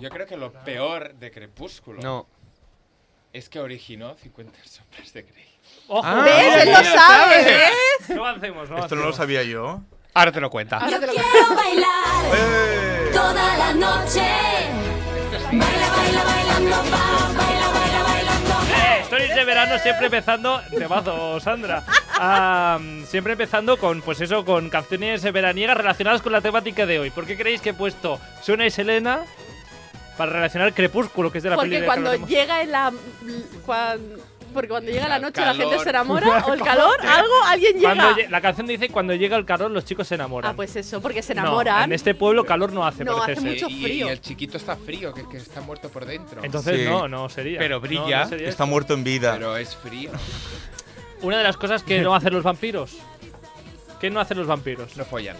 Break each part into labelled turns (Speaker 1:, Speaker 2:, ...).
Speaker 1: Yo creo que lo peor de Crepúsculo
Speaker 2: No.
Speaker 1: es que originó 50 sombras de Grey.
Speaker 3: ¡Ojo!
Speaker 2: Ah,
Speaker 4: ¿Ves? Él
Speaker 2: mira,
Speaker 4: lo sabe, ¿eh?
Speaker 3: No avancemos, no
Speaker 5: Esto no lo
Speaker 3: avancemos.
Speaker 5: sabía yo.
Speaker 2: Ahora te lo cuenta.
Speaker 4: Ahora te lo-
Speaker 6: Quiero bailar
Speaker 5: ¡Eh!
Speaker 6: toda la noche. Baila, baila, bailando, va, baila, baila, bailando.
Speaker 3: Eh, Stories de verano siempre empezando, temazo Sandra, Ah, siempre empezando con pues eso, con canciones veraniegas relacionadas con la temática de hoy. ¿Por qué creéis que he puesto Suna y Selena para relacionar Crepúsculo, que es de la
Speaker 4: Porque
Speaker 3: película
Speaker 4: cuando llega en la. cuan- porque cuando llega la
Speaker 1: El
Speaker 4: noche la gente
Speaker 1: calor.
Speaker 4: se enamora o el calor, algo, alguien llega.
Speaker 3: la canción dice cuando llega el calor los chicos se enamoran.
Speaker 4: Ah, pues eso, porque se
Speaker 3: No,
Speaker 4: enamoran.
Speaker 3: en este pueblo calor no hace,
Speaker 4: No,
Speaker 3: parece
Speaker 4: hace
Speaker 3: ser.
Speaker 4: mucho
Speaker 1: y,
Speaker 4: frío.
Speaker 1: y el chiquito está frío, que, que está muerto por dentro.
Speaker 3: Entonces
Speaker 2: Sí.
Speaker 3: no, no sería.
Speaker 2: Pero
Speaker 3: No, no
Speaker 2: brilla,
Speaker 3: sería
Speaker 5: Está muerto en vida.
Speaker 1: Pero es frío.
Speaker 3: Una de las cosas que no hacen los vampiros. ¿Qué no hacen los vampiros?
Speaker 1: No follan.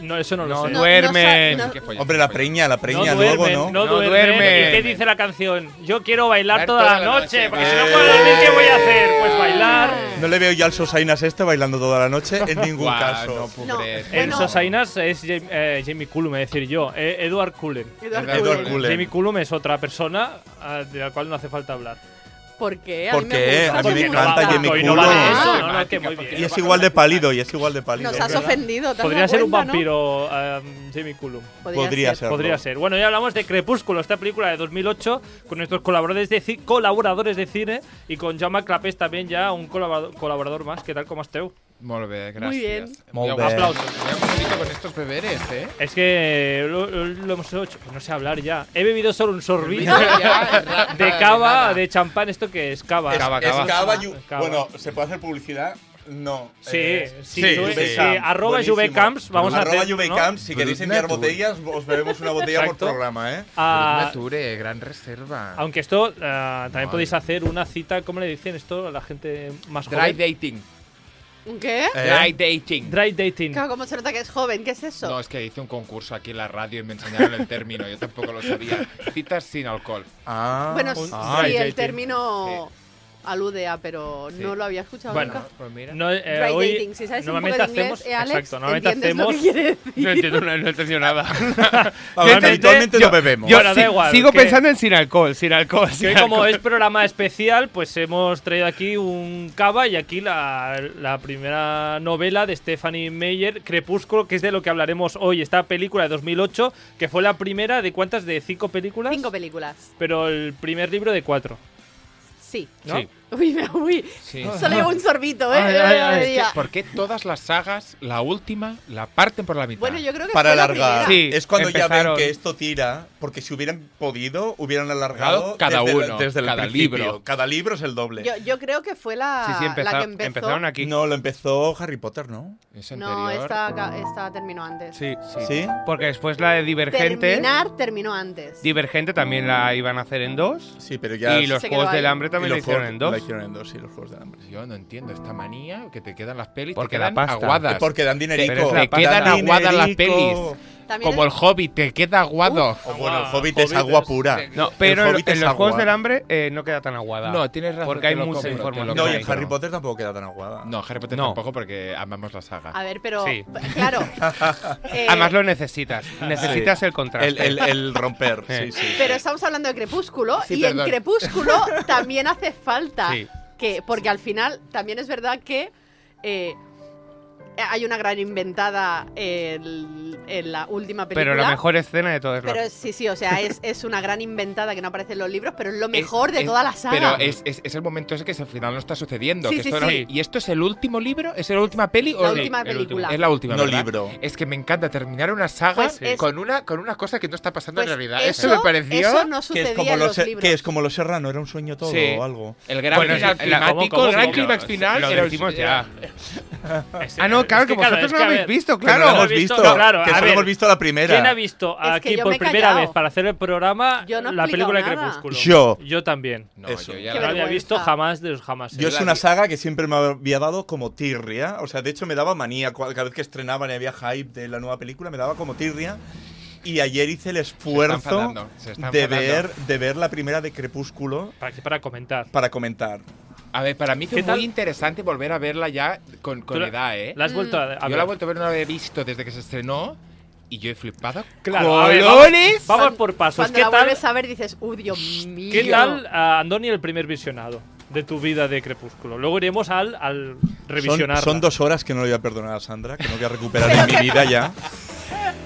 Speaker 3: No, eso no,
Speaker 2: No,
Speaker 3: lo sé.
Speaker 2: no duermen.
Speaker 4: sa- no-
Speaker 1: Que follan,
Speaker 5: Hombre,
Speaker 1: que
Speaker 5: la
Speaker 1: follan.
Speaker 5: preña, la preña,
Speaker 3: no
Speaker 5: luego
Speaker 3: duermen,
Speaker 5: no.
Speaker 3: no,
Speaker 2: No
Speaker 3: duermen.
Speaker 2: duermen.
Speaker 3: ¿Y qué dice la canción? Yo quiero bailar
Speaker 1: Bailar
Speaker 3: toda, la noche, porque si no puedo
Speaker 5: Eh.
Speaker 3: dormir, ¿qué voy a hacer? Pues bailar.
Speaker 5: No le veo ya al Sosainas este bailando toda la noche en ningún
Speaker 1: Guau, No,
Speaker 5: caso.
Speaker 4: No,
Speaker 1: pobre.
Speaker 4: el
Speaker 3: El
Speaker 4: Bueno.
Speaker 3: Sosainas es Jamie, eh, Jamie Cullum, es decir, yo, eh, Edward Cullen.
Speaker 4: Edward
Speaker 1: Edward
Speaker 4: Cullen.
Speaker 5: Cullen.
Speaker 3: Jamie Cullum es otra persona ah, de la cual no hace falta hablar.
Speaker 4: ¿Por qué?
Speaker 5: ¿Por qué?
Speaker 4: gusta
Speaker 5: A mí me
Speaker 4: porque
Speaker 3: no
Speaker 5: encanta
Speaker 3: va-
Speaker 5: Jamie
Speaker 3: hoy no va de
Speaker 4: Ah, Cullum.
Speaker 3: eso,
Speaker 4: Ah.
Speaker 3: no, no, que muy
Speaker 1: Temática,
Speaker 5: Y
Speaker 3: bien.
Speaker 5: es igual de pálido, y es igual de pálido.
Speaker 4: Nos has
Speaker 5: ¿verdad?
Speaker 4: ofendido. ¿te has
Speaker 3: Podría
Speaker 4: dado
Speaker 3: ser un
Speaker 4: cuenta, no?
Speaker 3: vampiro ah, Jamie Cullum.
Speaker 5: Podría ser.
Speaker 3: Podría ser. Bueno, ya hablamos de Crepúsculo, esta película de 2008, con nuestros colaboradores de, ci- colaboradores de cine y con Jaume Clapés también ya un colaborador, colaborador más. ¿Qué tal? ¿Cómo esteu?
Speaker 1: Molt bé, gràcies.
Speaker 4: Muy bien.
Speaker 5: Molt
Speaker 1: Mira,
Speaker 5: bé.
Speaker 1: Aplausos. Mira, un poquito con estos beberes, ¿eh?
Speaker 3: Es que lo, lo- lo hemos hecho, pues no sé hablar ya. He bebido solo un
Speaker 1: Ya,
Speaker 3: sorbito de
Speaker 1: nada,
Speaker 3: cava,
Speaker 1: nada.
Speaker 3: de champán, esto que es cava.
Speaker 5: Es,
Speaker 2: Cava,
Speaker 5: es
Speaker 2: cava.
Speaker 5: cava y-
Speaker 3: Cava.
Speaker 5: Bueno, ¿se puede hacer publicidad? No.
Speaker 3: Sí,
Speaker 5: Eh,
Speaker 3: sí, sí,
Speaker 5: Juve
Speaker 3: sí.
Speaker 5: Camp,
Speaker 3: Arroba
Speaker 5: buenísimo.
Speaker 3: Juve Camps, vamos a
Speaker 5: Arroba
Speaker 3: hacer,
Speaker 5: Juve
Speaker 3: ¿no?
Speaker 5: Camps, si queréis
Speaker 1: Brut
Speaker 5: enviar
Speaker 1: Natur.
Speaker 5: botellas, os bebemos una botella por
Speaker 3: Exacto.
Speaker 5: programa, ¿eh?
Speaker 3: Ah,
Speaker 1: Nature, Pues gran reserva.
Speaker 3: aunque esto ah, también
Speaker 1: Madre.
Speaker 3: podéis hacer una cita, ¿cómo le dicen esto a la gente más
Speaker 1: Dry
Speaker 3: joven?
Speaker 1: dating.
Speaker 4: ¿Qué?
Speaker 5: Eh,
Speaker 1: Dry dating.
Speaker 3: Dry dating.
Speaker 4: Claro, ¿cómo se nota que es joven? ¿Qué es eso?
Speaker 1: No, es que hice un concurso aquí en la radio y me enseñaron el término. Yo tampoco lo sabía. Citas sin alcohol.
Speaker 5: Ah.
Speaker 4: bueno,
Speaker 3: un-
Speaker 4: sí,
Speaker 3: Ah,
Speaker 4: el
Speaker 3: dating.
Speaker 4: término alude a, pero no lo había escuchado
Speaker 3: Bueno.
Speaker 4: nunca.
Speaker 1: Pues mira.
Speaker 3: No, eh,
Speaker 4: Dry
Speaker 3: hoy
Speaker 4: dating, si sabes un poco
Speaker 3: normalmente
Speaker 4: de inglés,
Speaker 3: hacemos,
Speaker 4: eh, Alex,
Speaker 3: exacto, normalmente
Speaker 4: entiendes
Speaker 3: hacemos
Speaker 4: lo que quiere decir.
Speaker 2: No entiendo, no, no entiendo nada.
Speaker 5: Normalmente-
Speaker 2: Yo-
Speaker 5: habitualmente
Speaker 2: yo-
Speaker 5: no bebemos.
Speaker 2: Yo,
Speaker 3: Bueno, da
Speaker 2: si-
Speaker 3: igual,
Speaker 2: sigo
Speaker 3: que-
Speaker 2: pensando en sin alcohol, sin alcohol.
Speaker 3: Que
Speaker 2: sin
Speaker 3: hoy como
Speaker 2: alcohol.
Speaker 3: es programa especial, pues hemos traído aquí un cava y aquí la, la primera novela de Stephanie Meyer, Crepúsculo, que es de lo que hablaremos hoy. Esta película de 2008, que fue la primera de cuántas, de cinco películas.
Speaker 4: Cinco películas.
Speaker 3: Pero el primer libro de cuatro.
Speaker 4: Sí.
Speaker 3: ¿no?
Speaker 2: Sí.
Speaker 4: Uy, me- uy.
Speaker 1: Sí.
Speaker 4: Solo llevo un sorbito, ¿eh?
Speaker 3: Ay, ay, ay,
Speaker 1: Es que, ¿Por qué todas las sagas, la última, la parten por la mitad?
Speaker 4: Bueno, yo creo que
Speaker 5: Para
Speaker 4: fue la
Speaker 5: alargar.
Speaker 4: primera.
Speaker 2: Sí,
Speaker 5: es cuando ya ven
Speaker 2: empezaron.
Speaker 5: que esto tira, porque si hubieran podido, hubieran alargado
Speaker 1: Cada
Speaker 5: desde, el-
Speaker 1: uno,
Speaker 5: desde el
Speaker 1: cada
Speaker 5: principio.
Speaker 1: libro.
Speaker 5: Cada libro es el doble.
Speaker 4: Yo, yo creo que fue la,
Speaker 2: Sí, sí,
Speaker 4: la
Speaker 2: empeza-
Speaker 4: que empezó.
Speaker 2: empezaron aquí.
Speaker 5: No, lo empezó Harry Potter, ¿no?
Speaker 1: Es
Speaker 4: No,
Speaker 1: anterior.
Speaker 4: esta, acá- esta terminó antes.
Speaker 2: Sí.
Speaker 5: ¿Sí?
Speaker 2: Porque después la de Divergente.
Speaker 4: Terminar terminó antes.
Speaker 2: Divergente también la iban a hacer en dos.
Speaker 5: Sí, pero ya.
Speaker 2: y los
Speaker 4: Se quedó
Speaker 2: Juegos
Speaker 4: ahí.
Speaker 2: del Hambre
Speaker 5: y
Speaker 2: también
Speaker 5: los
Speaker 2: la hicieron
Speaker 5: juegos-
Speaker 2: en dos.
Speaker 5: La hicieron en dos, sí, los juegos del hambre.
Speaker 1: Yo no entiendo esta manía que te quedan las pelis
Speaker 2: Porque
Speaker 1: te
Speaker 2: da
Speaker 1: quedan
Speaker 2: pasta.
Speaker 1: aguadas.
Speaker 5: Porque dan dinerico.
Speaker 2: Pero es la
Speaker 5: Dan
Speaker 2: quedan
Speaker 1: aguadas las
Speaker 5: dinerico.
Speaker 4: También
Speaker 1: Como el
Speaker 4: es-
Speaker 1: hobby, te queda aguado.
Speaker 5: O bueno, el
Speaker 3: Agua,
Speaker 5: Hobbit es
Speaker 3: Hobbit
Speaker 5: agua
Speaker 3: es-
Speaker 5: pura.
Speaker 2: No, pero en,
Speaker 5: Hobbit
Speaker 2: en
Speaker 5: es
Speaker 2: los Juegos
Speaker 5: agua.
Speaker 2: del Hambre eh, no queda tan aguada.
Speaker 1: No, tienes razón,
Speaker 2: Porque
Speaker 1: te
Speaker 2: hay
Speaker 1: lo
Speaker 2: mucha
Speaker 1: compro, te lo
Speaker 2: información.
Speaker 1: compro.
Speaker 5: No, y en
Speaker 1: Claro.
Speaker 5: Harry Potter tampoco queda tan aguada.
Speaker 1: No, Harry Potter
Speaker 2: No.
Speaker 1: tampoco porque amamos la saga.
Speaker 4: A ver, pero.
Speaker 2: Sí.
Speaker 4: Claro. eh,
Speaker 2: Además lo necesitas. Necesitas el contraste.
Speaker 5: El, el, el romper, sí,
Speaker 2: Eh.
Speaker 5: sí.
Speaker 4: Pero estamos hablando de Crepúsculo
Speaker 1: Sí,
Speaker 4: y
Speaker 1: perdón.
Speaker 4: en Crepúsculo también hace falta
Speaker 2: Sí.
Speaker 4: que, porque al final también es verdad que eh, hay una gran inventada en, en la última película.
Speaker 2: pero la mejor escena de todo es la...
Speaker 4: Pero sí, sí, o sea, es, es una gran inventada que no aparece en los libros, pero es lo
Speaker 1: Es-
Speaker 4: mejor de
Speaker 1: es-
Speaker 4: toda la saga.
Speaker 1: Pero es, es- es el momento ese que al final no está sucediendo.
Speaker 4: Sí,
Speaker 1: que
Speaker 4: sí,
Speaker 1: esto era-
Speaker 4: sí.
Speaker 1: ¿Y esto es el último libro? ¿Es la última peli? o
Speaker 4: la
Speaker 1: el-
Speaker 4: última
Speaker 2: el último.
Speaker 4: película.
Speaker 1: Es la última,
Speaker 5: No
Speaker 1: ¿verdad?
Speaker 5: libro.
Speaker 1: Es que me encanta terminar una saga
Speaker 4: Pues es-
Speaker 1: con, una, con una cosa que no está pasando
Speaker 4: Pues
Speaker 1: en realidad.
Speaker 4: eso,
Speaker 1: Eso, me pareció...
Speaker 4: eso
Speaker 5: Que
Speaker 4: no
Speaker 5: es,
Speaker 4: sucedía
Speaker 5: como
Speaker 4: en
Speaker 5: los,
Speaker 4: los
Speaker 5: se-
Speaker 4: libros.
Speaker 5: que es como los serrano, era un sueño todo
Speaker 1: Sí.
Speaker 5: o algo.
Speaker 1: El gran
Speaker 2: Bueno,
Speaker 1: final
Speaker 2: sí, la-
Speaker 1: climático,
Speaker 3: ¿cómo, cómo,
Speaker 1: el gran
Speaker 3: cómo?
Speaker 1: clímax final...
Speaker 2: Lo
Speaker 1: era-
Speaker 2: decimos ya.
Speaker 3: Es-
Speaker 2: Ah, no, claro,
Speaker 3: es
Speaker 2: que,
Speaker 3: claro, es que,
Speaker 2: vosotros no
Speaker 3: a
Speaker 2: lo habéis
Speaker 3: ver,
Speaker 2: visto,
Speaker 5: Que no
Speaker 2: claro.
Speaker 5: lo hemos
Speaker 3: he visto,
Speaker 5: visto,
Speaker 3: claro,
Speaker 5: que
Speaker 3: a
Speaker 5: solo
Speaker 3: ver.
Speaker 5: hemos visto la primera.
Speaker 3: ¿Quién ha visto
Speaker 4: que
Speaker 3: aquí
Speaker 4: yo
Speaker 3: por
Speaker 4: me he
Speaker 3: primera
Speaker 4: callado.
Speaker 3: vez para hacer el programa
Speaker 4: Yo no he
Speaker 3: la
Speaker 4: explicado
Speaker 3: película de
Speaker 4: nada.
Speaker 3: Crepúsculo?
Speaker 5: Yo.
Speaker 3: Yo también.
Speaker 1: No,
Speaker 5: Eso.
Speaker 1: yo ya
Speaker 4: Qué
Speaker 1: la-
Speaker 3: No la había
Speaker 4: vergüenza.
Speaker 3: visto jamás de los jamás. ¿eh?
Speaker 5: Yo es una saga que siempre me había dado como tirria. O sea, de hecho me daba manía. cua- Cada vez que estrenaban y había hype de la nueva película, me daba como tirria. Y ayer hice el esfuerzo
Speaker 1: enfadando, se está
Speaker 5: de,
Speaker 1: enfadando.
Speaker 5: ver, de ver la primera de Crepúsculo
Speaker 3: Para, para comentar.
Speaker 5: para comentar.
Speaker 1: A ver, para mí
Speaker 3: ¿Qué
Speaker 1: fue
Speaker 3: tal?
Speaker 1: muy interesante volver a verla ya con, con
Speaker 3: Tú la-
Speaker 1: edad, ¿eh?
Speaker 4: Mm.
Speaker 3: ¿La has vuelto a, a
Speaker 1: Yo
Speaker 3: ver?
Speaker 1: la he vuelto a ver, no la he visto desde que se estrenó. y yo he flipado.
Speaker 3: a ver, vamos-
Speaker 2: ¡Colores!
Speaker 3: Vamos, por pasos.
Speaker 4: Cuando
Speaker 3: ¿Qué
Speaker 4: la
Speaker 3: tal,
Speaker 4: vuelves a ver dices, uy, Dios mío.
Speaker 3: ¿Qué tal a Andoni el primer visionado de tu vida de Crepúsculo? Luego iremos al, al
Speaker 5: Son,
Speaker 3: revisionar.
Speaker 5: son dos horas que no le voy a perdonar a Sandra, que no voy a recuperar en mi vida ya.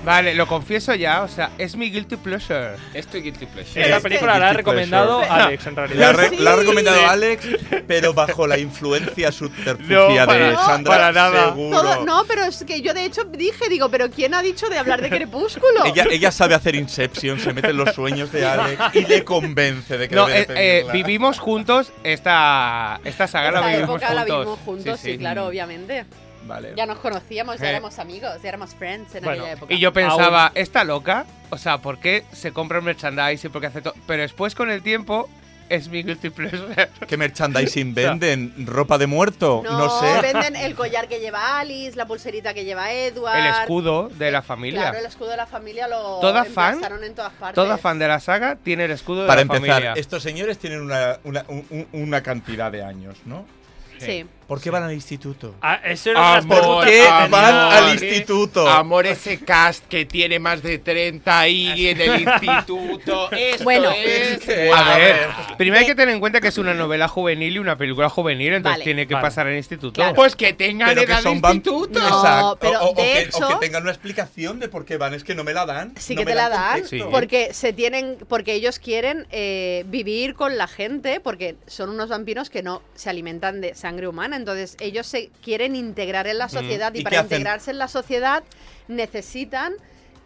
Speaker 2: Vale, lo confieso ya, o sea, es mi guilty pleasure.
Speaker 1: Esto es Guilty Pleasure.
Speaker 3: Esta
Speaker 5: Es que-
Speaker 3: película la ha
Speaker 5: Guilty
Speaker 3: recomendado
Speaker 5: pleasure.
Speaker 3: Alex, en
Speaker 5: La,
Speaker 3: realidad.
Speaker 5: re-
Speaker 4: Sí.
Speaker 5: la ha recomendado Alex, pero bajo la influencia subterfugia
Speaker 2: No, para-
Speaker 5: de Sandra.
Speaker 2: para nada.
Speaker 5: seguro.
Speaker 4: Todo, no, pero es que yo de hecho dije, digo, pero ¿quién ha dicho de hablar de Crepúsculo?
Speaker 5: Ella, ella sabe hacer Inception, se mete en los sueños de Alex y le convence de que
Speaker 2: No,
Speaker 5: debe
Speaker 2: eh, eh,
Speaker 5: pedirla.
Speaker 2: vivimos juntos esta, esta saga,
Speaker 4: Esta
Speaker 2: la vivimos
Speaker 4: época
Speaker 2: juntos.
Speaker 4: la vivimos juntos, sí,
Speaker 2: Sí, sí.
Speaker 4: claro, obviamente.
Speaker 5: Vale.
Speaker 4: Ya nos conocíamos, ya
Speaker 2: Eh.
Speaker 4: éramos amigos, ya éramos friends en
Speaker 3: Bueno,
Speaker 4: aquella época.
Speaker 2: Y yo pensaba, ¿está loca? O sea, ¿por qué se compra el merchandise y por qué hace todo? Pero después con el tiempo es mi guilty pleasure.
Speaker 5: ¿Qué merchandising venden? ¿Ropa de muerto?
Speaker 4: no,
Speaker 5: No, sé.
Speaker 4: venden el collar que lleva Alice, la pulserita que lleva Edward.
Speaker 2: El escudo de la familia.
Speaker 4: Claro, el escudo de la familia lo
Speaker 2: Toda fan-
Speaker 4: emplazaron en todas partes.
Speaker 2: Toda fan de la saga tiene el escudo
Speaker 5: Para
Speaker 2: de la
Speaker 5: empezar,
Speaker 2: familia.
Speaker 5: estos señores tienen una, una- un- un- una cantidad de años, ¿no?
Speaker 4: Sí.
Speaker 5: ¿Por qué van al instituto?
Speaker 3: Ah, eso era una de las
Speaker 1: Amor,
Speaker 5: ¿Por
Speaker 3: preguntas
Speaker 5: qué Ah,
Speaker 3: que tenía.
Speaker 5: van al
Speaker 1: amor.
Speaker 5: instituto?
Speaker 1: Amor, ese cast que tiene más de 30 ahí en el instituto. Esto
Speaker 4: Bueno.
Speaker 1: es...
Speaker 2: A ver, primero hay
Speaker 4: De-
Speaker 2: que tener en cuenta que es una novela juvenil y una película juvenil, entonces
Speaker 4: Vale.
Speaker 2: tiene que
Speaker 3: Vale.
Speaker 2: pasar en instituto.
Speaker 4: Claro.
Speaker 1: Pues que tengan
Speaker 5: Pero que
Speaker 1: edad de
Speaker 5: son vamp-
Speaker 1: instituto.
Speaker 4: No,
Speaker 5: Exacto.
Speaker 4: pero
Speaker 5: o, o- o
Speaker 4: de
Speaker 5: que, o
Speaker 4: hecho-
Speaker 5: que tengan una explicación de por qué van. Es que no me la dan.
Speaker 4: Sí
Speaker 5: no
Speaker 4: que
Speaker 5: me
Speaker 4: te la dan,
Speaker 5: contexto.
Speaker 4: porque se tienen, porque ellos quieren eh, vivir con la gente, porque son unos vampiros que no se alimentan de sangre humana, entonces ellos se quieren integrar en la sociedad y,
Speaker 5: Mm. ¿Y
Speaker 4: para
Speaker 5: qué hacen?
Speaker 4: integrarse en la sociedad necesitan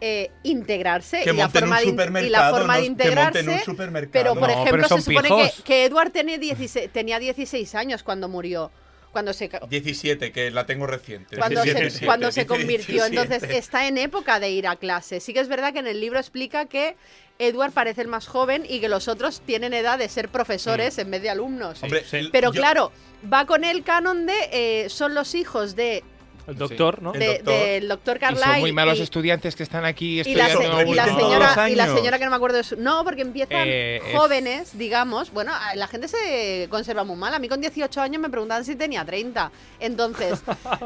Speaker 4: eh, integrarse
Speaker 5: Que
Speaker 4: y la
Speaker 5: monten
Speaker 4: forma
Speaker 5: un
Speaker 4: de in- y la
Speaker 5: supermercado.
Speaker 4: forma
Speaker 5: no, que
Speaker 4: de
Speaker 5: monten un
Speaker 4: integrarse.
Speaker 5: supermercado.
Speaker 4: Pero por
Speaker 2: No,
Speaker 4: ejemplo
Speaker 2: pero son
Speaker 4: se supone
Speaker 2: pijos.
Speaker 4: que, que Edward tenía 16, tenía 16 años cuando murió, cuando se ca-
Speaker 5: 17, que la tengo reciente.
Speaker 4: cuando,
Speaker 5: 17,
Speaker 4: se, cuando se
Speaker 5: 17,
Speaker 4: convirtió.
Speaker 5: 17.
Speaker 4: Entonces eh, está en época de ir a clase. Sí que es verdad que en el libro explica que Edward parece el más joven y que los otros tienen edad de ser profesores en vez de alumnos.
Speaker 5: Mm. Hombre,
Speaker 3: Sí.
Speaker 5: el-
Speaker 4: Pero
Speaker 5: yo-
Speaker 4: claro, va con el canon de eh, son los hijos de,
Speaker 3: El doctor, ¿no?
Speaker 5: El
Speaker 4: de-
Speaker 5: doctor.
Speaker 4: del doctor
Speaker 1: Y
Speaker 4: Carlyle.
Speaker 1: son muy malos
Speaker 4: y-
Speaker 1: estudiantes que están aquí
Speaker 4: y la,
Speaker 1: estudiando.
Speaker 4: se- y la
Speaker 5: Repiten todos
Speaker 4: señora,
Speaker 5: los
Speaker 4: y la
Speaker 5: años.
Speaker 4: señora que no me acuerdo de su... No, porque empiezan
Speaker 2: Eh, es-
Speaker 4: jóvenes, digamos. Bueno, a- la gente se conserva muy mal. A mí con 18 años me preguntaban si tenía 30. Entonces,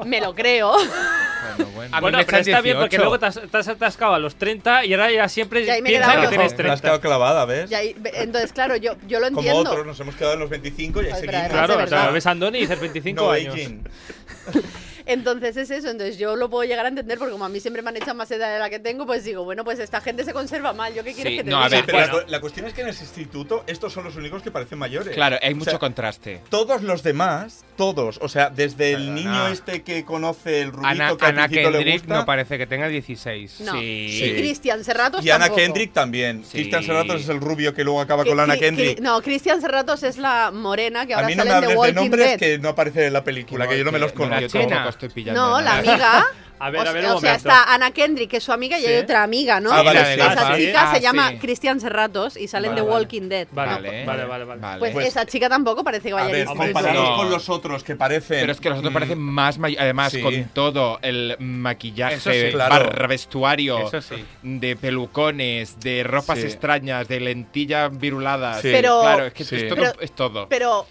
Speaker 4: me lo creo.
Speaker 1: Bueno, bueno.
Speaker 2: A mí
Speaker 3: Bueno,
Speaker 2: me
Speaker 3: pero
Speaker 2: echan
Speaker 3: está bien porque
Speaker 2: 18.
Speaker 3: luego te has, te has atascado a los 30 y ahora ya siempre
Speaker 4: Y ahí me he
Speaker 3: piensas
Speaker 4: quedado
Speaker 3: que
Speaker 4: loco.
Speaker 5: Te
Speaker 3: tienes
Speaker 5: has
Speaker 3: 30.
Speaker 5: quedado clavada, ¿ves?
Speaker 4: Y ahí- entonces, claro, yo, yo lo
Speaker 5: Como
Speaker 4: entiendo.
Speaker 5: otros, nos hemos quedado en los 25 y ahí
Speaker 4: Pues, pero
Speaker 5: seguimos.
Speaker 4: además de
Speaker 3: Claro, o sea,
Speaker 4: verdad.
Speaker 3: ves a Andoni y dices 25
Speaker 5: No
Speaker 3: años.
Speaker 5: aging.
Speaker 4: Entonces es eso, entonces yo lo puedo llegar a entender porque como a mí siempre me han hecho más edad de la que tengo, pues digo, bueno, pues esta gente se conserva mal, ¿yo qué quieres
Speaker 1: Sí,
Speaker 4: que te
Speaker 1: no, a
Speaker 4: diga?
Speaker 5: Sí,
Speaker 1: ver,
Speaker 5: pero la,
Speaker 1: bueno.
Speaker 5: cu- la cuestión es que en el instituto estos son los únicos que parecen mayores.
Speaker 1: Claro, hay mucho
Speaker 5: sea,
Speaker 1: contraste.
Speaker 5: Todos los demás, todos, o sea, desde el
Speaker 1: Perdona.
Speaker 5: niño este que conoce el rubito
Speaker 2: Ana,
Speaker 5: que al
Speaker 2: Ana
Speaker 5: principio le
Speaker 2: Kendrick
Speaker 5: gusta,
Speaker 2: no parece que tenga 16.
Speaker 4: No.
Speaker 1: Sí.
Speaker 4: Y Cristian Serratos
Speaker 5: y Ana
Speaker 4: tampoco.
Speaker 5: Kendrick también.
Speaker 1: Sí.
Speaker 5: Cristian Serratos es el rubio que luego acaba
Speaker 4: Que-
Speaker 5: con Ana
Speaker 4: que- que-
Speaker 5: Kendrick.
Speaker 4: no, Cristian Serratos es la morena que
Speaker 5: A
Speaker 4: ahora
Speaker 5: mí no me
Speaker 4: sale en The
Speaker 5: hables de
Speaker 4: Walking
Speaker 5: nombres
Speaker 4: Dead.
Speaker 5: que no aparecen en la película, que yo no me los
Speaker 1: No, yo
Speaker 5: conozco.
Speaker 2: china.
Speaker 1: tampoco estoy pillando
Speaker 4: No,
Speaker 1: nada.
Speaker 4: la amiga.
Speaker 3: A ver,
Speaker 4: o,
Speaker 3: a ver,
Speaker 4: sea-
Speaker 3: un
Speaker 4: o sea,
Speaker 3: momento.
Speaker 4: está Ana Kendrick, que es su amiga, y hay
Speaker 3: Sí.
Speaker 4: otra amiga, ¿no?
Speaker 5: Ah, vale,
Speaker 4: Esa
Speaker 5: sí.
Speaker 1: Ah,
Speaker 4: esa
Speaker 1: sí.
Speaker 4: chica
Speaker 1: Ah,
Speaker 4: se llama
Speaker 1: sí.
Speaker 4: Cristian Serratos y sale en
Speaker 3: Vale,
Speaker 4: The
Speaker 3: vale.
Speaker 4: Walking Dead.
Speaker 3: Vale,
Speaker 4: No,
Speaker 1: vale,
Speaker 3: vale, vale, vale.
Speaker 4: Pues,
Speaker 5: Pues-
Speaker 4: esa chica tampoco parece que vaya
Speaker 5: A ver,
Speaker 4: ir
Speaker 3: Hombre,
Speaker 5: comparados
Speaker 1: no.
Speaker 5: con los otros que parecen.
Speaker 1: Pero es que los otros
Speaker 5: mm,
Speaker 1: parecen más may- Además,
Speaker 5: Sí.
Speaker 1: con todo el maquillaje,
Speaker 2: Eso sí,
Speaker 5: claro.
Speaker 1: barra vestuario,
Speaker 2: Eso sí.
Speaker 1: de pelucones, de ropas
Speaker 5: Sí.
Speaker 1: extrañas, de lentillas viruladas.
Speaker 5: Sí.
Speaker 4: Pero-
Speaker 1: claro, es que
Speaker 5: Sí.
Speaker 1: esto no-
Speaker 4: Pero-
Speaker 1: es todo.
Speaker 4: Pero.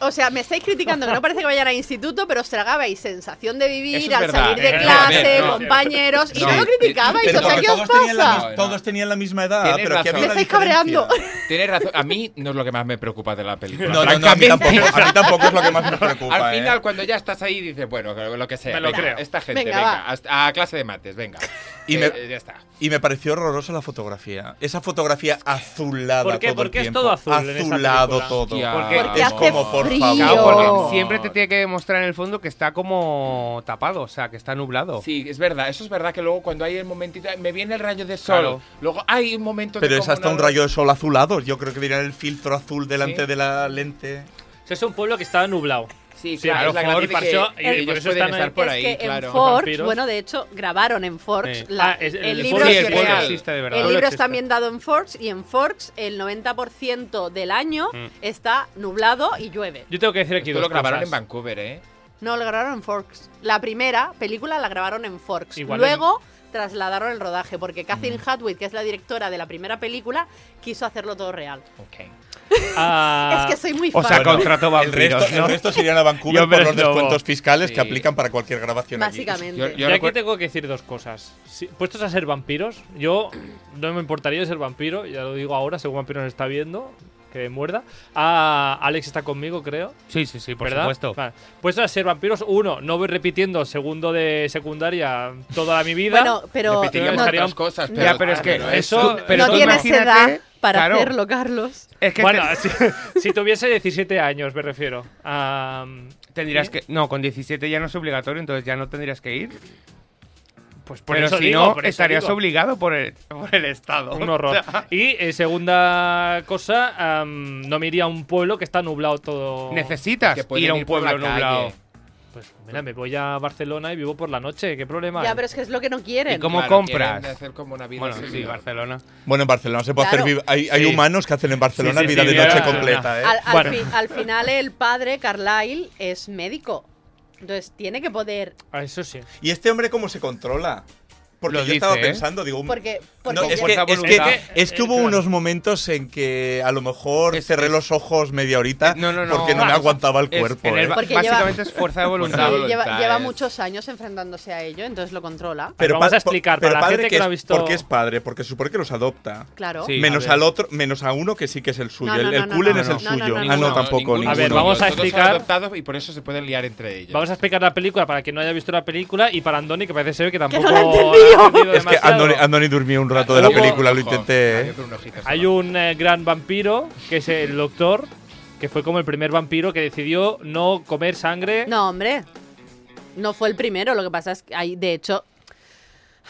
Speaker 4: O sea, me estáis criticando que no parece que vayan al instituto, pero os tragabais sensación de vivir
Speaker 1: Eso es
Speaker 4: al
Speaker 1: verdad.
Speaker 4: salir de
Speaker 1: Eh,
Speaker 4: clase,
Speaker 1: a ver, no.
Speaker 4: compañeros, y
Speaker 1: No.
Speaker 4: no lo criticabais.
Speaker 5: Pero
Speaker 4: o sea,
Speaker 5: porque
Speaker 4: ¿qué os
Speaker 5: todos tenían, la,
Speaker 4: pasa?
Speaker 5: mis-
Speaker 1: No,
Speaker 5: todos tenían la misma edad,
Speaker 1: Tienes
Speaker 5: pero aquí
Speaker 1: razón.
Speaker 5: había una
Speaker 4: Me estáis
Speaker 5: diferencia.
Speaker 4: cabreando.
Speaker 1: Tienes razón. A mí no es lo que más me preocupa de la película.
Speaker 5: No, no, no, a mí
Speaker 1: francamente.
Speaker 5: tampoco, a mí tampoco es lo que más me preocupa.
Speaker 1: Al
Speaker 5: ¿eh?
Speaker 1: final, cuando ya estás ahí, dices, bueno, lo que sea.
Speaker 3: Me lo
Speaker 1: venga,
Speaker 3: creo.
Speaker 1: Esta gente,
Speaker 4: Venga,
Speaker 1: venga,
Speaker 4: va.
Speaker 1: hasta- a clase de mates, venga.
Speaker 5: Y
Speaker 1: Y
Speaker 5: me-
Speaker 1: ya está.
Speaker 5: Y me pareció horrorosa la fotografía. Esa fotografía azulada.
Speaker 3: ¿Por qué?
Speaker 5: Todo el
Speaker 3: ¿Por qué es
Speaker 5: tiempo.
Speaker 3: todo azul en esa
Speaker 5: Azulado
Speaker 3: película?
Speaker 5: todo.
Speaker 1: Hostia,
Speaker 3: Porque- Porque
Speaker 5: Es
Speaker 1: amor.
Speaker 4: hace
Speaker 5: como, por
Speaker 4: frío.
Speaker 2: Claro,
Speaker 5: favor.
Speaker 2: porque
Speaker 4: Dios.
Speaker 2: siempre te tiene que demostrar en el fondo que está como tapado, o sea, que está nublado.
Speaker 1: Sí, es verdad, eso es verdad que luego cuando hay el momentito, me viene el rayo de sol,
Speaker 2: Claro.
Speaker 1: luego hay un momento de
Speaker 5: Pero es
Speaker 1: como
Speaker 5: hasta
Speaker 1: una-
Speaker 5: un rayo de sol azulado. Yo creo que dirán el filtro azul delante
Speaker 1: Sí.
Speaker 5: de la lente.
Speaker 3: Eso es un pueblo que estaba nublado.
Speaker 1: Sí,
Speaker 3: Sí,
Speaker 1: claro,
Speaker 3: a lo
Speaker 1: es la
Speaker 3: mejor
Speaker 1: gracia de que
Speaker 3: parchó y por
Speaker 1: ellos
Speaker 3: eso
Speaker 1: pueden
Speaker 3: están
Speaker 1: estar
Speaker 3: ahí.
Speaker 1: por
Speaker 4: es
Speaker 1: ahí,
Speaker 4: que
Speaker 1: claro.
Speaker 4: en Forge,
Speaker 3: Vampiros.
Speaker 4: bueno, de hecho, grabaron en Forge.
Speaker 2: Sí.
Speaker 4: la-
Speaker 3: Ah, es-
Speaker 4: el,
Speaker 3: el
Speaker 4: libro,
Speaker 3: Forge
Speaker 2: Sí,
Speaker 1: es
Speaker 2: el pueblo
Speaker 1: real.
Speaker 2: existe de verdad.
Speaker 4: el
Speaker 3: Forge
Speaker 4: libro
Speaker 3: existe.
Speaker 4: está ambientado en Forge y en Forge el 90% del año
Speaker 2: Mm.
Speaker 4: está nublado y llueve.
Speaker 3: Yo tengo que decir aquí
Speaker 1: Esto
Speaker 3: dos
Speaker 1: lo grabaron
Speaker 3: cosas.
Speaker 1: en Vancouver, ¿eh?
Speaker 4: No, lo grabaron en Forks. La primera película la grabaron en Forks.
Speaker 3: Igual
Speaker 4: Luego trasladaron el rodaje porque Kathleen Hatwood, que es la directora de la primera película, quiso hacerlo todo real.
Speaker 1: Ok.
Speaker 3: Ah,
Speaker 4: es que soy muy
Speaker 2: O
Speaker 4: fan.
Speaker 2: sea,
Speaker 5: Bueno,
Speaker 2: contrato
Speaker 5: el,
Speaker 2: vampiros,
Speaker 5: resto,
Speaker 2: ¿no?
Speaker 5: el resto se irían a
Speaker 2: Y
Speaker 5: Vancouver por
Speaker 2: hombres
Speaker 5: los
Speaker 2: lobo.
Speaker 5: descuentos fiscales
Speaker 1: Sí.
Speaker 5: que aplican para cualquier grabación. allí.
Speaker 4: básicamente.
Speaker 1: Yo- yo-
Speaker 3: Yo aquí
Speaker 1: recuerdo-
Speaker 3: tengo que decir dos cosas. Si- puestos a ser vampiros, yo no me importaría ser vampiro, ya lo digo ahora, según vampiro nos está viendo, que muerda. Ah, Alex está conmigo, creo.
Speaker 2: Sí, sí, sí, por
Speaker 3: ¿verdad?
Speaker 2: supuesto.
Speaker 3: Vale. Puestos a ser vampiros, uno, no voy repitiendo segundo de secundaria toda mi vida.
Speaker 4: bueno, pero
Speaker 1: Repetiríamos
Speaker 4: no-
Speaker 3: dejaría-
Speaker 1: otras cosas, pero,
Speaker 2: ya, pero es que
Speaker 1: pero
Speaker 2: eso.
Speaker 3: eso-
Speaker 2: pero
Speaker 4: no
Speaker 2: tú
Speaker 4: tienes
Speaker 2: imagínate-
Speaker 4: edad para
Speaker 2: claro,
Speaker 4: hacerlo, Carlos.
Speaker 2: Es que
Speaker 3: bueno,
Speaker 2: te-
Speaker 3: si, si tuviese 17 años, me refiero. Ah,
Speaker 2: tendrías que. No, con 17 ya no es obligatorio, entonces ya no tendrías que ir.
Speaker 3: Pues por
Speaker 2: Pero
Speaker 3: eso
Speaker 2: si
Speaker 3: digo,
Speaker 2: no,
Speaker 3: por eso
Speaker 2: estarías
Speaker 3: digo.
Speaker 2: obligado por el, por el Estado.
Speaker 3: Un horror.
Speaker 2: O sea,
Speaker 3: Y eh, segunda cosa, am, no me iría a un pueblo que está nublado todo.
Speaker 2: necesitas
Speaker 1: que pueden
Speaker 2: ir a
Speaker 1: ir
Speaker 2: un
Speaker 1: por la
Speaker 2: pueblo
Speaker 1: calle.
Speaker 2: nublado.
Speaker 3: Pues mira, me voy a Barcelona y vivo por la noche. ¿Qué problema?
Speaker 4: Ya,
Speaker 3: hay?
Speaker 4: pero es que es lo que no quieren.
Speaker 2: ¿Y cómo
Speaker 1: Claro,
Speaker 2: compras?
Speaker 1: quieren hacer como una vida
Speaker 2: Bueno,
Speaker 1: sin
Speaker 2: sí,
Speaker 1: vida.
Speaker 2: Barcelona.
Speaker 5: Bueno, en Barcelona se puede
Speaker 4: Claro.
Speaker 5: hacer. vi- Hay, hay
Speaker 2: Sí.
Speaker 5: humanos que hacen en Barcelona
Speaker 3: Sí, sí,
Speaker 5: vida
Speaker 3: sí,
Speaker 5: de
Speaker 3: vida
Speaker 5: noche
Speaker 3: de
Speaker 5: completa,
Speaker 3: Barcelona.
Speaker 5: ¿eh?
Speaker 4: Al, al
Speaker 3: Bueno.
Speaker 4: fi- al final, el padre, Carlyle, es médico. Entonces, tiene que poder.
Speaker 3: Ah, Eso sí.
Speaker 5: ¿Y este hombre cómo se controla? Porque
Speaker 2: Lo
Speaker 5: yo estaba
Speaker 2: dice, ¿eh?
Speaker 5: pensando, digo, un-
Speaker 4: Porque, porque
Speaker 5: No, es,
Speaker 4: ya-
Speaker 5: que,
Speaker 2: fuerza
Speaker 5: es, que,
Speaker 2: voluntad.
Speaker 5: es que hubo
Speaker 3: Claro.
Speaker 5: unos momentos en que a lo mejor
Speaker 2: Es-
Speaker 5: cerré
Speaker 2: es-
Speaker 5: los ojos media horita
Speaker 2: No, no, no.
Speaker 5: porque no me
Speaker 2: Vamos,
Speaker 5: aguantaba el
Speaker 2: Es-
Speaker 5: cuerpo.
Speaker 2: en el
Speaker 5: ¿eh?
Speaker 2: ba-
Speaker 4: Porque lleva-
Speaker 2: básicamente es fuerza de
Speaker 4: sí,
Speaker 2: voluntad.
Speaker 1: voluntad
Speaker 4: lleva, lleva
Speaker 1: es-
Speaker 4: muchos años enfrentándose a ello, entonces lo controla.
Speaker 3: Vamos
Speaker 5: pa-
Speaker 3: a explicar
Speaker 5: pero
Speaker 3: para la
Speaker 5: padre
Speaker 3: gente que
Speaker 5: es-
Speaker 3: no ha visto-
Speaker 5: Porque es padre, porque se supone que los adopta.
Speaker 4: Claro.
Speaker 2: Sí.
Speaker 5: menos
Speaker 3: a ver.
Speaker 5: al otro, menos a uno que sí que es el suyo.
Speaker 4: No, no,
Speaker 5: el
Speaker 4: no,
Speaker 5: el
Speaker 4: no,
Speaker 5: Cullen
Speaker 4: no,
Speaker 5: es
Speaker 4: no,
Speaker 5: el
Speaker 4: no, no,
Speaker 5: suyo.
Speaker 4: no,
Speaker 5: ah, no,
Speaker 4: ninguno,
Speaker 5: tampoco
Speaker 1: ninguno.
Speaker 5: ninguno.
Speaker 3: A ver, vamos a
Speaker 1: Todos son
Speaker 3: explicar-
Speaker 1: adoptados y por eso se pueden liar entre ellos.
Speaker 3: Vamos a explicar la película para quien no haya visto la película y para Andoni, que parece ser que tampoco
Speaker 4: no la ha
Speaker 3: lo ha entendido
Speaker 4: entendido.
Speaker 5: Es que
Speaker 3: demasiado.
Speaker 5: Andoni, Andoni durmió un rato de la
Speaker 3: Hubo-
Speaker 5: película, lo
Speaker 1: Ojo,
Speaker 5: intenté.
Speaker 1: hay
Speaker 5: ¿eh?
Speaker 1: otro un ojito
Speaker 3: Hay
Speaker 1: solo.
Speaker 3: un eh, gran vampiro, que es el doctor, que fue como el primer vampiro que decidió no comer sangre.
Speaker 4: No, hombre. No fue el primero, lo que pasa es que hay, de hecho,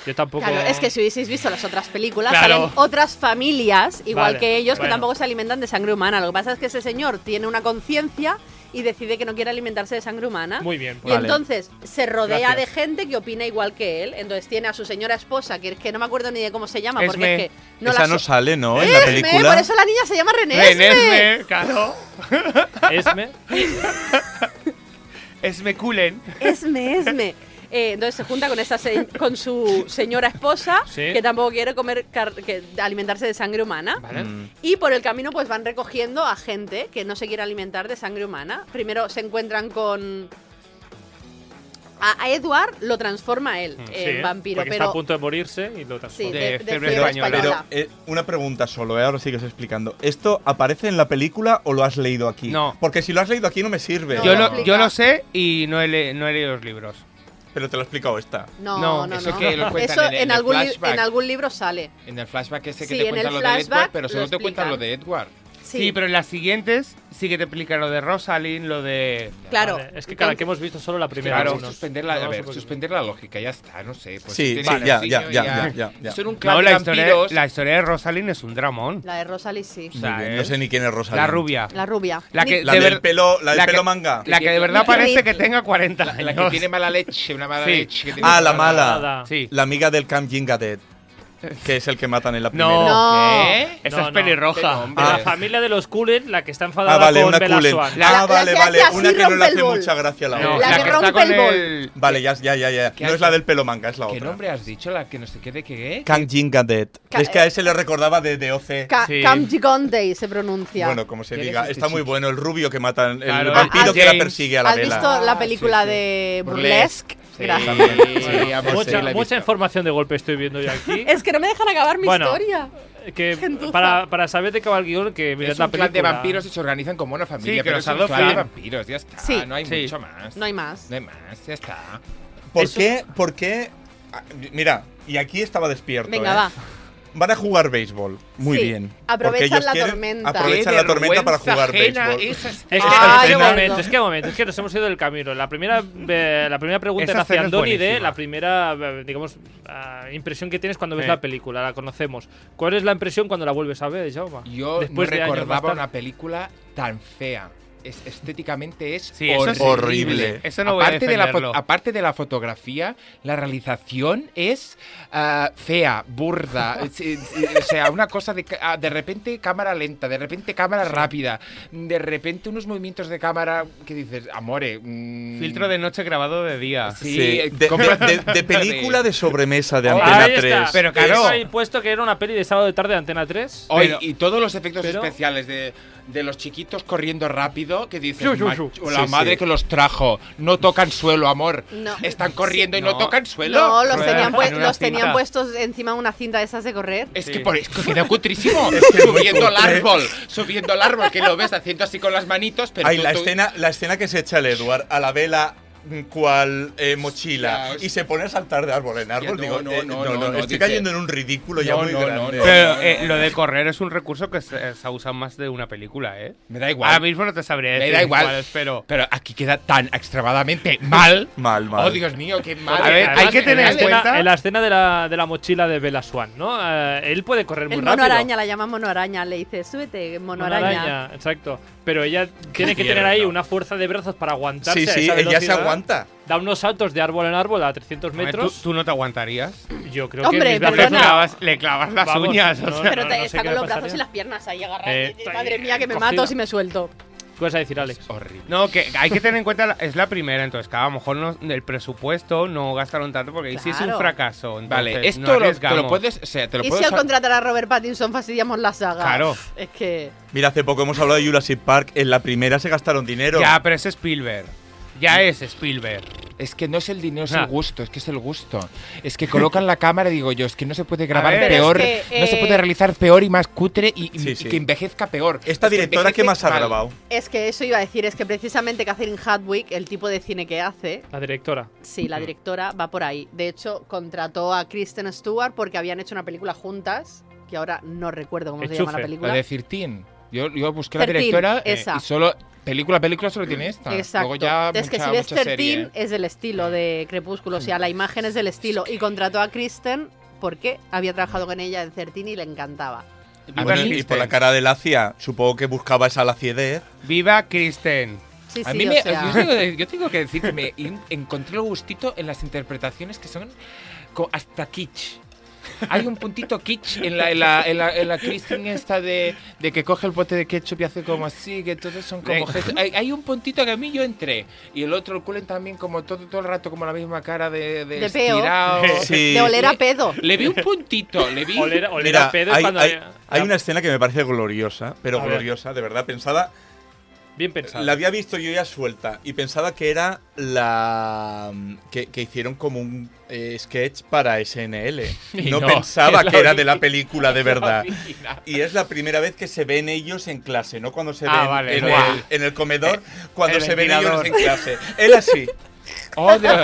Speaker 3: Yo tampoco.
Speaker 4: claro, es que si hubieseis visto las otras películas,
Speaker 3: Claro.
Speaker 4: salen otras familias, igual
Speaker 3: Vale,
Speaker 4: que ellos, que
Speaker 3: bueno.
Speaker 4: tampoco se alimentan de sangre humana. Lo que pasa es que ese señor tiene una conciencia y decide que no quiere alimentarse de sangre humana.
Speaker 3: Muy bien.
Speaker 4: y
Speaker 3: pues.
Speaker 4: entonces se rodea
Speaker 3: Gracias.
Speaker 4: de gente que opina igual que él. Entonces tiene a su señora esposa, que es que no me acuerdo ni de cómo se llama, porque
Speaker 2: Esme.
Speaker 4: es que no
Speaker 5: Esa
Speaker 4: la
Speaker 5: no
Speaker 4: so-
Speaker 5: sale, ¿no? En la
Speaker 4: Esme,
Speaker 5: película.
Speaker 4: Por eso la niña se llama Renesme.
Speaker 2: Renesme, claro.
Speaker 3: Esme.
Speaker 2: Esme Cullen.
Speaker 4: Esme, Esme. Eh, entonces se junta con, esta se- con su señora esposa,
Speaker 3: Sí.
Speaker 4: que tampoco quiere comer car- que alimentarse de sangre humana.
Speaker 3: Vale.
Speaker 5: Mm.
Speaker 4: Y por el camino pues van recogiendo a gente que no se quiere alimentar de sangre humana. Primero se encuentran con... A, a Edward lo transforma él en
Speaker 3: Sí,
Speaker 4: Eh,
Speaker 3: ¿eh?
Speaker 4: vampiro,
Speaker 3: porque
Speaker 4: pero...
Speaker 3: está a punto de morirse y lo transforma.
Speaker 4: Sí,
Speaker 2: de
Speaker 4: de, de
Speaker 2: fiebre
Speaker 4: fiebre
Speaker 2: española.
Speaker 5: Pero
Speaker 4: española.
Speaker 5: eh, una pregunta solo, ¿eh? ahora sigues explicando. ¿Esto aparece en la película o lo has leído aquí?
Speaker 2: No.
Speaker 5: Porque si lo has leído aquí no me sirve.
Speaker 4: No,
Speaker 2: Yo
Speaker 4: no
Speaker 2: lo,
Speaker 4: aplica.
Speaker 2: yo lo sé y no he, le- no he leído los libros.
Speaker 5: Pero te lo he explicado esta.
Speaker 4: No, no,
Speaker 2: no,
Speaker 4: no.
Speaker 1: eso que lo cuentan
Speaker 4: Eso
Speaker 1: en el- en el
Speaker 4: algún li-
Speaker 1: flashback.
Speaker 4: en algún libro sale.
Speaker 1: En el flashback ese que
Speaker 4: Sí,
Speaker 1: te
Speaker 4: en
Speaker 1: cuentan
Speaker 4: el
Speaker 1: lo de Edward,
Speaker 4: flashback
Speaker 1: pero
Speaker 4: lo
Speaker 1: solo te cuentan
Speaker 4: explican.
Speaker 1: lo de Edward.
Speaker 2: Sí. pero en las siguientes sí que te explican lo de Rosalind, lo de.
Speaker 4: Claro.
Speaker 3: Vale, Es que, claro, que hemos visto solo la primera.
Speaker 1: Claro,
Speaker 3: algunos.
Speaker 1: suspender la, a
Speaker 3: No,
Speaker 1: ver,
Speaker 3: supongo que-
Speaker 1: suspender la lógica, ya está, no sé. Pues
Speaker 5: Sí,
Speaker 1: tiene
Speaker 5: sí, ya,
Speaker 1: raciocinio
Speaker 5: ya, ya, ya, ya, ya.
Speaker 1: Son un clan
Speaker 2: No,
Speaker 1: de
Speaker 2: la historia,
Speaker 1: vampiros.
Speaker 2: la historia de Rosalind es un dramón.
Speaker 4: La de Rosalie sí.
Speaker 2: O sea,
Speaker 5: Muy bien,
Speaker 2: es
Speaker 5: No sé ni quién es Rosa.
Speaker 2: La rubia.
Speaker 4: La rubia.
Speaker 2: La
Speaker 4: Ni-
Speaker 2: que-
Speaker 5: La
Speaker 2: De
Speaker 5: del
Speaker 2: ver-
Speaker 5: pelo, la del
Speaker 2: la que-
Speaker 5: pelo manga.
Speaker 2: La que de verdad
Speaker 4: Ni-
Speaker 2: parece
Speaker 4: ni-
Speaker 2: que tenga 40
Speaker 1: La,
Speaker 2: años.
Speaker 1: la que tiene mala leche, una mala
Speaker 2: Sí.
Speaker 1: leche. que tiene
Speaker 5: Ah, la
Speaker 1: una
Speaker 5: mala.
Speaker 3: Nada.
Speaker 2: Sí.
Speaker 5: La amiga del Camp Jingadet. Que es el que matan en la primera.
Speaker 2: No.
Speaker 4: No.
Speaker 2: ¿Qué? Esa
Speaker 3: No,
Speaker 2: es
Speaker 3: no.
Speaker 2: pelirroja.
Speaker 1: Pero,
Speaker 3: De la
Speaker 5: Ah.
Speaker 3: familia de los Cullen, la que está enfadada
Speaker 5: Ah, vale,
Speaker 3: con
Speaker 5: una
Speaker 3: Bella
Speaker 5: Cullen.
Speaker 3: Swan.
Speaker 2: La-
Speaker 5: ah,
Speaker 4: la
Speaker 5: vale,
Speaker 4: que
Speaker 5: vale.
Speaker 4: hace así,
Speaker 5: Una que no le
Speaker 4: rompe el
Speaker 5: hace
Speaker 4: bol.
Speaker 5: mucha gracia a la
Speaker 2: No,
Speaker 5: otra.
Speaker 4: La
Speaker 2: la
Speaker 4: que
Speaker 2: que está
Speaker 4: rompe
Speaker 2: con
Speaker 4: el bol.
Speaker 2: el.
Speaker 5: Vale, ya, ya, ya, ya.
Speaker 1: ¿Qué
Speaker 5: No es
Speaker 1: hace?
Speaker 5: la del pelo manga, es la
Speaker 1: ¿Qué
Speaker 5: otra.
Speaker 1: nombre has dicho? La que no sé qué de qué. ¿eh?
Speaker 5: Kang Jin Gadet.
Speaker 4: Ca-
Speaker 5: Es que a ese le recordaba de, de OC.
Speaker 4: Ca-
Speaker 2: Sí.
Speaker 4: Camp Gigonde se pronuncia.
Speaker 5: Bueno, como se
Speaker 1: ¿Quién es
Speaker 5: diga.
Speaker 1: este
Speaker 5: Está muy
Speaker 1: chico?
Speaker 5: bueno el rubio que mata, el
Speaker 2: Claro,
Speaker 5: vampiro
Speaker 4: ah,
Speaker 5: que la
Speaker 2: James.
Speaker 5: persigue a la
Speaker 4: ¿Has
Speaker 5: vela.
Speaker 4: visto la
Speaker 1: Ah,
Speaker 4: película
Speaker 1: sí, sí.
Speaker 4: de
Speaker 1: Burlesque.
Speaker 4: Burlesque?
Speaker 1: Sí,
Speaker 4: Gracias.
Speaker 1: sí, a por sí la
Speaker 3: Mucha,
Speaker 1: he
Speaker 3: mucha
Speaker 1: visto.
Speaker 3: información de golpe estoy viendo yo aquí.
Speaker 4: Es que no me dejan acabar mi
Speaker 3: Bueno.
Speaker 4: historia.
Speaker 3: que
Speaker 4: gentuza.
Speaker 3: para, para saber de qué va el guión, que mirad
Speaker 1: Es
Speaker 3: la
Speaker 1: un
Speaker 3: película.
Speaker 1: clan de vampiros y se organizan como una familia,
Speaker 2: que
Speaker 1: pero es
Speaker 2: los
Speaker 1: un clan de
Speaker 2: adoptan.
Speaker 1: vampiros, ya está.
Speaker 4: Sí.
Speaker 1: no hay
Speaker 2: Sí.
Speaker 1: mucho más.
Speaker 4: No hay más.
Speaker 1: No hay más, ya está.
Speaker 5: ¿Por
Speaker 3: Eso-
Speaker 5: qué? ¿Por qué? Ah, Mira, y aquí estaba despierto.
Speaker 4: Venga,
Speaker 5: ¿eh?
Speaker 4: va.
Speaker 5: Van a jugar béisbol. Muy
Speaker 4: Sí,
Speaker 5: bien.
Speaker 4: aprovechan
Speaker 5: Porque ellos
Speaker 4: la
Speaker 5: quieren-
Speaker 4: tormenta.
Speaker 5: Aprovechan
Speaker 1: Qué
Speaker 5: la tormenta para
Speaker 1: vergüenza
Speaker 5: jugar
Speaker 1: ajena
Speaker 5: béisbol.
Speaker 1: esa es-
Speaker 3: Es que,
Speaker 4: Ah,
Speaker 3: es que
Speaker 4: yo
Speaker 3: un
Speaker 4: gordo.
Speaker 3: momento, es que un momento, es que nos hemos ido del camino. La primera, eh, la primera pregunta
Speaker 2: Esa
Speaker 3: era hacia
Speaker 2: escena es
Speaker 3: Andoni de
Speaker 2: buenísima.
Speaker 3: la primera, eh, digamos, ah, impresión que tienes cuando ves
Speaker 2: Eh.
Speaker 3: la película, la conocemos. ¿Cuál es la impresión cuando la vuelves a ver, Jaume?
Speaker 1: Yo
Speaker 3: Después
Speaker 1: no
Speaker 3: de años más
Speaker 1: recordaba
Speaker 3: tarde.
Speaker 1: una película tan fea. es- estéticamente es
Speaker 2: Sí, eso sí.
Speaker 5: Horrible.
Speaker 2: Eso no voy a
Speaker 1: aparte, de la, fo-
Speaker 2: defenderlo.
Speaker 1: aparte de la fotografía, la realización es ah, fea, burda. es- es- es- o sea, una cosa de, ca- ah, de repente cámara lenta, de repente cámara rápida, de repente unos movimientos de cámara que dices, amore. mm,
Speaker 2: Filtro de noche grabado de día.
Speaker 1: Sí,
Speaker 5: de,
Speaker 1: eh,
Speaker 5: de-
Speaker 1: compra-
Speaker 5: de- de película de sobremesa de
Speaker 1: Ahí
Speaker 5: Antena
Speaker 3: Ah, Ahí está.
Speaker 5: 3.
Speaker 2: Pero
Speaker 3: Eso
Speaker 2: claro.
Speaker 3: ahí puesto que era una peli de sábado de tarde de Antena 3.
Speaker 1: Hoy,
Speaker 2: Pero-
Speaker 1: y todos los efectos
Speaker 3: pero-
Speaker 1: especiales de, de los chiquitos corriendo rápido que
Speaker 3: Yo,
Speaker 1: dicen
Speaker 3: yo,
Speaker 1: "Ma-
Speaker 3: yo".
Speaker 1: o la
Speaker 5: Sí,
Speaker 1: madre
Speaker 5: sí.
Speaker 1: que los trajo no tocan suelo amor
Speaker 4: No.
Speaker 1: están corriendo y no,
Speaker 2: No.
Speaker 1: tocan suelo
Speaker 4: No, los
Speaker 2: Rueda
Speaker 4: tenían,
Speaker 2: en
Speaker 4: pue-
Speaker 2: una
Speaker 4: los tenían
Speaker 2: cinta.
Speaker 4: puestos encima de una cinta de esas de correr.
Speaker 1: Es
Speaker 3: Sí.
Speaker 1: que por eso queda cutrísimo.
Speaker 5: Es que es muy
Speaker 1: subiendo al
Speaker 5: cutre.
Speaker 1: árbol, subiendo al árbol, que lo ves haciendo así con las manitos, pero
Speaker 5: Ay,
Speaker 1: tú-
Speaker 5: la,
Speaker 1: tú-
Speaker 5: escena, la escena que se echa el Edward a la vela mm, cual eh, mochila
Speaker 1: Ya,
Speaker 5: y se pone a saltar de árbol en árbol.
Speaker 1: no,
Speaker 5: digo,
Speaker 1: no,
Speaker 5: eh,
Speaker 1: no, no, no,
Speaker 5: estoy
Speaker 1: dice-
Speaker 5: cayendo en un ridículo ya
Speaker 1: No,
Speaker 5: muy
Speaker 1: no, no,
Speaker 5: grande.
Speaker 1: no.
Speaker 2: Pero eh, lo de correr es un recurso que se, se ha usado más de una película, ¿eh?
Speaker 1: Me da
Speaker 2: Ahora
Speaker 1: igual.
Speaker 2: mismo no te sabré
Speaker 1: Me
Speaker 2: decir
Speaker 1: da igual.
Speaker 2: cuáles, pero...
Speaker 1: Pero aquí queda tan extremadamente mal.
Speaker 5: Mal, mal.
Speaker 1: Oh, Dios mío, qué mal.
Speaker 2: A ver,
Speaker 1: Además,
Speaker 2: hay que tener
Speaker 1: en
Speaker 2: en
Speaker 1: realidad-
Speaker 2: cuenta-
Speaker 3: En la escena de la, de la mochila de Bella Swan, ¿no? Eh, él puede correr muy
Speaker 4: El mono
Speaker 3: rápido.
Speaker 4: araña, la llama mono araña, le dice, súbete, mono
Speaker 3: Mono araña,
Speaker 4: araña.
Speaker 3: exacto. Pero ella tiene que tener
Speaker 1: mierda.
Speaker 3: ahí una fuerza de brazos para aguantarse.
Speaker 5: Sí,
Speaker 3: a
Speaker 5: sí,
Speaker 3: esa
Speaker 5: ella se
Speaker 3: velocidad.
Speaker 5: aguanta.
Speaker 3: Da unos saltos de árbol en árbol a 300
Speaker 2: a ver, ¿tú,
Speaker 3: metros.
Speaker 2: tú no te aguantarías.
Speaker 3: Yo creo
Speaker 4: Hombre,
Speaker 3: que mis brazos
Speaker 2: Le
Speaker 4: Perdona.
Speaker 2: clavas, le clavas las
Speaker 3: Vamos,
Speaker 2: uñas, o
Speaker 3: no,
Speaker 2: sea...
Speaker 4: Pero
Speaker 3: no
Speaker 4: te,
Speaker 3: sé
Speaker 4: está
Speaker 3: qué
Speaker 4: con
Speaker 3: le
Speaker 4: los brazos
Speaker 3: pasaría.
Speaker 4: y las piernas ahí agarradas.
Speaker 3: Eh,
Speaker 4: y- madre
Speaker 3: estoy
Speaker 4: mía, que me
Speaker 3: cogida.
Speaker 4: mato si me suelto.
Speaker 3: ¿Qué vas a decir, Alex?
Speaker 1: Horrible.
Speaker 2: No, que hay que tener en cuenta, la- es la primera, entonces, que a lo mejor no, el presupuesto no gastaron tanto porque ahí sí es un
Speaker 4: Claro.
Speaker 2: fracaso. entonces
Speaker 1: Vale, esto
Speaker 2: no
Speaker 1: lo, te
Speaker 2: arriesgamos.
Speaker 1: lo puedes. O sea, te lo
Speaker 4: ¿Y
Speaker 1: puedo
Speaker 4: si al
Speaker 1: sa-
Speaker 4: contratar a Robert Pattinson fastidiamos la saga?
Speaker 2: Claro.
Speaker 4: Es que...
Speaker 5: Mira, hace poco hemos hablado de Jurassic Park. En la primera se gastaron dinero.
Speaker 2: Ya, pero es Spielberg. Ya es Spielberg.
Speaker 1: Es que no es el dinero, es
Speaker 3: Ah.
Speaker 1: el gusto, es que es el gusto. Es que colocan la cámara y digo yo, es que no se puede grabar
Speaker 2: ver,
Speaker 1: peor,
Speaker 4: pero es que,
Speaker 1: no se
Speaker 4: eh,
Speaker 1: puede realizar peor y más cutre y, y-
Speaker 5: Sí,
Speaker 1: y
Speaker 5: sí.
Speaker 1: que envejezca peor.
Speaker 5: Esta
Speaker 1: Es que
Speaker 5: directora, ¿qué
Speaker 1: envejece
Speaker 5: más ha
Speaker 1: mal.
Speaker 5: grabado?
Speaker 4: Es que eso iba a decir, es que precisamente Catherine Hadwick, el tipo de cine que hace,
Speaker 3: La directora.
Speaker 4: sí, la directora, va por ahí. De hecho, contrató a Kristen Stewart porque habían hecho una película juntas, que ahora no recuerdo cómo se llama
Speaker 3: Enchufe,
Speaker 4: la
Speaker 1: La
Speaker 4: película.
Speaker 1: de Cirtín. Yo, yo busqué la
Speaker 4: 13,
Speaker 1: directora eh,
Speaker 4: esa.
Speaker 1: y solo. Película, película solo tiene esta.
Speaker 4: Exacto.
Speaker 1: ah, Luego ya
Speaker 4: es que
Speaker 1: mucha-
Speaker 4: si ves
Speaker 1: mucha
Speaker 4: 13
Speaker 1: serie, ¿eh?
Speaker 4: es del estilo de Crepúsculo, o sea, la imagen es del estilo. Y contrató a Kristen porque había trabajado con ella en 13 y le encantaba.
Speaker 2: Viva
Speaker 5: Bueno, y
Speaker 2: Kristen.
Speaker 5: por la cara de Lacia, supongo que buscaba esa laciedad.
Speaker 2: Viva Kristen.
Speaker 4: Sí,
Speaker 1: A
Speaker 4: sí,
Speaker 1: mí
Speaker 4: o
Speaker 1: me-
Speaker 4: sea,
Speaker 1: yo, tengo, yo tengo que decir que me in- encontré el gustito en las interpretaciones que son co- hasta kitsch. Hay un puntito kitsch en la, en la, en la, en la Christine esta de, de que coge el bote de ketchup y hace como así, que todos son como
Speaker 2: Venga.
Speaker 1: gestos. Hay, hay un puntito que a mí yo entré. Y el otro, el culen también como todo, todo el rato como la misma cara de, de,
Speaker 4: De peo.
Speaker 1: estirao.
Speaker 5: Sí.
Speaker 4: de oler a pedo.
Speaker 1: Le vi un puntito, le vi...
Speaker 3: Oler, oler
Speaker 5: Mira,
Speaker 3: a pedo es
Speaker 5: hay,
Speaker 3: cuando.
Speaker 5: hay- hay una escena que me parece gloriosa, pero
Speaker 3: A ver.
Speaker 5: gloriosa, de verdad, pensada.
Speaker 3: Bien pensado.
Speaker 5: La había visto yo ya suelta y pensaba que era la. que, que hicieron como un eh, sketch para SNL.
Speaker 1: Y
Speaker 5: No,
Speaker 1: no,
Speaker 5: pensaba
Speaker 1: es la
Speaker 5: que era
Speaker 1: ori-
Speaker 5: de la película de verdad.
Speaker 1: original.
Speaker 5: Y es la primera vez que se ven ellos en clase, ¿no? Cuando se ven
Speaker 2: Ah, vale,
Speaker 5: en,
Speaker 2: guau.
Speaker 5: el, en el comedor, cuando
Speaker 2: el
Speaker 5: se ven ellos
Speaker 2: ventilador.
Speaker 5: en clase. Él así.
Speaker 1: Oh, Dios.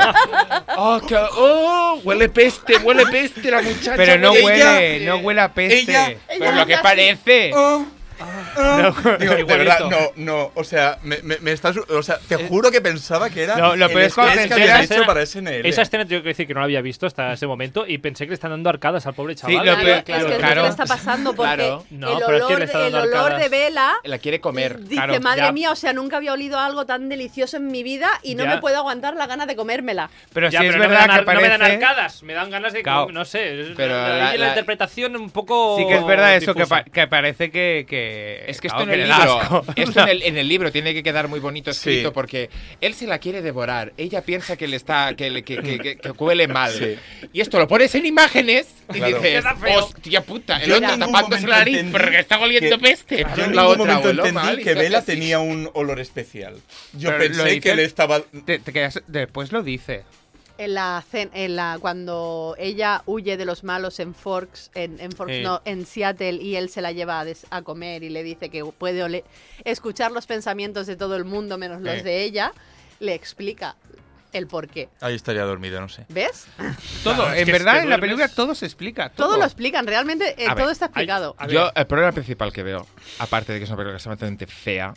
Speaker 1: oh, qué- oh, huele peste, huele peste la muchacha.
Speaker 2: Pero no
Speaker 5: ella-
Speaker 2: huele, no huele a peste.
Speaker 5: ella-
Speaker 1: Pero lo que parece.
Speaker 5: "Oh, ah". Digo, de
Speaker 2: igualito.
Speaker 5: verdad, no, no, o sea, me, me- me estás, o sea, te juro que pensaba que era
Speaker 2: Eh, No, lo peor
Speaker 5: el
Speaker 2: es cuando
Speaker 5: sketch
Speaker 2: te
Speaker 5: que habían
Speaker 2: enteras-
Speaker 5: hecho para SNL.
Speaker 3: Esa escena tengo que decir que no la había visto hasta ese momento y pensé que le están dando arcadas al pobre chaval.
Speaker 2: lo
Speaker 4: Claro,
Speaker 2: peor-
Speaker 4: es que es lo que
Speaker 2: claro.
Speaker 4: le está pasando porque
Speaker 1: Claro.
Speaker 3: No,
Speaker 4: el
Speaker 3: pero es que
Speaker 4: olor,
Speaker 3: le está
Speaker 4: el
Speaker 3: dando
Speaker 4: olor de
Speaker 3: arcadas.
Speaker 4: vela
Speaker 1: La quiere comer.
Speaker 4: dice,
Speaker 2: claro,
Speaker 4: Eh, madre
Speaker 2: ya.
Speaker 4: mía, o sea, nunca había olido algo tan delicioso en mi vida y no
Speaker 3: Ya.
Speaker 4: me puedo aguantar la gana de comérmela.
Speaker 2: Pero
Speaker 3: Ya,
Speaker 2: si es
Speaker 3: pero no me
Speaker 2: verdad
Speaker 3: dan,
Speaker 2: que
Speaker 3: ar- no
Speaker 2: parece.
Speaker 3: me dan arcadas, me dan ganas de.
Speaker 2: Claro.
Speaker 3: No sé, es-
Speaker 1: Pero
Speaker 3: la,
Speaker 1: la-
Speaker 3: la-
Speaker 1: la-
Speaker 3: la interpretación un poco.
Speaker 2: Sí que es verdad eso que,
Speaker 3: difusa.
Speaker 2: pa- que parece que, que-
Speaker 5: Ah,
Speaker 1: Es que esto
Speaker 2: claro,
Speaker 1: en el
Speaker 2: le da
Speaker 1: libro,
Speaker 2: asco.
Speaker 1: esto en el, en el libro tiene que quedar muy bonito
Speaker 5: Sí.
Speaker 1: escrito porque él se la quiere devorar. Ella piensa que le está que le- que, que- que- que huele mal.
Speaker 5: Sí.
Speaker 1: Y esto lo pones en imágenes y
Speaker 5: Claro.
Speaker 1: dices,
Speaker 3: Queda feo.
Speaker 1: hostia puta, el
Speaker 5: Yo en
Speaker 1: otro
Speaker 5: ningún
Speaker 1: tapándose la
Speaker 5: momento
Speaker 1: nariz
Speaker 5: entendí
Speaker 1: porque está oliendo
Speaker 5: que-
Speaker 1: peste.
Speaker 5: Yo en
Speaker 1: la
Speaker 5: ningún
Speaker 1: otra
Speaker 5: momento
Speaker 1: huele
Speaker 5: entendí
Speaker 1: mal y
Speaker 5: que
Speaker 1: se hace
Speaker 5: Vela
Speaker 1: así.
Speaker 5: tenía un olor especial. Yo
Speaker 2: Pero lo
Speaker 5: pensé que
Speaker 2: dicen-
Speaker 5: le estaba...
Speaker 2: Te- te quedas- después lo dice.
Speaker 4: En la, cen- en la cuando ella huye de los malos en Forks, en, en Forks
Speaker 2: Eh.
Speaker 4: no, en Seattle y él se la lleva a, des- a comer y le dice que puede ole- escuchar los pensamientos de todo el mundo menos los
Speaker 1: Eh.
Speaker 4: de ella, le explica el por qué.
Speaker 5: Ahí estaría dormido, no sé.
Speaker 4: ¿Ves?
Speaker 2: Todo,
Speaker 3: Claro, es
Speaker 2: en
Speaker 3: que
Speaker 2: verdad,
Speaker 3: te
Speaker 2: en la
Speaker 3: duermes-
Speaker 2: película todo se explica. Todo,
Speaker 4: Todo, lo explican, realmente eh,
Speaker 1: A ver,
Speaker 4: todo está explicado.
Speaker 3: A
Speaker 1: Yo,
Speaker 3: ver.
Speaker 1: el problema principal que veo, aparte de que es una película extremadamente fea,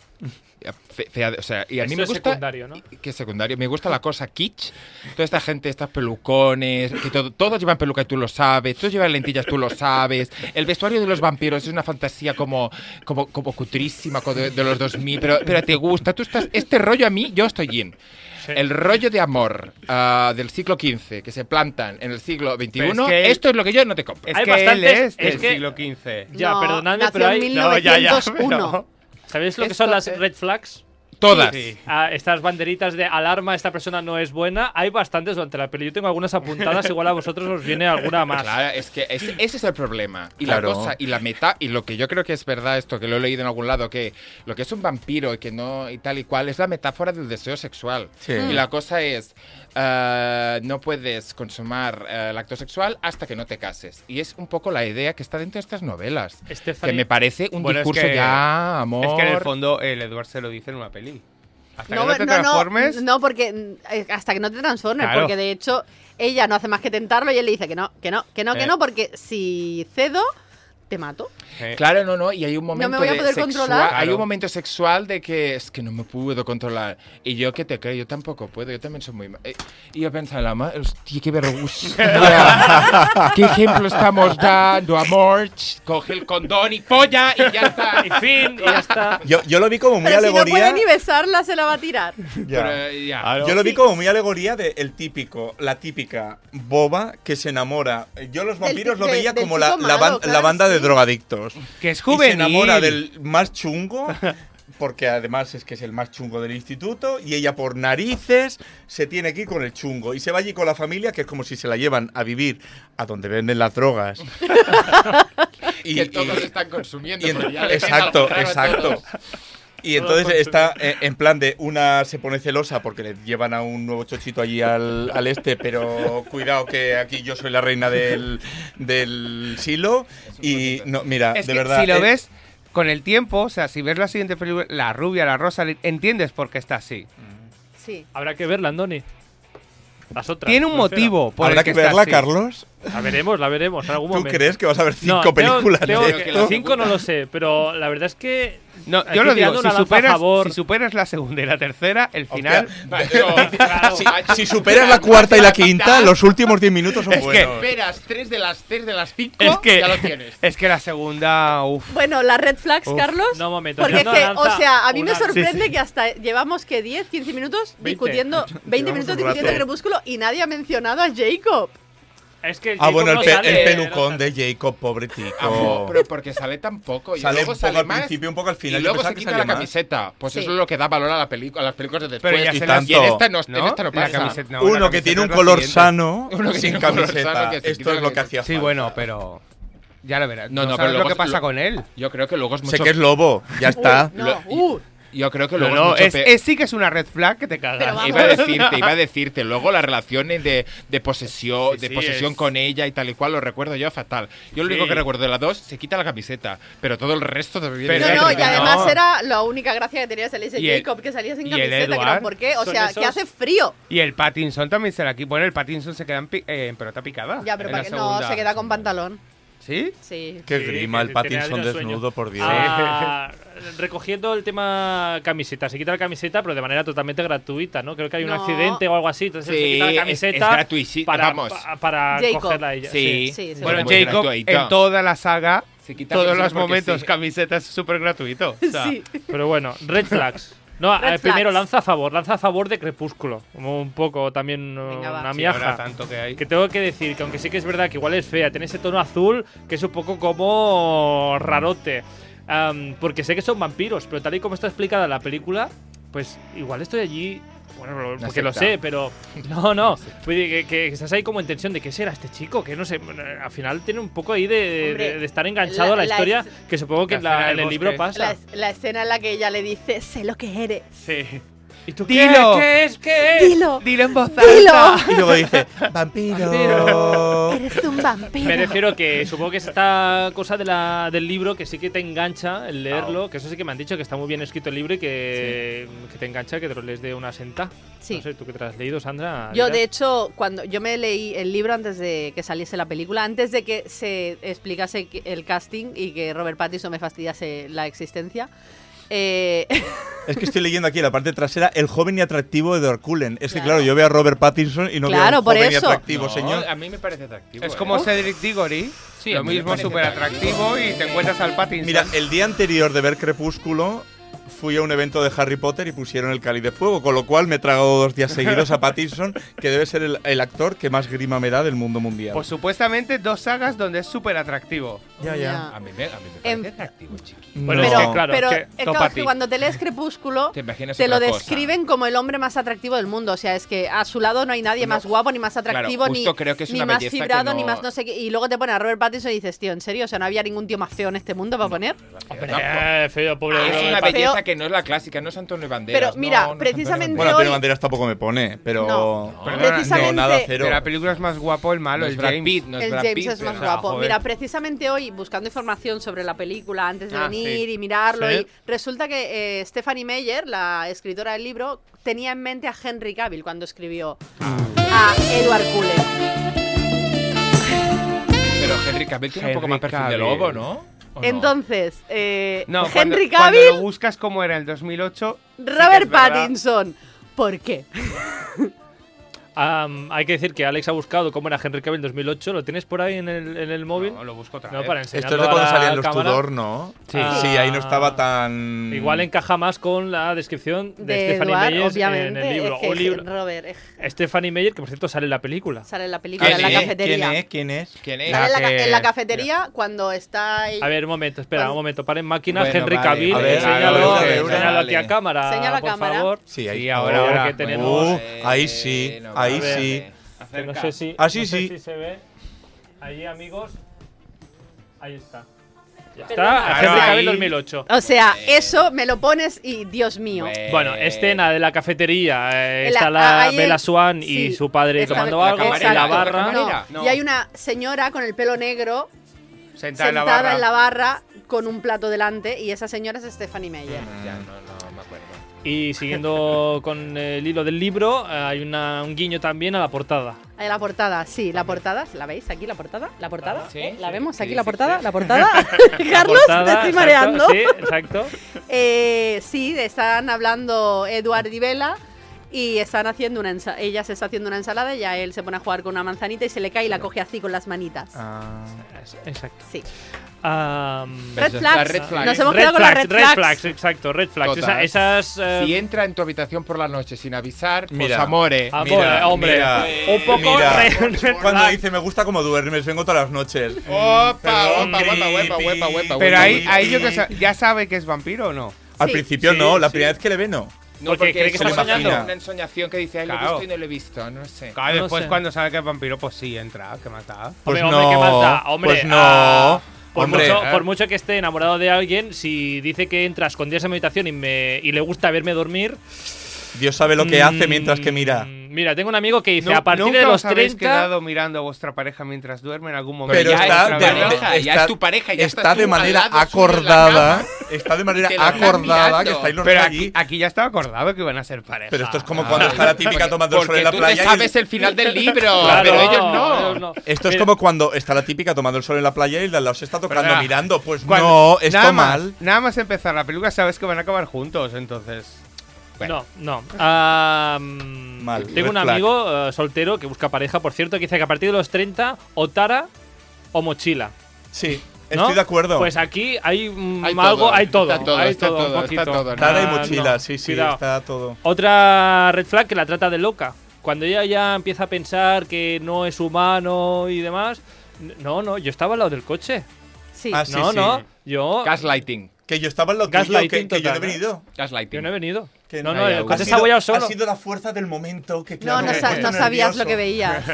Speaker 1: fe- fea, de- o sea, y a mí
Speaker 3: Eso
Speaker 1: me
Speaker 3: es
Speaker 1: gusta.
Speaker 3: secundario, ¿no?
Speaker 1: Que es secundario. Me gusta la cosa kitsch. Toda esta gente, estos pelucones, que todo- todos llevan peluca y tú lo sabes. Todos llevan lentillas, tú lo sabes. El vestuario de los vampiros es una fantasía como, como, como cutrísima como de, de los 2000, pero, pero te gusta. Tú estás, este rollo a mí, yo estoy in.
Speaker 3: Sí.
Speaker 1: El rollo de amor ah, del siglo XV que se plantan en el siglo XXI,
Speaker 2: Pero es que-
Speaker 1: esto es lo que yo no te compro.
Speaker 2: Es
Speaker 3: Hay
Speaker 2: que
Speaker 3: bastantes-
Speaker 2: él es del
Speaker 3: es que-
Speaker 2: siglo XV.
Speaker 3: Ya,
Speaker 4: No,
Speaker 3: perdonadme,
Speaker 4: nació
Speaker 3: pero
Speaker 4: en
Speaker 3: hay-
Speaker 2: No, ya, ya,
Speaker 4: 1901.
Speaker 2: pero-
Speaker 3: ¿Sabéis lo que son
Speaker 1: Esto-
Speaker 3: las
Speaker 2: eh,
Speaker 3: red flags?
Speaker 1: Todas.
Speaker 2: Sí.
Speaker 3: Ah, estas banderitas de alarma, esta persona no es buena. Hay bastantes durante la peli. Yo tengo algunas apuntadas, igual a vosotros os viene alguna más.
Speaker 1: Claro, es que ese, ese es el problema. Y
Speaker 5: Claro.
Speaker 1: la cosa, y la meta, y lo que yo creo que es verdad, esto que lo he leído en algún lado, que lo que es un vampiro y que no, y tal y cual, es la metáfora del deseo sexual.
Speaker 5: Sí.
Speaker 1: Y la cosa es, eh, no puedes consumar eh, el acto sexual hasta que no te cases. Y es un poco la idea que está dentro de estas novelas.
Speaker 3: Stephanie-
Speaker 1: Que me parece un
Speaker 2: Bueno, es
Speaker 1: discurso
Speaker 2: que-
Speaker 1: ya, amor.
Speaker 2: Es que en el fondo el Edward se lo dice en una peli. Hasta que no te
Speaker 4: no,
Speaker 2: transformes.
Speaker 4: no, porque mm, eh, hasta que no te transformes,
Speaker 2: Claro.
Speaker 4: porque de hecho ella no hace más que tentarlo y él le dice que no, que no, que no, que
Speaker 2: Eh.
Speaker 4: no, porque si cedo, te mato.
Speaker 2: eh,
Speaker 1: Claro, no, no, y hay un momento
Speaker 4: me voy a
Speaker 1: de
Speaker 4: poder
Speaker 1: sexual-
Speaker 4: controlar.
Speaker 1: Hay
Speaker 2: Claro.
Speaker 1: un momento sexual de que es que no me puedo controlar. Y yo que te creo, yo tampoco puedo, yo también soy muy ma- eh, Y yo pensaba, ma- hostia, qué vergüenza. qué ejemplo estamos dando, amor. Coge el condón y polla y ya está.
Speaker 3: Y fin, y ya está.
Speaker 5: Yo, yo lo vi como muy
Speaker 4: Pero si no
Speaker 5: alegoría.
Speaker 4: puede ni besarla, se la va a tirar.
Speaker 5: Ya. Ah,
Speaker 1: Pero, eh, ya.
Speaker 5: Yo lo vi como muy alegoría de el típico, la típica boba que se enamora. Yo los vampiros lo
Speaker 4: de-
Speaker 5: veía
Speaker 4: del
Speaker 5: como
Speaker 4: chico
Speaker 5: la, la
Speaker 4: malo,
Speaker 5: ban-
Speaker 4: claro
Speaker 5: la
Speaker 4: que
Speaker 5: banda de
Speaker 4: sí.
Speaker 5: drogadictos.
Speaker 2: Que es
Speaker 5: Y se
Speaker 2: juvenil.
Speaker 5: enamora del más chungo, porque además es que es el más chungo del instituto, y ella por narices se tiene que ir con el chungo. Y se va allí con la familia, que es como si se la llevan a vivir a donde venden las drogas. y,
Speaker 1: que
Speaker 5: y-
Speaker 1: todos están consumiendo.
Speaker 5: y en-
Speaker 1: pero ya le queda
Speaker 5: exacto,
Speaker 1: algo raro a
Speaker 5: exacto.
Speaker 1: todos.
Speaker 5: Y entonces
Speaker 3: Todos
Speaker 5: está eh, en plan de una se pone celosa porque le llevan a un nuevo chochito allí al, al este, pero cuidado que aquí yo soy la reina del, del silo. Y no, mira,
Speaker 2: Es
Speaker 5: de
Speaker 2: que
Speaker 5: verdad.
Speaker 2: si lo
Speaker 5: eh,
Speaker 2: ves con el tiempo, o sea, si ves la siguiente película, la rubia, la rosa, entiendes por qué está así.
Speaker 4: Sí.
Speaker 3: Habrá que verla, Andoni. Las otras.
Speaker 2: Tiene un
Speaker 3: me refiero.
Speaker 2: motivo por
Speaker 5: pues ¿Habrá
Speaker 2: el
Speaker 5: que,
Speaker 2: que, está
Speaker 5: verla,
Speaker 2: así.
Speaker 5: Carlos?
Speaker 3: La veremos, la veremos en algún
Speaker 5: ¿Tú
Speaker 3: momento.
Speaker 5: crees que vas a ver cinco
Speaker 3: tengo-
Speaker 5: películas
Speaker 3: tengo
Speaker 5: de
Speaker 3: que-
Speaker 5: esto?
Speaker 3: Cinco no lo sé, pero la verdad es que.
Speaker 2: No,
Speaker 3: Aquí
Speaker 2: yo lo
Speaker 3: tirando
Speaker 2: digo, si
Speaker 3: una lanza a
Speaker 2: superas,
Speaker 3: favor.
Speaker 2: si superas la segunda y la tercera, el
Speaker 5: Hostia,
Speaker 2: final...
Speaker 1: Pero, claro,
Speaker 5: si,
Speaker 1: macho,
Speaker 5: si superas la cuarta y la quinta, los últimos diez minutos son
Speaker 2: Es que-
Speaker 5: buenos.
Speaker 1: Esperas tres de las tres de las cinco,
Speaker 2: Es que,
Speaker 1: ya lo tienes.
Speaker 2: es que la segunda, uff.
Speaker 4: Bueno, las red flags,
Speaker 2: Uf,
Speaker 4: Carlos.
Speaker 3: No, un momento.
Speaker 4: Porque es
Speaker 3: tirando
Speaker 4: que,
Speaker 3: una lanza,
Speaker 4: o sea, a mí me
Speaker 3: una-
Speaker 4: sorprende que hasta llevamos que 10, 15 minutos
Speaker 3: 20.
Speaker 4: discutiendo, 20
Speaker 5: Llevamos
Speaker 4: minutos
Speaker 5: un rato.
Speaker 4: discutiendo Crepúsculo y nadie ha mencionado a Jacob.
Speaker 3: Es que el
Speaker 5: Ah, bueno, el,
Speaker 3: Jacob
Speaker 5: pe-
Speaker 3: no sale,
Speaker 5: el
Speaker 3: no
Speaker 5: pelucón
Speaker 3: sale.
Speaker 5: de Jacob, pobre
Speaker 1: Amo,
Speaker 5: tico.
Speaker 1: Ah, pero porque sale tan poco. Y
Speaker 5: Oh. Sale
Speaker 1: luego
Speaker 5: un poco
Speaker 1: sale
Speaker 5: al
Speaker 1: más,
Speaker 5: principio, un poco al final.
Speaker 1: Y
Speaker 5: Yo
Speaker 1: luego
Speaker 5: pensaba
Speaker 1: se
Speaker 5: que
Speaker 1: quita
Speaker 5: salía
Speaker 1: la
Speaker 5: más.
Speaker 1: camiseta. Pues
Speaker 4: Sí.
Speaker 1: eso es lo que da valor a, la película, a las películas de después.
Speaker 2: Pero ya
Speaker 1: y,
Speaker 2: se
Speaker 5: Pues, tanto.
Speaker 1: y en esta no,
Speaker 2: ¿No?
Speaker 1: en esta no
Speaker 2: La
Speaker 1: pasa.
Speaker 2: camiseta- no, la
Speaker 5: Uno que
Speaker 2: camiseta
Speaker 5: tiene un
Speaker 2: es la
Speaker 5: color
Speaker 2: siguiente.
Speaker 5: sano,
Speaker 1: Uno que
Speaker 5: sin
Speaker 1: tiene un color sano
Speaker 5: camiseta.
Speaker 1: que se
Speaker 5: Esto
Speaker 1: quita
Speaker 5: es
Speaker 1: la
Speaker 5: lo que
Speaker 1: camiseta.
Speaker 5: hacía
Speaker 2: Sí,
Speaker 5: falta.
Speaker 2: bueno, pero... Ya lo verás.
Speaker 1: No,
Speaker 2: No,
Speaker 1: no, pero
Speaker 2: no, sabes lo
Speaker 1: luego
Speaker 2: que
Speaker 1: es-
Speaker 2: pasa
Speaker 1: lo-
Speaker 2: con él.
Speaker 1: Yo creo que luego es mucho.
Speaker 5: Sé que es lobo, ya está.
Speaker 4: Uy, no,
Speaker 1: Lo-
Speaker 4: uh,
Speaker 1: Yo creo que
Speaker 2: No,
Speaker 1: luego
Speaker 2: no,
Speaker 1: es
Speaker 2: es,
Speaker 1: mucho. pe-
Speaker 2: es- sí que es una red flag que te
Speaker 4: Pero
Speaker 2: cagas.
Speaker 4: vamos.
Speaker 1: Iba a decirte, iba a decirte. Luego las relaciones de, de posesión,
Speaker 2: Sí,
Speaker 1: de
Speaker 2: sí,
Speaker 1: posesión
Speaker 2: es-
Speaker 1: con ella y tal y cual, lo recuerdo yo fatal. Yo lo
Speaker 2: Sí.
Speaker 1: único que recuerdo de la dos se quita la camiseta, pero todo el resto te viene
Speaker 2: Pero
Speaker 4: No,
Speaker 1: bien.
Speaker 4: no, y
Speaker 2: que no.
Speaker 4: además era la única gracia que tenía ese Alice
Speaker 2: Y el-
Speaker 4: Jacob, que salía sin
Speaker 2: y el
Speaker 4: camiseta, que no,
Speaker 2: Edward.
Speaker 4: ¿por qué? O
Speaker 3: Son
Speaker 4: sea,
Speaker 3: esos-
Speaker 4: que hace frío.
Speaker 2: Y el Pattinson también será aquí. Bueno, el Pattinson se queda en, pi- eh, en pelota picada.
Speaker 4: Ya, pero
Speaker 2: en
Speaker 4: para
Speaker 2: la
Speaker 4: que no,
Speaker 2: segunda.
Speaker 4: se queda con pantalón.
Speaker 2: ¿Sí?
Speaker 4: Sí.
Speaker 5: Qué
Speaker 3: Sí,
Speaker 5: grima el
Speaker 3: que tenía
Speaker 5: Pattinson
Speaker 3: yo sueño.
Speaker 5: desnudo, por Dios.
Speaker 3: Ah, recogiendo el tema camiseta, se quita la camiseta, pero de manera totalmente gratuita, ¿no? Creo que hay un
Speaker 4: No.
Speaker 3: accidente o algo así, entonces
Speaker 1: Sí,
Speaker 3: se quita
Speaker 1: es-
Speaker 3: la
Speaker 1: es
Speaker 3: camiseta
Speaker 1: gratuici-
Speaker 3: para,
Speaker 1: vamos.
Speaker 3: pa- para
Speaker 4: Jacob.
Speaker 3: cogerla a ella.
Speaker 1: Sí.
Speaker 4: Sí, sí,
Speaker 2: Bueno,
Speaker 1: Muy
Speaker 2: Jacob
Speaker 1: gratuito.
Speaker 2: en toda la saga,
Speaker 1: Se quita la
Speaker 2: todos
Speaker 1: camiseta
Speaker 2: los
Speaker 1: porque
Speaker 2: momentos,
Speaker 1: sí.
Speaker 2: camisetas súper gratuito. O sea,
Speaker 4: Sí.
Speaker 3: Pero bueno, red flags. No,
Speaker 4: Red
Speaker 3: eh, primero
Speaker 4: flags.
Speaker 3: lanza a favor, lanza a favor de Crepúsculo, como un poco también eh,
Speaker 4: Venga, va.
Speaker 3: una
Speaker 2: sí, ahora
Speaker 3: miaja.
Speaker 2: tanto que hay.
Speaker 3: Que tengo que decir que aunque sí que es verdad que igual es fea, tiene ese tono azul que es un poco como rarote. Am, porque sé que son vampiros, pero tal y como está explicada la película, pues igual estoy allí. Bueno, lo- porque lo
Speaker 1: secta.
Speaker 3: sé, pero. No, no. Voy a decir Que, que estás ahí como en tensión de qué será este chico, que no sé. bueno, Al final tiene un poco ahí de, de-
Speaker 4: Hombre,
Speaker 3: de estar enganchado
Speaker 4: la-
Speaker 3: a la,
Speaker 4: la
Speaker 3: historia,
Speaker 4: es-
Speaker 3: que supongo que
Speaker 2: La
Speaker 3: en la-
Speaker 2: escena del
Speaker 3: en el libro
Speaker 2: bosque.
Speaker 3: pasa.
Speaker 4: La, la escena en la que ella le dice, sé lo que eres.
Speaker 3: Sí. ¿Y tú
Speaker 2: Dilo.
Speaker 3: qué? ¿Qué es? ¿Qué es?
Speaker 4: Dilo,
Speaker 2: Dilo en voz
Speaker 4: Dilo.
Speaker 2: alta.
Speaker 5: Y luego dice, vampiro.
Speaker 4: eres un vampiro.
Speaker 3: Me refiero que supongo que es esta cosa de la, del libro que sí que te engancha el leerlo, que eso sí que me han dicho que está muy bien escrito el libro y que, que te engancha, que te lo lees de una senta.
Speaker 4: Sí.
Speaker 3: No sé, tú que te lo has leído, Sandra.
Speaker 4: Yo, de
Speaker 3: dirás.
Speaker 4: hecho, cuando yo me leí el libro antes de que saliese la película, antes de que se explicase que- el casting y que Robert Pattinson me fastidiase la existencia, eh,
Speaker 5: Es que estoy leyendo aquí la parte trasera, el joven y atractivo de Orkulen. Es que
Speaker 4: Claro.
Speaker 5: claro, yo veo a Robert Pattinson y no
Speaker 4: Claro,
Speaker 5: veo a un
Speaker 4: por
Speaker 5: joven y
Speaker 4: eso.
Speaker 5: atractivo,
Speaker 1: No,
Speaker 5: señor.
Speaker 1: A mí me parece atractivo.
Speaker 2: Es
Speaker 1: ¿eh?
Speaker 2: como Cedric Diggory.
Speaker 1: Sí, a
Speaker 2: lo
Speaker 1: mí me
Speaker 2: mismo,
Speaker 1: parece
Speaker 2: súper atractivo y te encuentras al Pattinson.
Speaker 5: Mira, el día anterior de ver Crepúsculo fui a un evento de Harry Potter y pusieron el Cali de Fuego, con lo cual me he tragado dos días seguidos a Pattinson, que debe ser el, el actor que más grima me da del mundo mundial.
Speaker 2: Pues supuestamente dos sagas donde es súper atractivo.
Speaker 5: ya,
Speaker 4: ya.
Speaker 1: A mí me, a mí me parece
Speaker 4: Em-
Speaker 1: atractivo, chiqui.
Speaker 5: No.
Speaker 3: Bueno,
Speaker 4: pero,
Speaker 3: es que claro,
Speaker 4: pero
Speaker 3: que
Speaker 4: eh, claro, es
Speaker 2: topa a
Speaker 4: que
Speaker 2: ti.
Speaker 4: cuando te lees Crepúsculo,
Speaker 1: Te imaginas
Speaker 4: te lo
Speaker 1: otra cosa.
Speaker 4: describen como el hombre más atractivo del mundo. O sea, es que a su lado no hay nadie más guapo, ni más atractivo,
Speaker 1: Claro, justo
Speaker 4: ni,
Speaker 1: creo que es
Speaker 4: ni
Speaker 1: una
Speaker 4: más
Speaker 1: belleza que
Speaker 4: fibrado, ni
Speaker 1: no-
Speaker 4: más no sé qué. Y luego te pone a Robert Pattinson y dices, tío, ¿en serio? O sea, no había ningún tío más feo en este mundo para poner.
Speaker 3: Eh, feo, pobre.
Speaker 4: Ah,
Speaker 1: Es
Speaker 3: Robert
Speaker 1: una
Speaker 4: Pero-
Speaker 1: belleza que no es la clásica, no es Antonio Banderas.
Speaker 4: Pero
Speaker 1: no,
Speaker 4: mira,
Speaker 1: no es
Speaker 4: precisamente
Speaker 1: Antonio
Speaker 5: Bueno,
Speaker 4: hoy-
Speaker 5: Antonio Banderas tampoco me pone, pero.
Speaker 4: No,
Speaker 5: No,
Speaker 1: Perdona,
Speaker 4: precisamente-
Speaker 5: nada cero.
Speaker 2: Pero la película es más guapo el malo,
Speaker 1: Banderas. No es Brad
Speaker 2: el James. Ah,
Speaker 1: Pitt, no es
Speaker 4: el
Speaker 1: Brad
Speaker 4: James
Speaker 1: Pitt,
Speaker 4: es más
Speaker 1: pero-
Speaker 4: guapo.
Speaker 2: joder.
Speaker 4: Mira, precisamente hoy, buscando información sobre la película antes de
Speaker 2: Ah,
Speaker 4: venir
Speaker 2: sí.
Speaker 4: y mirarlo,
Speaker 2: Sí.
Speaker 4: y resulta que eh, Stephanie Meyer, la escritora del libro, tenía en mente a Henry Cavill cuando escribió
Speaker 1: Ah.
Speaker 4: a Edward Cullen.
Speaker 1: Pero Henry Cavill tiene un poco más
Speaker 2: Henry
Speaker 1: perfil de
Speaker 2: Cavill.
Speaker 1: lobo, ¿no? ¿O Oh, no?
Speaker 4: Entonces, eh,
Speaker 2: No, cuando-
Speaker 4: Henry
Speaker 2: cuando
Speaker 4: Cavill,
Speaker 2: lo buscas como era el 2008. sí que es
Speaker 4: Robert
Speaker 2: verdad.
Speaker 4: Pattinson. ¿Por qué?
Speaker 3: Am, hay que decir que Alex ha buscado cómo era Henry Cavill en 2008. ¿Lo tienes por ahí en el, en el móvil?
Speaker 1: No, lo busco otra
Speaker 3: No,
Speaker 1: vez.
Speaker 3: para
Speaker 5: Esto es
Speaker 3: enseñarlo
Speaker 5: de
Speaker 3: a
Speaker 5: cuando
Speaker 3: la
Speaker 5: salían los
Speaker 3: cámara.
Speaker 5: Tudor, ¿no?
Speaker 3: Sí.
Speaker 5: Sí. ahí no estaba tan.
Speaker 3: Igual encaja más con la descripción de,
Speaker 4: De
Speaker 3: Stephanie
Speaker 4: Edward,
Speaker 3: Meyer en
Speaker 4: obviamente.
Speaker 3: el libro.
Speaker 4: es que
Speaker 3: O libro.
Speaker 4: Robert eh,
Speaker 3: Stephanie Meyer, que por cierto sale en la película.
Speaker 4: sale en la película,
Speaker 5: Ah, ¿Quién,
Speaker 4: en la
Speaker 5: es?
Speaker 4: cafetería.
Speaker 5: ¿Quién es? ¿Quién es?
Speaker 1: ¿Quién es?
Speaker 4: Sale en la ca-
Speaker 2: La que-
Speaker 4: en la cafetería cuando está...
Speaker 3: A ver, un momento, espera,
Speaker 4: Vale.
Speaker 3: un momento. Paren máquinas,
Speaker 1: Bueno,
Speaker 3: Henry
Speaker 1: vale,
Speaker 3: Cavill.
Speaker 5: a ver,
Speaker 3: enséñalo
Speaker 5: a ver, a ver,
Speaker 3: enséñalo
Speaker 1: vale.
Speaker 3: aquí a cámara,
Speaker 4: Enséñalo a
Speaker 3: por
Speaker 4: cámara.
Speaker 3: favor.
Speaker 5: Sí, ahí
Speaker 2: Sí,
Speaker 5: está.
Speaker 2: ahora, ahora.
Speaker 3: que tenemos...
Speaker 5: Uh, ahí sí,
Speaker 1: Bueno,
Speaker 5: ahí
Speaker 1: vale.
Speaker 5: sí.
Speaker 3: que no sé si,
Speaker 5: Ah, sí,
Speaker 3: no sé
Speaker 5: sí.
Speaker 3: si se ve. Ahí, amigos. Ahí está. Ya
Speaker 4: Perdona.
Speaker 3: está,
Speaker 2: Claro,
Speaker 3: Henry
Speaker 2: ahí.
Speaker 3: Cavill 2008.
Speaker 4: O sea, eso me lo pones y Dios mío.
Speaker 5: Eh.
Speaker 3: Bueno, este escena de la cafetería. eh,
Speaker 4: La- ah,
Speaker 3: está la
Speaker 4: ahí el-
Speaker 3: Bella Swan
Speaker 4: sí,
Speaker 3: y su padre
Speaker 4: está-
Speaker 3: tomando
Speaker 1: la
Speaker 3: algo en
Speaker 1: camarera,
Speaker 3: la
Speaker 1: la
Speaker 3: barra.
Speaker 1: camarera.
Speaker 4: No, Y hay una señora con el pelo negro
Speaker 2: Sentada,
Speaker 4: sentada
Speaker 2: en la barra.
Speaker 4: en la barra con un plato delante y esa señora es Stephanie Meyer.
Speaker 1: Ya, no, no me acuerdo.
Speaker 3: Y siguiendo con el hilo del libro, eh, hay una- un guiño también a la portada.
Speaker 4: Ahí la portada, sí, la portada, ¿la veis aquí la portada? ¿La portada?
Speaker 1: Sí,
Speaker 4: ¿Eh? ¿La
Speaker 1: sí,
Speaker 4: vemos
Speaker 1: sí,
Speaker 4: aquí
Speaker 1: sí,
Speaker 4: la portada?
Speaker 1: sí.
Speaker 4: ¿La portada?
Speaker 3: La
Speaker 4: Carlos, te
Speaker 3: portada,
Speaker 4: estoy
Speaker 3: exacto,
Speaker 4: mareando.
Speaker 3: Sí, exacto.
Speaker 4: Eh, sí, están hablando Eduard y Vela y están haciendo una ensa- ella se está haciendo una ensalada y a él se pone a jugar con una manzanita y se le cae y la coge así con las manitas.
Speaker 5: Ah.
Speaker 3: Es- Exacto.
Speaker 4: Sí.
Speaker 3: Am,
Speaker 1: Pero
Speaker 4: Red
Speaker 1: eso es
Speaker 4: flags.
Speaker 1: la red flag.
Speaker 4: Nos hemos quedado con las red flags.
Speaker 3: exacto, red flags.
Speaker 1: Total.
Speaker 3: Esa- esas. eh,
Speaker 1: Si entra en tu habitación por la noche sin avisar, pues
Speaker 5: Mira.
Speaker 1: amore.
Speaker 3: amor,
Speaker 5: Mira,
Speaker 3: ah, hombre,
Speaker 5: mira,
Speaker 3: un poco
Speaker 5: mira.
Speaker 3: red- red
Speaker 5: Cuando
Speaker 3: flag.
Speaker 5: dice, me gusta como duermes, vengo todas las noches.
Speaker 1: Opa,
Speaker 5: Perdón,
Speaker 1: opa,
Speaker 5: creepy.
Speaker 1: huepa, huepa, huepa, huepa.
Speaker 2: Pero
Speaker 1: huepa,
Speaker 2: ahí,
Speaker 1: huepa.
Speaker 2: ahí yo que sa- ya sabe que es vampiro o no.
Speaker 5: Al
Speaker 4: Sí.
Speaker 5: principio
Speaker 3: Sí,
Speaker 5: no, la
Speaker 3: sí.
Speaker 5: primera vez que le ve no.
Speaker 1: No,
Speaker 3: Porque
Speaker 1: porque,
Speaker 3: cree que
Speaker 1: eso
Speaker 5: está
Speaker 1: es
Speaker 5: soñando.
Speaker 1: Una ensoñación que dice, ay, lo he
Speaker 2: Claro.
Speaker 1: visto y no lo he visto, no sé.
Speaker 2: Claro,
Speaker 3: No
Speaker 2: después
Speaker 3: sé.
Speaker 2: cuando sabe que es vampiro, pues sí, entra, que mata.
Speaker 5: Pues
Speaker 3: hombre, hombre,
Speaker 5: no,
Speaker 3: ¿qué más da? Hombre,
Speaker 5: pues no.
Speaker 3: ah,
Speaker 1: pues
Speaker 3: por,
Speaker 5: Hombre,
Speaker 3: mucho,
Speaker 5: ¿eh?
Speaker 3: por mucho que esté enamorado de alguien, si dice que entra a escondidas en mi habitación y, me, y le gusta verme dormir.
Speaker 5: Dios sabe lo que hace
Speaker 3: mm,
Speaker 5: mientras que mira.
Speaker 3: Mira, tengo un amigo que dice:
Speaker 2: Nu-
Speaker 3: a partir
Speaker 2: ¿Nunca
Speaker 3: de los
Speaker 2: os habéis
Speaker 3: 30.
Speaker 2: quedado mirando a vuestra pareja mientras duerme en algún momento?
Speaker 5: Pero
Speaker 1: ya es
Speaker 5: está,
Speaker 1: tu
Speaker 5: de- de-
Speaker 1: pareja, ya
Speaker 5: está-
Speaker 1: es tu pareja, ya
Speaker 5: está
Speaker 1: estás tú
Speaker 5: de
Speaker 1: al
Speaker 5: manera
Speaker 1: lado suyo en la
Speaker 5: acordada.
Speaker 1: cama.
Speaker 5: Está de manera
Speaker 1: Te lo están
Speaker 5: acordada que
Speaker 1: mirando.
Speaker 5: estáis los
Speaker 2: Pero
Speaker 5: dos
Speaker 2: aquí,
Speaker 5: allí.
Speaker 2: aquí ya estaba acordado que iban a ser pareja.
Speaker 5: Pero esto es como cuando está la típica tomando el sol
Speaker 1: Ah, Porque
Speaker 5: en la
Speaker 1: tú
Speaker 5: playa.
Speaker 1: te
Speaker 5: y-
Speaker 1: sabes el final del libro,
Speaker 3: Claro,
Speaker 1: pero ellos no.
Speaker 5: Esto es
Speaker 3: Mira,
Speaker 5: como cuando está la típica tomando el sol en la playa y la la- se está tocando
Speaker 2: Perdona.
Speaker 5: mirando. Pues
Speaker 2: Cuando-
Speaker 5: no, esto
Speaker 2: nada más-
Speaker 5: mal.
Speaker 2: Nada más empezar la película sabes que van a acabar juntos, entonces.
Speaker 1: Bueno.
Speaker 3: No, no. Ah, mm,
Speaker 5: Mal,
Speaker 3: tengo
Speaker 5: red
Speaker 3: un
Speaker 5: flag.
Speaker 3: amigo eh, soltero que busca pareja, por cierto, que dice que a partir de los 30, o tara o mochila.
Speaker 5: Sí,
Speaker 3: ¿no?
Speaker 5: estoy de acuerdo.
Speaker 3: Pues aquí hay, mm,
Speaker 1: Hay
Speaker 3: algo,
Speaker 1: todo,
Speaker 3: hay todo.
Speaker 1: está todo,
Speaker 3: hay
Speaker 1: está
Speaker 3: todo, un
Speaker 1: todo, está
Speaker 3: poquito.
Speaker 1: todo, ¿no?
Speaker 5: Cara y
Speaker 3: Ah,
Speaker 5: mochila,
Speaker 3: no,
Speaker 5: sí, sí,
Speaker 3: cuidado.
Speaker 5: está todo.
Speaker 3: Otra red flag que la trata de loca. Cuando ella ya empieza a pensar que no es humano y demás. n- No, no, yo estaba al lado del coche.
Speaker 4: Sí.
Speaker 5: Ah, sí,
Speaker 3: no,
Speaker 5: sí.
Speaker 3: no, yo,
Speaker 1: Gaslighting,
Speaker 5: Que yo estaba en lo tuyo, que,
Speaker 3: Gaslighting
Speaker 5: que yo no he
Speaker 3: total, ¿eh?
Speaker 5: venido.
Speaker 3: yo
Speaker 1: gaslighting.
Speaker 3: no he venido.
Speaker 5: Que
Speaker 3: No,
Speaker 5: ha
Speaker 3: no, el
Speaker 5: sido-
Speaker 3: coche se ha abollado solo.
Speaker 5: Ha sido la fuerza del momento que
Speaker 4: No,
Speaker 5: claro,
Speaker 4: no,
Speaker 5: me he
Speaker 4: sa-
Speaker 5: puesto
Speaker 4: no sabías
Speaker 5: nervioso.
Speaker 4: lo que veías.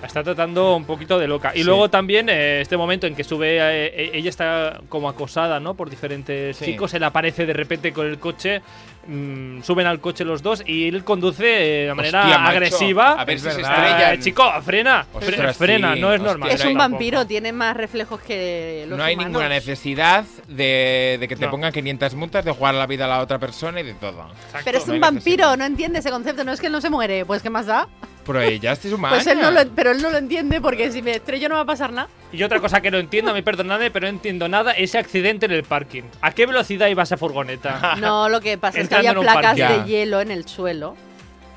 Speaker 3: La está tratando un poquito de loca. Y luego también eh, este momento en que sube, eh, eh, ella está como acosada, ¿no? Por diferentes
Speaker 1: Sí.
Speaker 3: chicos. Él aparece de repente con el coche. mm, suben al coche los dos y él conduce eh, de manera
Speaker 1: Hostia, macho,
Speaker 3: agresiva.
Speaker 1: a ver
Speaker 3: Es
Speaker 1: si se
Speaker 3: verdad.
Speaker 1: estrellan.
Speaker 3: Eh, chico, frena. fre-
Speaker 1: Ostras,
Speaker 3: frena,
Speaker 1: sí,
Speaker 3: no es
Speaker 1: hostia,
Speaker 3: normal.
Speaker 4: Es
Speaker 1: Pero
Speaker 4: un
Speaker 1: ahí
Speaker 4: vampiro, tiene más reflejos que los
Speaker 1: No hay
Speaker 4: humanos.
Speaker 1: ninguna necesidad de, de que te
Speaker 3: No.
Speaker 1: pongan 500 multas, de jugar la vida a la otra persona y de todo.
Speaker 4: Pero es
Speaker 1: No
Speaker 4: un
Speaker 1: hay
Speaker 4: vampiro,
Speaker 1: necesidad.
Speaker 4: no entiende ese concepto. No es que él no se muere, pues ¿qué más da?
Speaker 1: Pero ella es humana.
Speaker 4: Pues él no lo, pero él no lo entiende porque si me estrello no va a pasar nada.
Speaker 3: Y otra cosa que no entiendo, me perdonadme, pero no entiendo nada, ese accidente en el parking. ¿A qué velocidad iba esa furgoneta?
Speaker 4: No, lo que pasa es que
Speaker 3: Entrando
Speaker 4: había
Speaker 3: en un
Speaker 4: placas
Speaker 3: parque.
Speaker 4: de
Speaker 1: Ya.
Speaker 4: hielo en el suelo.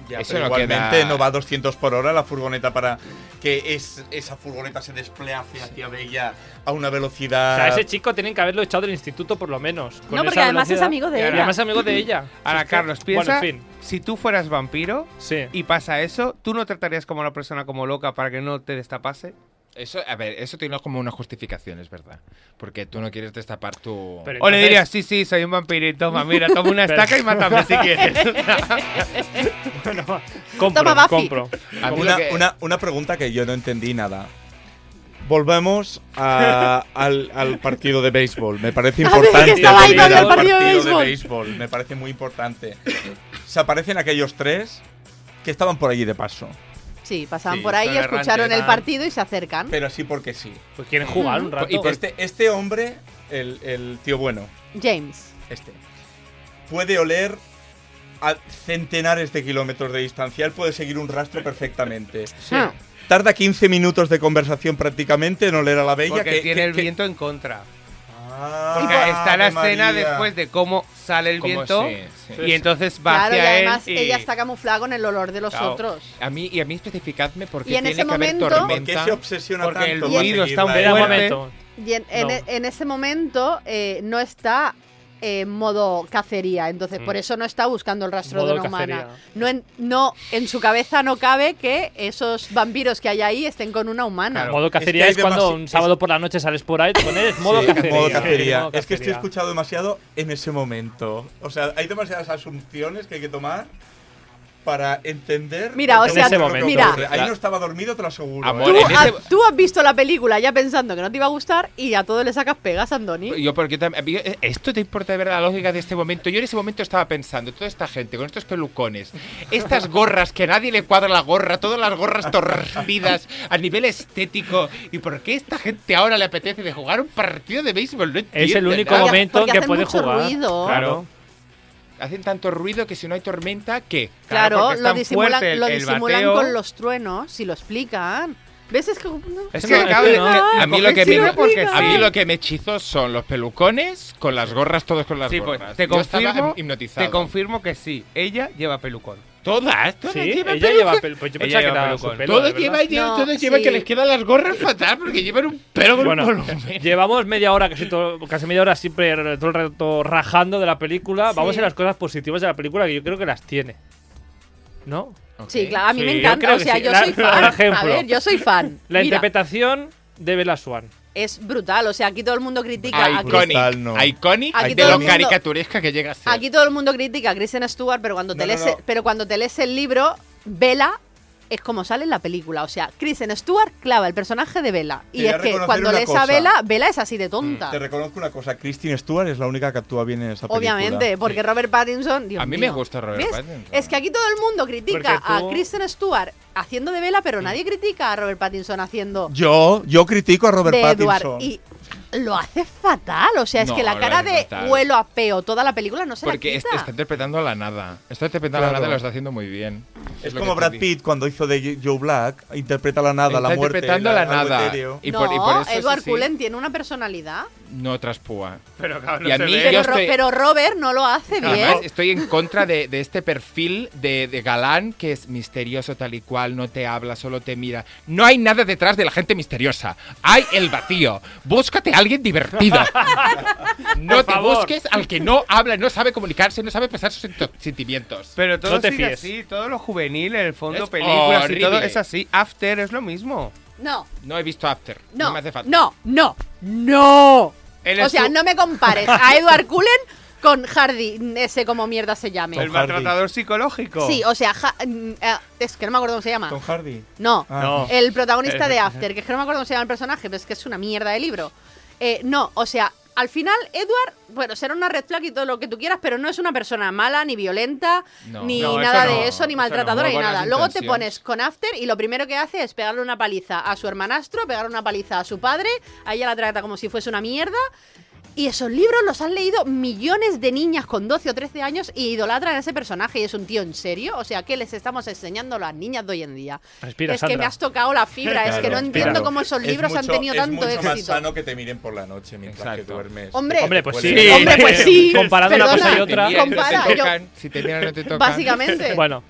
Speaker 5: Ya,
Speaker 1: Eso
Speaker 5: pero
Speaker 1: no queda-
Speaker 5: igualmente no va a 200 por hora la furgoneta para que es, esa furgoneta se desplace hacia Bella a una
Speaker 3: O
Speaker 5: velocidad.
Speaker 3: sea, ese chico tienen que haberlo echado del instituto por lo menos. con
Speaker 4: No, porque
Speaker 3: esa
Speaker 4: además es
Speaker 3: velocidad.
Speaker 4: amigo de
Speaker 3: Y
Speaker 4: ella.
Speaker 3: Además es amigo de ella.
Speaker 2: Ahora, Carlos, piensa,
Speaker 3: Bueno, en fin.
Speaker 2: si tú fueras vampiro
Speaker 3: Sí.
Speaker 2: y pasa eso, ¿tú no tratarías como a una persona como loca para que no te destapase?
Speaker 1: Eso, a ver, eso tiene como una justificación, es verdad. Porque tú no quieres destapar tu...
Speaker 3: Pero-
Speaker 2: O le
Speaker 3: Entonces-
Speaker 2: dirías, sí, sí, soy un vampirito, toma, mira, toma una estaca y mátame si quieres.
Speaker 3: compro,
Speaker 4: Toma, Buffy.
Speaker 3: compro.
Speaker 1: A mí lo
Speaker 5: una,
Speaker 1: que-
Speaker 5: una- una pregunta que yo no entendí nada. Volvemos a- al, al partido de béisbol. Me parece
Speaker 4: Ah, pensé que
Speaker 5: importante.
Speaker 4: estaba
Speaker 3: ahí
Speaker 5: volver
Speaker 3: con el
Speaker 5: al
Speaker 4: partido de béisbol.
Speaker 5: Me parece muy importante. Se aparecen aquellos tres que estaban por allí de paso.
Speaker 4: Sí, pasaban
Speaker 5: Sí,
Speaker 4: por ahí,
Speaker 5: son errantes,
Speaker 4: escucharon el
Speaker 5: ah.
Speaker 4: partido y se acercan.
Speaker 5: Pero sí porque sí.
Speaker 3: Pues quieren jugar un rato.
Speaker 1: Y
Speaker 4: pues
Speaker 1: por-
Speaker 5: Este, este hombre, el, el tío bueno,
Speaker 4: James.
Speaker 5: este, puede oler a centenares de kilómetros de distancia. Él puede seguir un rastro perfectamente.
Speaker 4: Ah,
Speaker 5: Tarda 15 minutos de conversación prácticamente en oler a la bella.
Speaker 2: Porque
Speaker 5: que-
Speaker 2: tiene
Speaker 5: que-
Speaker 2: el
Speaker 5: que-
Speaker 2: viento en contra.
Speaker 5: Ah,
Speaker 2: Porque está
Speaker 5: Ave
Speaker 2: la escena
Speaker 5: María.
Speaker 2: después de cómo sale el
Speaker 1: como-
Speaker 2: viento
Speaker 1: sí, sí.
Speaker 2: y entonces va
Speaker 4: Claro, y
Speaker 2: hacia
Speaker 4: además
Speaker 2: él. y-
Speaker 4: ella está camuflada con el olor de los
Speaker 2: Claro.
Speaker 4: otros.
Speaker 1: A mí, y a mí especificadme porque
Speaker 4: Y en
Speaker 1: tiene
Speaker 4: ese
Speaker 1: que haber
Speaker 4: momento-
Speaker 5: ¿Por qué
Speaker 1: tormenta.
Speaker 5: se obsesiona
Speaker 2: Porque el
Speaker 5: tanto? con
Speaker 2: ruido está un
Speaker 5: seguirla,
Speaker 3: Espera un
Speaker 5: eh?
Speaker 2: fuerte.
Speaker 3: momento.
Speaker 4: Y en, en- e,
Speaker 3: No.
Speaker 4: en ese momento eh, no está eh, en modo cacería, entonces
Speaker 3: Mm.
Speaker 4: por eso no está buscando el rastro
Speaker 3: Modo
Speaker 4: de una humana.
Speaker 3: cacería.
Speaker 4: No en, no, en su cabeza no cabe que esos vampiros que hay ahí estén con una humana.
Speaker 2: Claro.
Speaker 3: Modo cacería
Speaker 5: Es
Speaker 3: es,
Speaker 5: que hay
Speaker 3: cuando
Speaker 5: demasi-
Speaker 3: un sábado por la noche sales por ahí, te pones modo
Speaker 5: Sí,
Speaker 3: cacería.
Speaker 5: modo cacería.
Speaker 3: Sí, modo
Speaker 5: Es que estoy
Speaker 3: cacería.
Speaker 5: escuchado demasiado en ese momento. O sea, hay demasiadas asunciones que hay que tomar para entender.
Speaker 4: Mira,
Speaker 5: lo
Speaker 4: o
Speaker 5: que
Speaker 4: sea,
Speaker 5: ocurre, lo que
Speaker 4: momento. mira.
Speaker 5: ocurre. Ahí no estaba dormido, te lo aseguro.
Speaker 1: Amor,
Speaker 4: Tú,
Speaker 5: ¿eh?
Speaker 1: en
Speaker 4: ha-
Speaker 1: ese-
Speaker 4: tú has visto la película ya pensando que no te iba a gustar y a todo le sacas pegas, Andoni.
Speaker 1: Yo, porque tam- a mí, eh, ¿Esto te importa de ver la lógica de este momento? Yo en ese momento estaba pensando, toda esta gente con estos pelucones, estas gorras que a nadie le cuadra la gorra, todas las gorras torcidas a nivel estético, ¿y por qué esta gente ahora le apetece de jugar un partido de béisbol? No
Speaker 3: Es el
Speaker 1: entiendo
Speaker 3: único
Speaker 1: nada.
Speaker 4: Porque-
Speaker 3: momento
Speaker 4: porque
Speaker 3: en que
Speaker 4: hacen
Speaker 3: puede
Speaker 4: mucho
Speaker 3: jugar.
Speaker 4: ruido.
Speaker 3: Claro.
Speaker 1: Hacen tanto ruido que si no hay tormenta, ¿qué?
Speaker 4: Claro,
Speaker 2: porque es
Speaker 4: lo
Speaker 2: tan
Speaker 4: disimulan,
Speaker 2: fuerte el-
Speaker 4: lo
Speaker 2: el
Speaker 4: disimulan
Speaker 2: bateo.
Speaker 4: con los truenos y lo explican. ¿Ves? Es que. no.
Speaker 2: Es
Speaker 3: No,
Speaker 2: que
Speaker 3: es
Speaker 2: claro,
Speaker 3: que
Speaker 2: es
Speaker 3: no.
Speaker 2: que
Speaker 1: A mí, lo que
Speaker 4: Sí,
Speaker 1: me,
Speaker 4: lo porque
Speaker 1: a mí
Speaker 4: sí.
Speaker 1: lo que me hechizó son los pelucones con las gorras, todos con las
Speaker 2: Sí, pues,
Speaker 1: gorras.
Speaker 2: te
Speaker 1: Yo estaba
Speaker 2: confirmo-
Speaker 1: hipnotizado.
Speaker 2: Te confirmo que sí, ella lleva pelucón.
Speaker 1: todas, todas
Speaker 3: Sí,
Speaker 1: llevan
Speaker 3: ella lleva
Speaker 1: pelucón.
Speaker 3: pelo. Pues yo
Speaker 2: Ella
Speaker 3: pensaba que
Speaker 2: lleva
Speaker 3: era
Speaker 2: pelucón.
Speaker 3: su pelo. de
Speaker 1: Todos
Speaker 3: verdad.
Speaker 1: llevan,
Speaker 4: No,
Speaker 1: todos llevan
Speaker 4: sí.
Speaker 1: que les quedan las gorras fatal porque llevan un pelo con
Speaker 3: Bueno, eh,
Speaker 1: un volumen.
Speaker 3: Llevamos media hora, casi, todo- casi media hora siempre r- todo el rato rajando de la película. Vamos a las cosas positivas de la película que yo creo que las tiene. ¿No?
Speaker 4: Sí, claro, a mí
Speaker 3: Sí,
Speaker 4: me
Speaker 3: yo
Speaker 4: encanta.
Speaker 3: creo
Speaker 4: O
Speaker 3: que
Speaker 4: sea,
Speaker 3: sí.
Speaker 4: yo
Speaker 3: La-
Speaker 4: soy
Speaker 3: por
Speaker 4: fan. A
Speaker 3: ejemplo,
Speaker 4: ver, yo soy fan.
Speaker 3: La
Speaker 4: Mira,
Speaker 3: interpretación de Bella Swan.
Speaker 4: es brutal. O sea, aquí todo el mundo critica. Aquí,
Speaker 1: Iconic,
Speaker 5: brutal, no.
Speaker 1: iconic de
Speaker 4: Aquí todo
Speaker 1: lo
Speaker 4: el mundo-
Speaker 1: caricaturesca que llega a ser.
Speaker 4: aquí todo el mundo critica a Kristen Stewart, pero cuando, te
Speaker 5: No, no,
Speaker 4: lees,
Speaker 5: no.
Speaker 4: pero cuando te lees el libro, Vela es como sale en la película. O sea, Kristen Stewart clava el personaje de Vela.
Speaker 5: Te
Speaker 4: Y
Speaker 5: voy
Speaker 4: es
Speaker 5: a
Speaker 4: que
Speaker 5: reconocer
Speaker 4: cuando
Speaker 5: una
Speaker 4: lees a
Speaker 5: cosa. Mm,
Speaker 4: Vela, Vela es así de tonta.
Speaker 5: Te reconozco una cosa: Christine Stewart es la única que actúa bien en esa película.
Speaker 4: Obviamente, porque Robert Pattinson. Dios
Speaker 1: A mí
Speaker 4: mío.
Speaker 1: me gusta Robert
Speaker 4: ¿Ves?
Speaker 1: Pattinson.
Speaker 4: Es que aquí todo el mundo critica
Speaker 3: Porque tú-
Speaker 4: a Kristen Stewart haciendo de Vela, pero
Speaker 1: Mm.
Speaker 4: nadie critica a Robert Pattinson haciendo
Speaker 5: Yo, yo critico a Robert
Speaker 4: de Edward.
Speaker 5: Pattinson.
Speaker 4: Y lo hace fatal. O sea, es
Speaker 1: No,
Speaker 4: que la
Speaker 1: lo
Speaker 4: cara
Speaker 1: hace
Speaker 4: de
Speaker 1: fatal.
Speaker 4: huelo a peo toda la película no se
Speaker 1: porque este-
Speaker 4: la
Speaker 1: es-
Speaker 4: quita.
Speaker 1: está interpretando a la nada. Está interpretando a la
Speaker 5: Claro.
Speaker 1: nada y lo está haciendo muy bien.
Speaker 5: Es
Speaker 1: lo
Speaker 5: como
Speaker 1: que te
Speaker 5: Brad
Speaker 1: digo.
Speaker 5: Pitt cuando hizo de Joe Black, interpreta la nada,
Speaker 1: Está
Speaker 5: la muerte.
Speaker 1: interpretando a la
Speaker 5: algo
Speaker 1: nada.
Speaker 5: etéreo.
Speaker 1: Y
Speaker 4: no,
Speaker 1: por, y por eso,
Speaker 4: Edward
Speaker 1: sí, sí,
Speaker 4: Cullen tiene una personalidad,
Speaker 1: no traspúa.
Speaker 2: Pero claro,
Speaker 1: Y a mí-
Speaker 4: pero,
Speaker 1: yo
Speaker 4: Ro-
Speaker 1: estoy-
Speaker 4: pero Robert no lo hace bien.
Speaker 1: Además, estoy en contra de, de este perfil de, de galán que es misterioso tal y cual, no te habla, solo te mira. No hay nada detrás de la gente misteriosa. Hay el vacío. Búscate a alguien divertido. No
Speaker 3: Por
Speaker 1: te
Speaker 3: favor.
Speaker 1: busques al que no habla, no sabe comunicarse, no sabe expresar sus sento- sentimientos.
Speaker 2: Pero todo
Speaker 3: No te
Speaker 2: sigue
Speaker 3: fíes.
Speaker 2: así, todo lo juvenil, en el fondo,
Speaker 1: Es
Speaker 2: películas y todo
Speaker 1: horrible.
Speaker 2: es así. After es lo mismo.
Speaker 4: No,
Speaker 1: No he visto After. No,
Speaker 4: no,
Speaker 1: me hace falta.
Speaker 4: no, no, no.
Speaker 2: Él
Speaker 4: O
Speaker 2: es
Speaker 4: sea,
Speaker 2: su-
Speaker 4: no me compares a Edward Cullen con Hardy, ese como mierda se llame.
Speaker 2: El maltratador psicológico.
Speaker 4: Sí, o sea, Ja- mm, eh, es que no me acuerdo cómo se llama.
Speaker 5: Tom Hardy.
Speaker 4: No,
Speaker 5: Ah,
Speaker 2: No.
Speaker 4: el protagonista de After, que es que no me acuerdo cómo se llama el personaje, pero es que es una mierda de libro. Eh, no, o sea, al final, Edward, bueno, será una red flag y todo lo que tú quieras, pero no es una persona mala, ni violenta,
Speaker 1: No.
Speaker 4: ni
Speaker 2: No, eso
Speaker 4: nada
Speaker 2: no,
Speaker 4: de eso, ni
Speaker 2: eso
Speaker 4: maltratadora,
Speaker 1: no,
Speaker 4: ni
Speaker 1: buenas
Speaker 4: nada. Luego te
Speaker 1: intenciones.
Speaker 4: pones con After y lo primero que hace es pegarle una paliza a su hermanastro, pegarle una paliza a su padre, a ella la trata como si fuese una mierda. Y esos libros los han leído millones de niñas con 12 o 13 años y idolatran a ese personaje y es un tío en serio. O sea, ¿qué les estamos enseñando a las niñas de hoy en día?
Speaker 3: Respira,
Speaker 4: es que me
Speaker 3: Sandra.
Speaker 4: has tocado la fibra, es que
Speaker 5: Claro,
Speaker 4: no entiendo
Speaker 5: claro.
Speaker 4: cómo esos
Speaker 5: Es
Speaker 4: libros han
Speaker 5: mucho-
Speaker 4: tenido tanto
Speaker 5: Es mucho más
Speaker 4: éxito.
Speaker 5: sano que te miren por la noche mientras que
Speaker 1: Exacto.
Speaker 5: duermes.
Speaker 4: Hombre,
Speaker 3: Hombre, pues
Speaker 5: Huele-
Speaker 3: sí.
Speaker 4: Hombre, pues sí.
Speaker 3: Comparando una
Speaker 4: perdona,
Speaker 3: cosa y
Speaker 1: Si te
Speaker 3: otra.
Speaker 1: miran, no te
Speaker 4: Compara, yo-
Speaker 1: tocan, Si te miran, no te tocan.
Speaker 4: Básicamente.
Speaker 3: Bueno,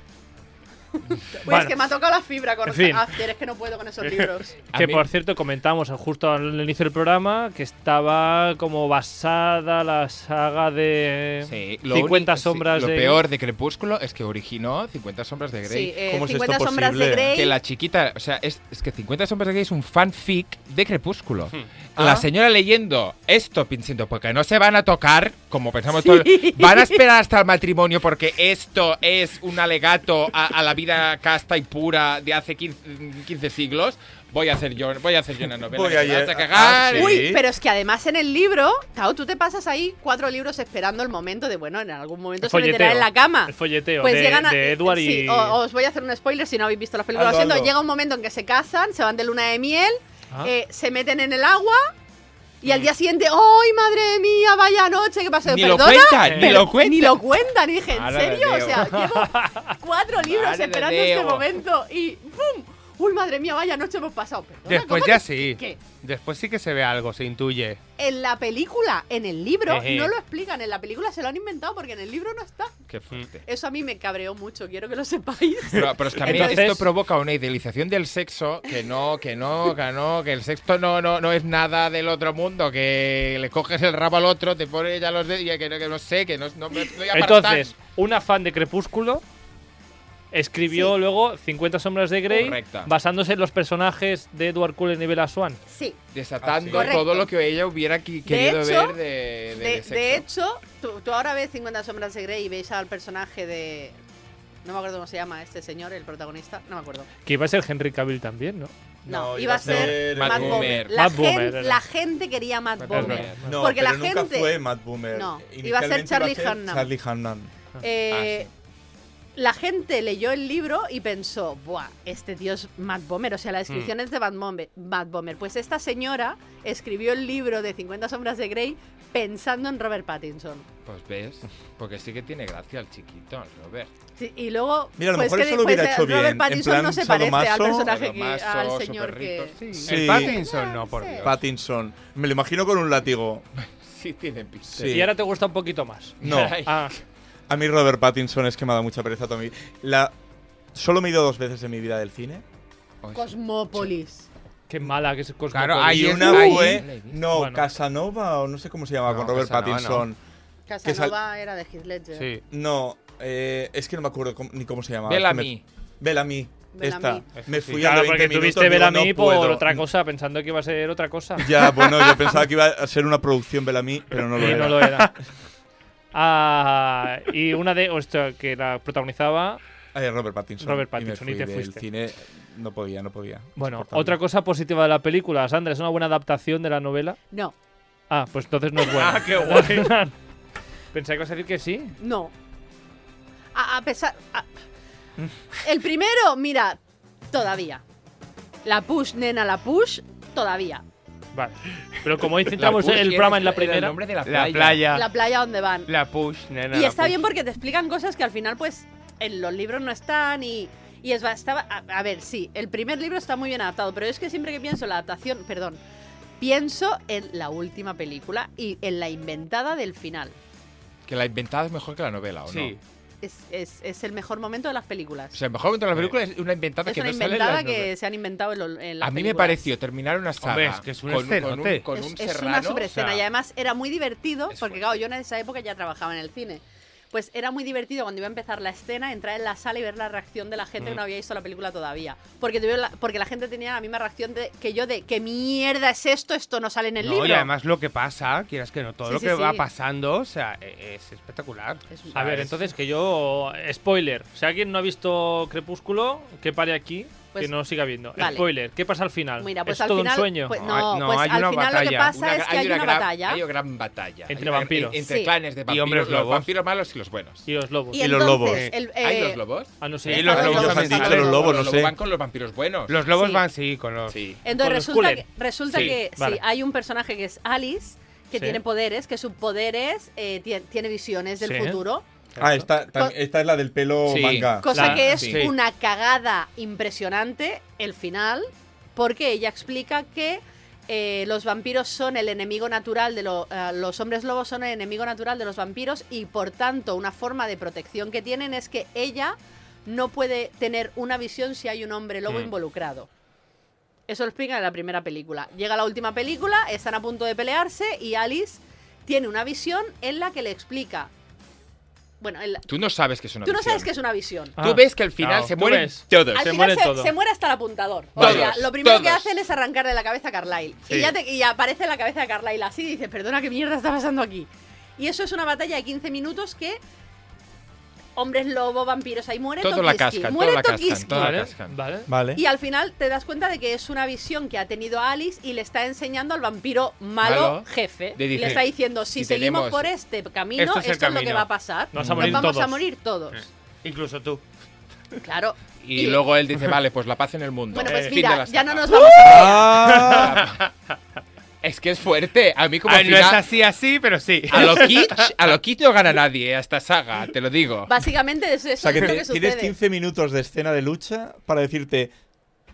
Speaker 4: Pues es
Speaker 3: bueno.
Speaker 4: que me ha tocado la fibra con
Speaker 3: En fin.
Speaker 4: After, es que no puedo con esos libros.
Speaker 1: A
Speaker 3: que
Speaker 1: mí-
Speaker 3: por cierto comentamos justo al inicio del programa que estaba como basada la saga de
Speaker 1: Sí, lo
Speaker 3: 50
Speaker 1: único- sí,
Speaker 3: sombras de...
Speaker 1: Lo peor de Crepúsculo es que originó 50 sombras de Grey.
Speaker 4: Sí, eh,
Speaker 5: ¿cómo es esto
Speaker 4: 50 sombras de
Speaker 5: posible?
Speaker 4: Grey.
Speaker 1: Que la chiquita, o sea, es, es que 50 sombras de Grey es un fanfic de Crepúsculo.
Speaker 5: Hmm.
Speaker 2: Ah.
Speaker 1: La señora leyendo esto, diciendo, porque no se van a tocar, como pensamos todos, van a esperar hasta el matrimonio porque esto es un alegato a, a la vida casta y pura de hace 15, 15 siglos. Voy a hacer yo, voy a hacer yo una novela.
Speaker 5: Voy
Speaker 1: que
Speaker 5: a
Speaker 1: te vas
Speaker 5: lle-
Speaker 1: a cagar.
Speaker 5: ah, sí.
Speaker 4: Uy, pero es que además en el libro, claro, tú te pasas ahí cuatro libros esperando el momento de, bueno, en algún momento
Speaker 3: El
Speaker 4: se meterá
Speaker 3: folleteo.
Speaker 4: en la cama.
Speaker 3: El folleteo
Speaker 4: Pues
Speaker 3: de,
Speaker 4: llegan a,
Speaker 3: de Edward
Speaker 4: sí,
Speaker 3: y...
Speaker 4: o- os voy a hacer un spoiler si no habéis visto la película. Lo
Speaker 5: Hazlo,
Speaker 4: siento,
Speaker 5: hazlo.
Speaker 4: llega un momento en que se casan, se van de luna de miel,
Speaker 3: Ah. Mm.
Speaker 4: eh, se meten en el agua y al día siguiente, ¡ay, madre mía, vaya noche! ¿Qué pasó?
Speaker 1: Ni lo
Speaker 4: ¿Perdona?
Speaker 1: cuentan, ni
Speaker 4: Pero-
Speaker 1: lo cuentan.
Speaker 4: Ni lo cuentan. Y dije, ¿en
Speaker 1: Madre
Speaker 4: serio?
Speaker 1: de
Speaker 4: O sea, llevo cuatro libros
Speaker 1: Madre de
Speaker 4: esperando este
Speaker 1: Dios.
Speaker 4: momento y ¡pum! ¡Uy, madre mía, vaya noche hemos pasado! Perdona,
Speaker 2: Después
Speaker 4: ¿cómo
Speaker 2: ya
Speaker 4: que-
Speaker 2: sí.
Speaker 4: ¿Qué?
Speaker 2: Después sí que se ve algo, se intuye.
Speaker 4: En la película, en el libro,
Speaker 2: Ejé.
Speaker 4: no lo explican. En la película se lo han inventado porque en el libro no está.
Speaker 1: Qué fuerte.
Speaker 4: Eso a mí me cabreó mucho, quiero que lo sepáis.
Speaker 1: Pero, pero es que a mí
Speaker 3: Entonces-
Speaker 1: esto provoca una idealización del sexo que no, que no, que no, que el sexo no, no, no es nada del otro mundo, que le coges el rabo al otro, te pones ya los dedos, y que, no- que no sé, que no, no me estoy apartando.
Speaker 3: Entonces, una fan de Crepúsculo escribió luego 50 sombras de Grey
Speaker 1: Correcta.
Speaker 3: basándose en los personajes de Edward Cullen y Bella Swan.
Speaker 4: Sí,
Speaker 1: desatando
Speaker 5: Ah, sí.
Speaker 1: todo lo que ella hubiera qui- querido
Speaker 4: hecho,
Speaker 1: ver de, de, de
Speaker 4: De,
Speaker 1: sexo.
Speaker 4: de hecho, tú, tú ahora ves 50 sombras de Grey y veis al personaje de... No me acuerdo cómo se llama este señor, el protagonista. No me acuerdo.
Speaker 3: Que iba a ser Henry Cavill también, ¿no?
Speaker 4: No, iba a ser
Speaker 1: Matt
Speaker 4: Matt
Speaker 1: Boomer.
Speaker 4: Boomer. La,
Speaker 3: Matt Boomer
Speaker 4: gen-
Speaker 3: era.
Speaker 4: la gente quería Matt
Speaker 1: Matt
Speaker 4: Bomer.
Speaker 1: Boomer.
Speaker 5: No,
Speaker 4: Porque
Speaker 5: pero
Speaker 4: la
Speaker 5: nunca
Speaker 4: gente-
Speaker 5: fue Matt Boomer.
Speaker 4: No,
Speaker 5: Inicialmente
Speaker 4: iba a ser Charlie Hunnam.
Speaker 5: Charlie Hunnam.
Speaker 4: Eh, La gente leyó el libro y pensó, ¡buah! Este tío es Matt Bomer, o sea, la descripción
Speaker 5: Mm.
Speaker 4: es de Matt Bomer, Matt Bomer. Pues esta señora escribió el libro de 50 sombras de Grey pensando en Robert Pattinson.
Speaker 1: Pues ves, porque sí que tiene gracia el chiquito, el Robert.
Speaker 4: Sí, y luego,
Speaker 5: Mira, a lo
Speaker 4: pues
Speaker 5: mejor
Speaker 4: que
Speaker 5: eso lo hubiera
Speaker 4: pues,
Speaker 5: hecho
Speaker 4: Robert
Speaker 5: bien, en
Speaker 4: Pattinson no
Speaker 5: plan
Speaker 4: se parece al
Speaker 5: sadomaso,
Speaker 4: personaje que,
Speaker 1: Palomazo,
Speaker 4: al señor
Speaker 1: superrico, sí.
Speaker 4: que...
Speaker 5: Sí.
Speaker 2: El Pattinson, no, por Dios.
Speaker 5: Pattinson. Me lo imagino con un látigo.
Speaker 1: Sí tiene pista.
Speaker 5: Sí.
Speaker 3: Y ahora te gusta un poquito más.
Speaker 5: No.
Speaker 1: Ay.
Speaker 3: Ah,
Speaker 5: A mí Robert Pattinson es que me ha dado mucha pereza a mí. La... Solo me he ido dos veces en mi vida del cine.
Speaker 1: Oye,
Speaker 4: Cosmópolis.
Speaker 3: qué mala que es
Speaker 1: Claro,
Speaker 3: Cosmopolis.
Speaker 1: ahí
Speaker 5: y
Speaker 1: es-
Speaker 5: una
Speaker 1: ahí.
Speaker 5: fue... No,
Speaker 3: Bueno.
Speaker 5: Casanova o no sé cómo se llama
Speaker 2: No,
Speaker 5: con Robert
Speaker 2: Casanova,
Speaker 5: Pattinson.
Speaker 4: Casanova era de Heath Ledger.
Speaker 2: Sí.
Speaker 5: No, eh, es que no me acuerdo cómo- ni cómo se llamaba.
Speaker 1: Bellamy.
Speaker 5: Bellamy.
Speaker 4: Bellamy.
Speaker 5: Esta. Me fui a
Speaker 3: Claro,
Speaker 5: los
Speaker 3: porque
Speaker 5: 20
Speaker 3: tuviste
Speaker 5: minutos,
Speaker 3: ver
Speaker 5: digo,
Speaker 3: a mí
Speaker 5: no
Speaker 3: por
Speaker 5: puedo.
Speaker 3: otra cosa, pensando que iba a ser otra cosa.
Speaker 5: Ya, bueno, yo pensaba que iba a ser una producción Bellamy, pero no lo
Speaker 3: y
Speaker 5: era.
Speaker 3: no lo era. Ah, y una de. Hostia, que la protagonizaba.
Speaker 5: Eh, Robert Pattinson.
Speaker 3: Robert
Speaker 5: Y me
Speaker 3: Pattinson, y
Speaker 5: fui
Speaker 3: te
Speaker 5: del
Speaker 3: fuiste.
Speaker 5: cine no podía, no podía.
Speaker 3: Bueno,
Speaker 5: Insoportable.
Speaker 3: otra cosa positiva de la película, Sandra, es una buena adaptación de la novela.
Speaker 4: No,
Speaker 3: Ah, pues entonces no es buena. ah, qué guay. Pensé que ibas a decir que sí.
Speaker 4: no. A, a pesar... a-
Speaker 1: Mm.
Speaker 4: El primero, mira, todavía. La push, nena, la push, todavía.
Speaker 3: Vale. Pero como intentamos
Speaker 1: La push
Speaker 3: el
Speaker 1: era-
Speaker 3: programa en la
Speaker 1: era El
Speaker 3: primera.
Speaker 1: nombre de la playa.
Speaker 2: La playa.
Speaker 1: Ah.
Speaker 4: La
Speaker 2: La,
Speaker 4: playa donde van.
Speaker 2: push, nena.
Speaker 4: Y
Speaker 2: la
Speaker 4: está
Speaker 2: push.
Speaker 4: bien porque te explican cosas que al final, pues, en los libros no están y. Y es, ba- estaba, a, a ver, sí, el primer libro está muy bien adaptado, pero es que siempre que pienso en la adaptación, perdón, pienso en la última película y en la inventada del final.
Speaker 1: Que la inventada es mejor que la novela, ¿o
Speaker 2: Sí.
Speaker 1: no?
Speaker 4: Es, es- es el mejor momento de las películas.
Speaker 1: O sea, el mejor momento de la película es una inventada
Speaker 4: es
Speaker 1: que
Speaker 4: una
Speaker 1: no sale en la
Speaker 4: inventada
Speaker 1: novela.
Speaker 4: que se han inventado en, lo- en las
Speaker 1: A mí me
Speaker 4: películas.
Speaker 1: pareció terminar una saga
Speaker 2: Hombre, es que es un
Speaker 1: con, con un,
Speaker 2: escenote.
Speaker 1: con
Speaker 4: es,
Speaker 1: un
Speaker 4: es
Speaker 1: serrano.
Speaker 4: una superescena
Speaker 1: o sea,
Speaker 4: y además era muy divertido
Speaker 1: es
Speaker 4: porque,
Speaker 1: fuerte.
Speaker 4: claro, yo en esa época ya trabajaba en el cine. pues era muy divertido cuando iba a empezar la escena entrar en la sala y ver la reacción de la gente que no había visto la película todavía. Porque, tuvieron la, porque la gente tenía la misma reacción de- que yo de ¿qué mierda es esto? Esto no sale en el
Speaker 2: No,
Speaker 4: libro.
Speaker 2: y además lo que pasa, quieras que no, todo
Speaker 4: Sí,
Speaker 2: lo
Speaker 4: sí,
Speaker 2: que va
Speaker 4: sí.
Speaker 2: pasando, o sea, e- es espectacular.
Speaker 4: Es un-
Speaker 2: O sea,
Speaker 3: A ver,
Speaker 2: es-
Speaker 3: entonces que yo. Spoiler. Si alguien no ha visto Crepúsculo, que pare aquí, que
Speaker 4: Pues-
Speaker 3: no siga viendo.
Speaker 4: Vale.
Speaker 3: Spoiler. ¿Qué pasa al final?
Speaker 4: Mira, pues
Speaker 3: es
Speaker 4: al
Speaker 3: todo
Speaker 4: final,
Speaker 3: un sueño.
Speaker 4: pues-
Speaker 2: No,
Speaker 4: no,
Speaker 2: no,
Speaker 4: pues
Speaker 2: hay
Speaker 4: al
Speaker 2: una
Speaker 4: final lo que
Speaker 2: batalla.
Speaker 4: pasa es que hay, una
Speaker 1: gran,
Speaker 4: batalla.
Speaker 1: Hay una gran batalla.
Speaker 3: Entre
Speaker 1: Hay una-
Speaker 3: vampiros.
Speaker 1: entre
Speaker 4: Sí.
Speaker 1: clanes de vampiros.
Speaker 2: hombres
Speaker 1: los
Speaker 2: lobos.
Speaker 1: vampiros malos y los buenos.
Speaker 3: Y los lobos.
Speaker 4: Y,
Speaker 5: Y los lobos.
Speaker 4: entonces, el-
Speaker 1: Hay
Speaker 4: eh,
Speaker 1: los lobos.
Speaker 3: Ah, no sé.
Speaker 2: Y los
Speaker 4: Los
Speaker 2: lobos
Speaker 4: lobos
Speaker 2: también
Speaker 4: han dicho
Speaker 2: salen.
Speaker 5: los lobos, no sé.
Speaker 1: van con los vampiros buenos.
Speaker 2: Los lobos
Speaker 4: Sí.
Speaker 2: van, sí, con los.
Speaker 1: Sí.
Speaker 4: Entonces
Speaker 3: Con los
Speaker 4: resulta
Speaker 3: Cullen.
Speaker 4: que, resulta
Speaker 3: Sí,
Speaker 4: que
Speaker 3: vale.
Speaker 4: sí, hay un personaje que es Alice, que
Speaker 3: Sí.
Speaker 4: tiene poderes, que sus poderes eh, tie- tiene visiones del
Speaker 3: Sí.
Speaker 4: futuro,
Speaker 5: Ah, esta, tam-
Speaker 4: Co-
Speaker 5: esta es la del pelo
Speaker 1: Sí.
Speaker 5: manga.
Speaker 4: cosa
Speaker 3: La-
Speaker 4: que es
Speaker 1: sí.
Speaker 4: una cagada impresionante el final, porque ella explica que eh, los vampiros son el enemigo natural de lo- eh, los hombres lobos son el enemigo natural de los vampiros y por tanto una forma de protección que tienen es que ella no puede tener una visión si hay un hombre lobo
Speaker 1: Hmm.
Speaker 3: Mm.
Speaker 4: involucrado. Eso lo explica en la primera película. Llega la última película, están a punto de pelearse y Alice tiene una visión en la que le explica. Bueno, en la-
Speaker 1: Tú no sabes que es una
Speaker 4: tú no
Speaker 1: visión.
Speaker 4: sabes que es una visión.
Speaker 3: Ah,
Speaker 1: Tú ves que al final
Speaker 3: claro.
Speaker 1: se
Speaker 3: Tú
Speaker 1: mueren
Speaker 3: ves.
Speaker 1: todos.
Speaker 4: Al
Speaker 3: se
Speaker 4: final
Speaker 3: muere
Speaker 4: se,
Speaker 3: todo.
Speaker 4: se muere hasta el apuntador.
Speaker 1: Todos,
Speaker 4: o sea, lo primero que
Speaker 1: todos.
Speaker 4: hacen es arrancarle la cabeza a Carlyle.
Speaker 1: Sí.
Speaker 4: Y ya te- y aparece la cabeza de Carlyle así y dice, perdona, ¿qué mierda está pasando aquí? Y eso es una batalla de 15 minutos que hombres lobo, vampiros, ahí muere
Speaker 1: Todo la
Speaker 4: Tokiski,
Speaker 1: cascan,
Speaker 4: muere
Speaker 1: todo la cascan,
Speaker 4: Tokiski.
Speaker 1: todo
Speaker 3: Vale,
Speaker 1: cascan.
Speaker 3: vale.
Speaker 5: Vale.
Speaker 4: Y al final te das cuenta de que es una visión que ha tenido Alice y le está enseñando al vampiro malo,
Speaker 1: Malo.
Speaker 4: jefe.
Speaker 1: Le
Speaker 4: Y
Speaker 1: dice,
Speaker 4: le está diciendo, si,
Speaker 1: si
Speaker 4: seguimos
Speaker 1: tenemos-
Speaker 4: por este camino,
Speaker 2: Esto
Speaker 4: esto
Speaker 2: es
Speaker 4: es,
Speaker 2: el
Speaker 4: lo que
Speaker 2: camino.
Speaker 4: va a pasar.
Speaker 3: Nos vamos a morir
Speaker 4: vamos a
Speaker 3: todos".
Speaker 4: morir todos.
Speaker 2: Incluso tú.
Speaker 4: Claro.
Speaker 1: Y luego él dice, vale, pues la paz en el mundo.
Speaker 4: Bueno,
Speaker 1: Eh,
Speaker 4: pues
Speaker 1: fin de
Speaker 4: mira,
Speaker 1: la
Speaker 4: ya no
Speaker 1: saga. ¡Uh!
Speaker 4: nos vamos a pelear.
Speaker 5: Ah,
Speaker 1: Es que es fuerte. A mí como
Speaker 2: Ah, no es
Speaker 1: final-
Speaker 2: así, así, pero sí.
Speaker 1: A lo kitsch, a lo kitsch no gana nadie a esta saga, te lo digo.
Speaker 4: Básicamente es eso
Speaker 5: O sea, que
Speaker 4: es lo
Speaker 5: te-
Speaker 4: que
Speaker 5: tienes
Speaker 4: sucede.
Speaker 5: 15 minutos de escena de lucha para decirte,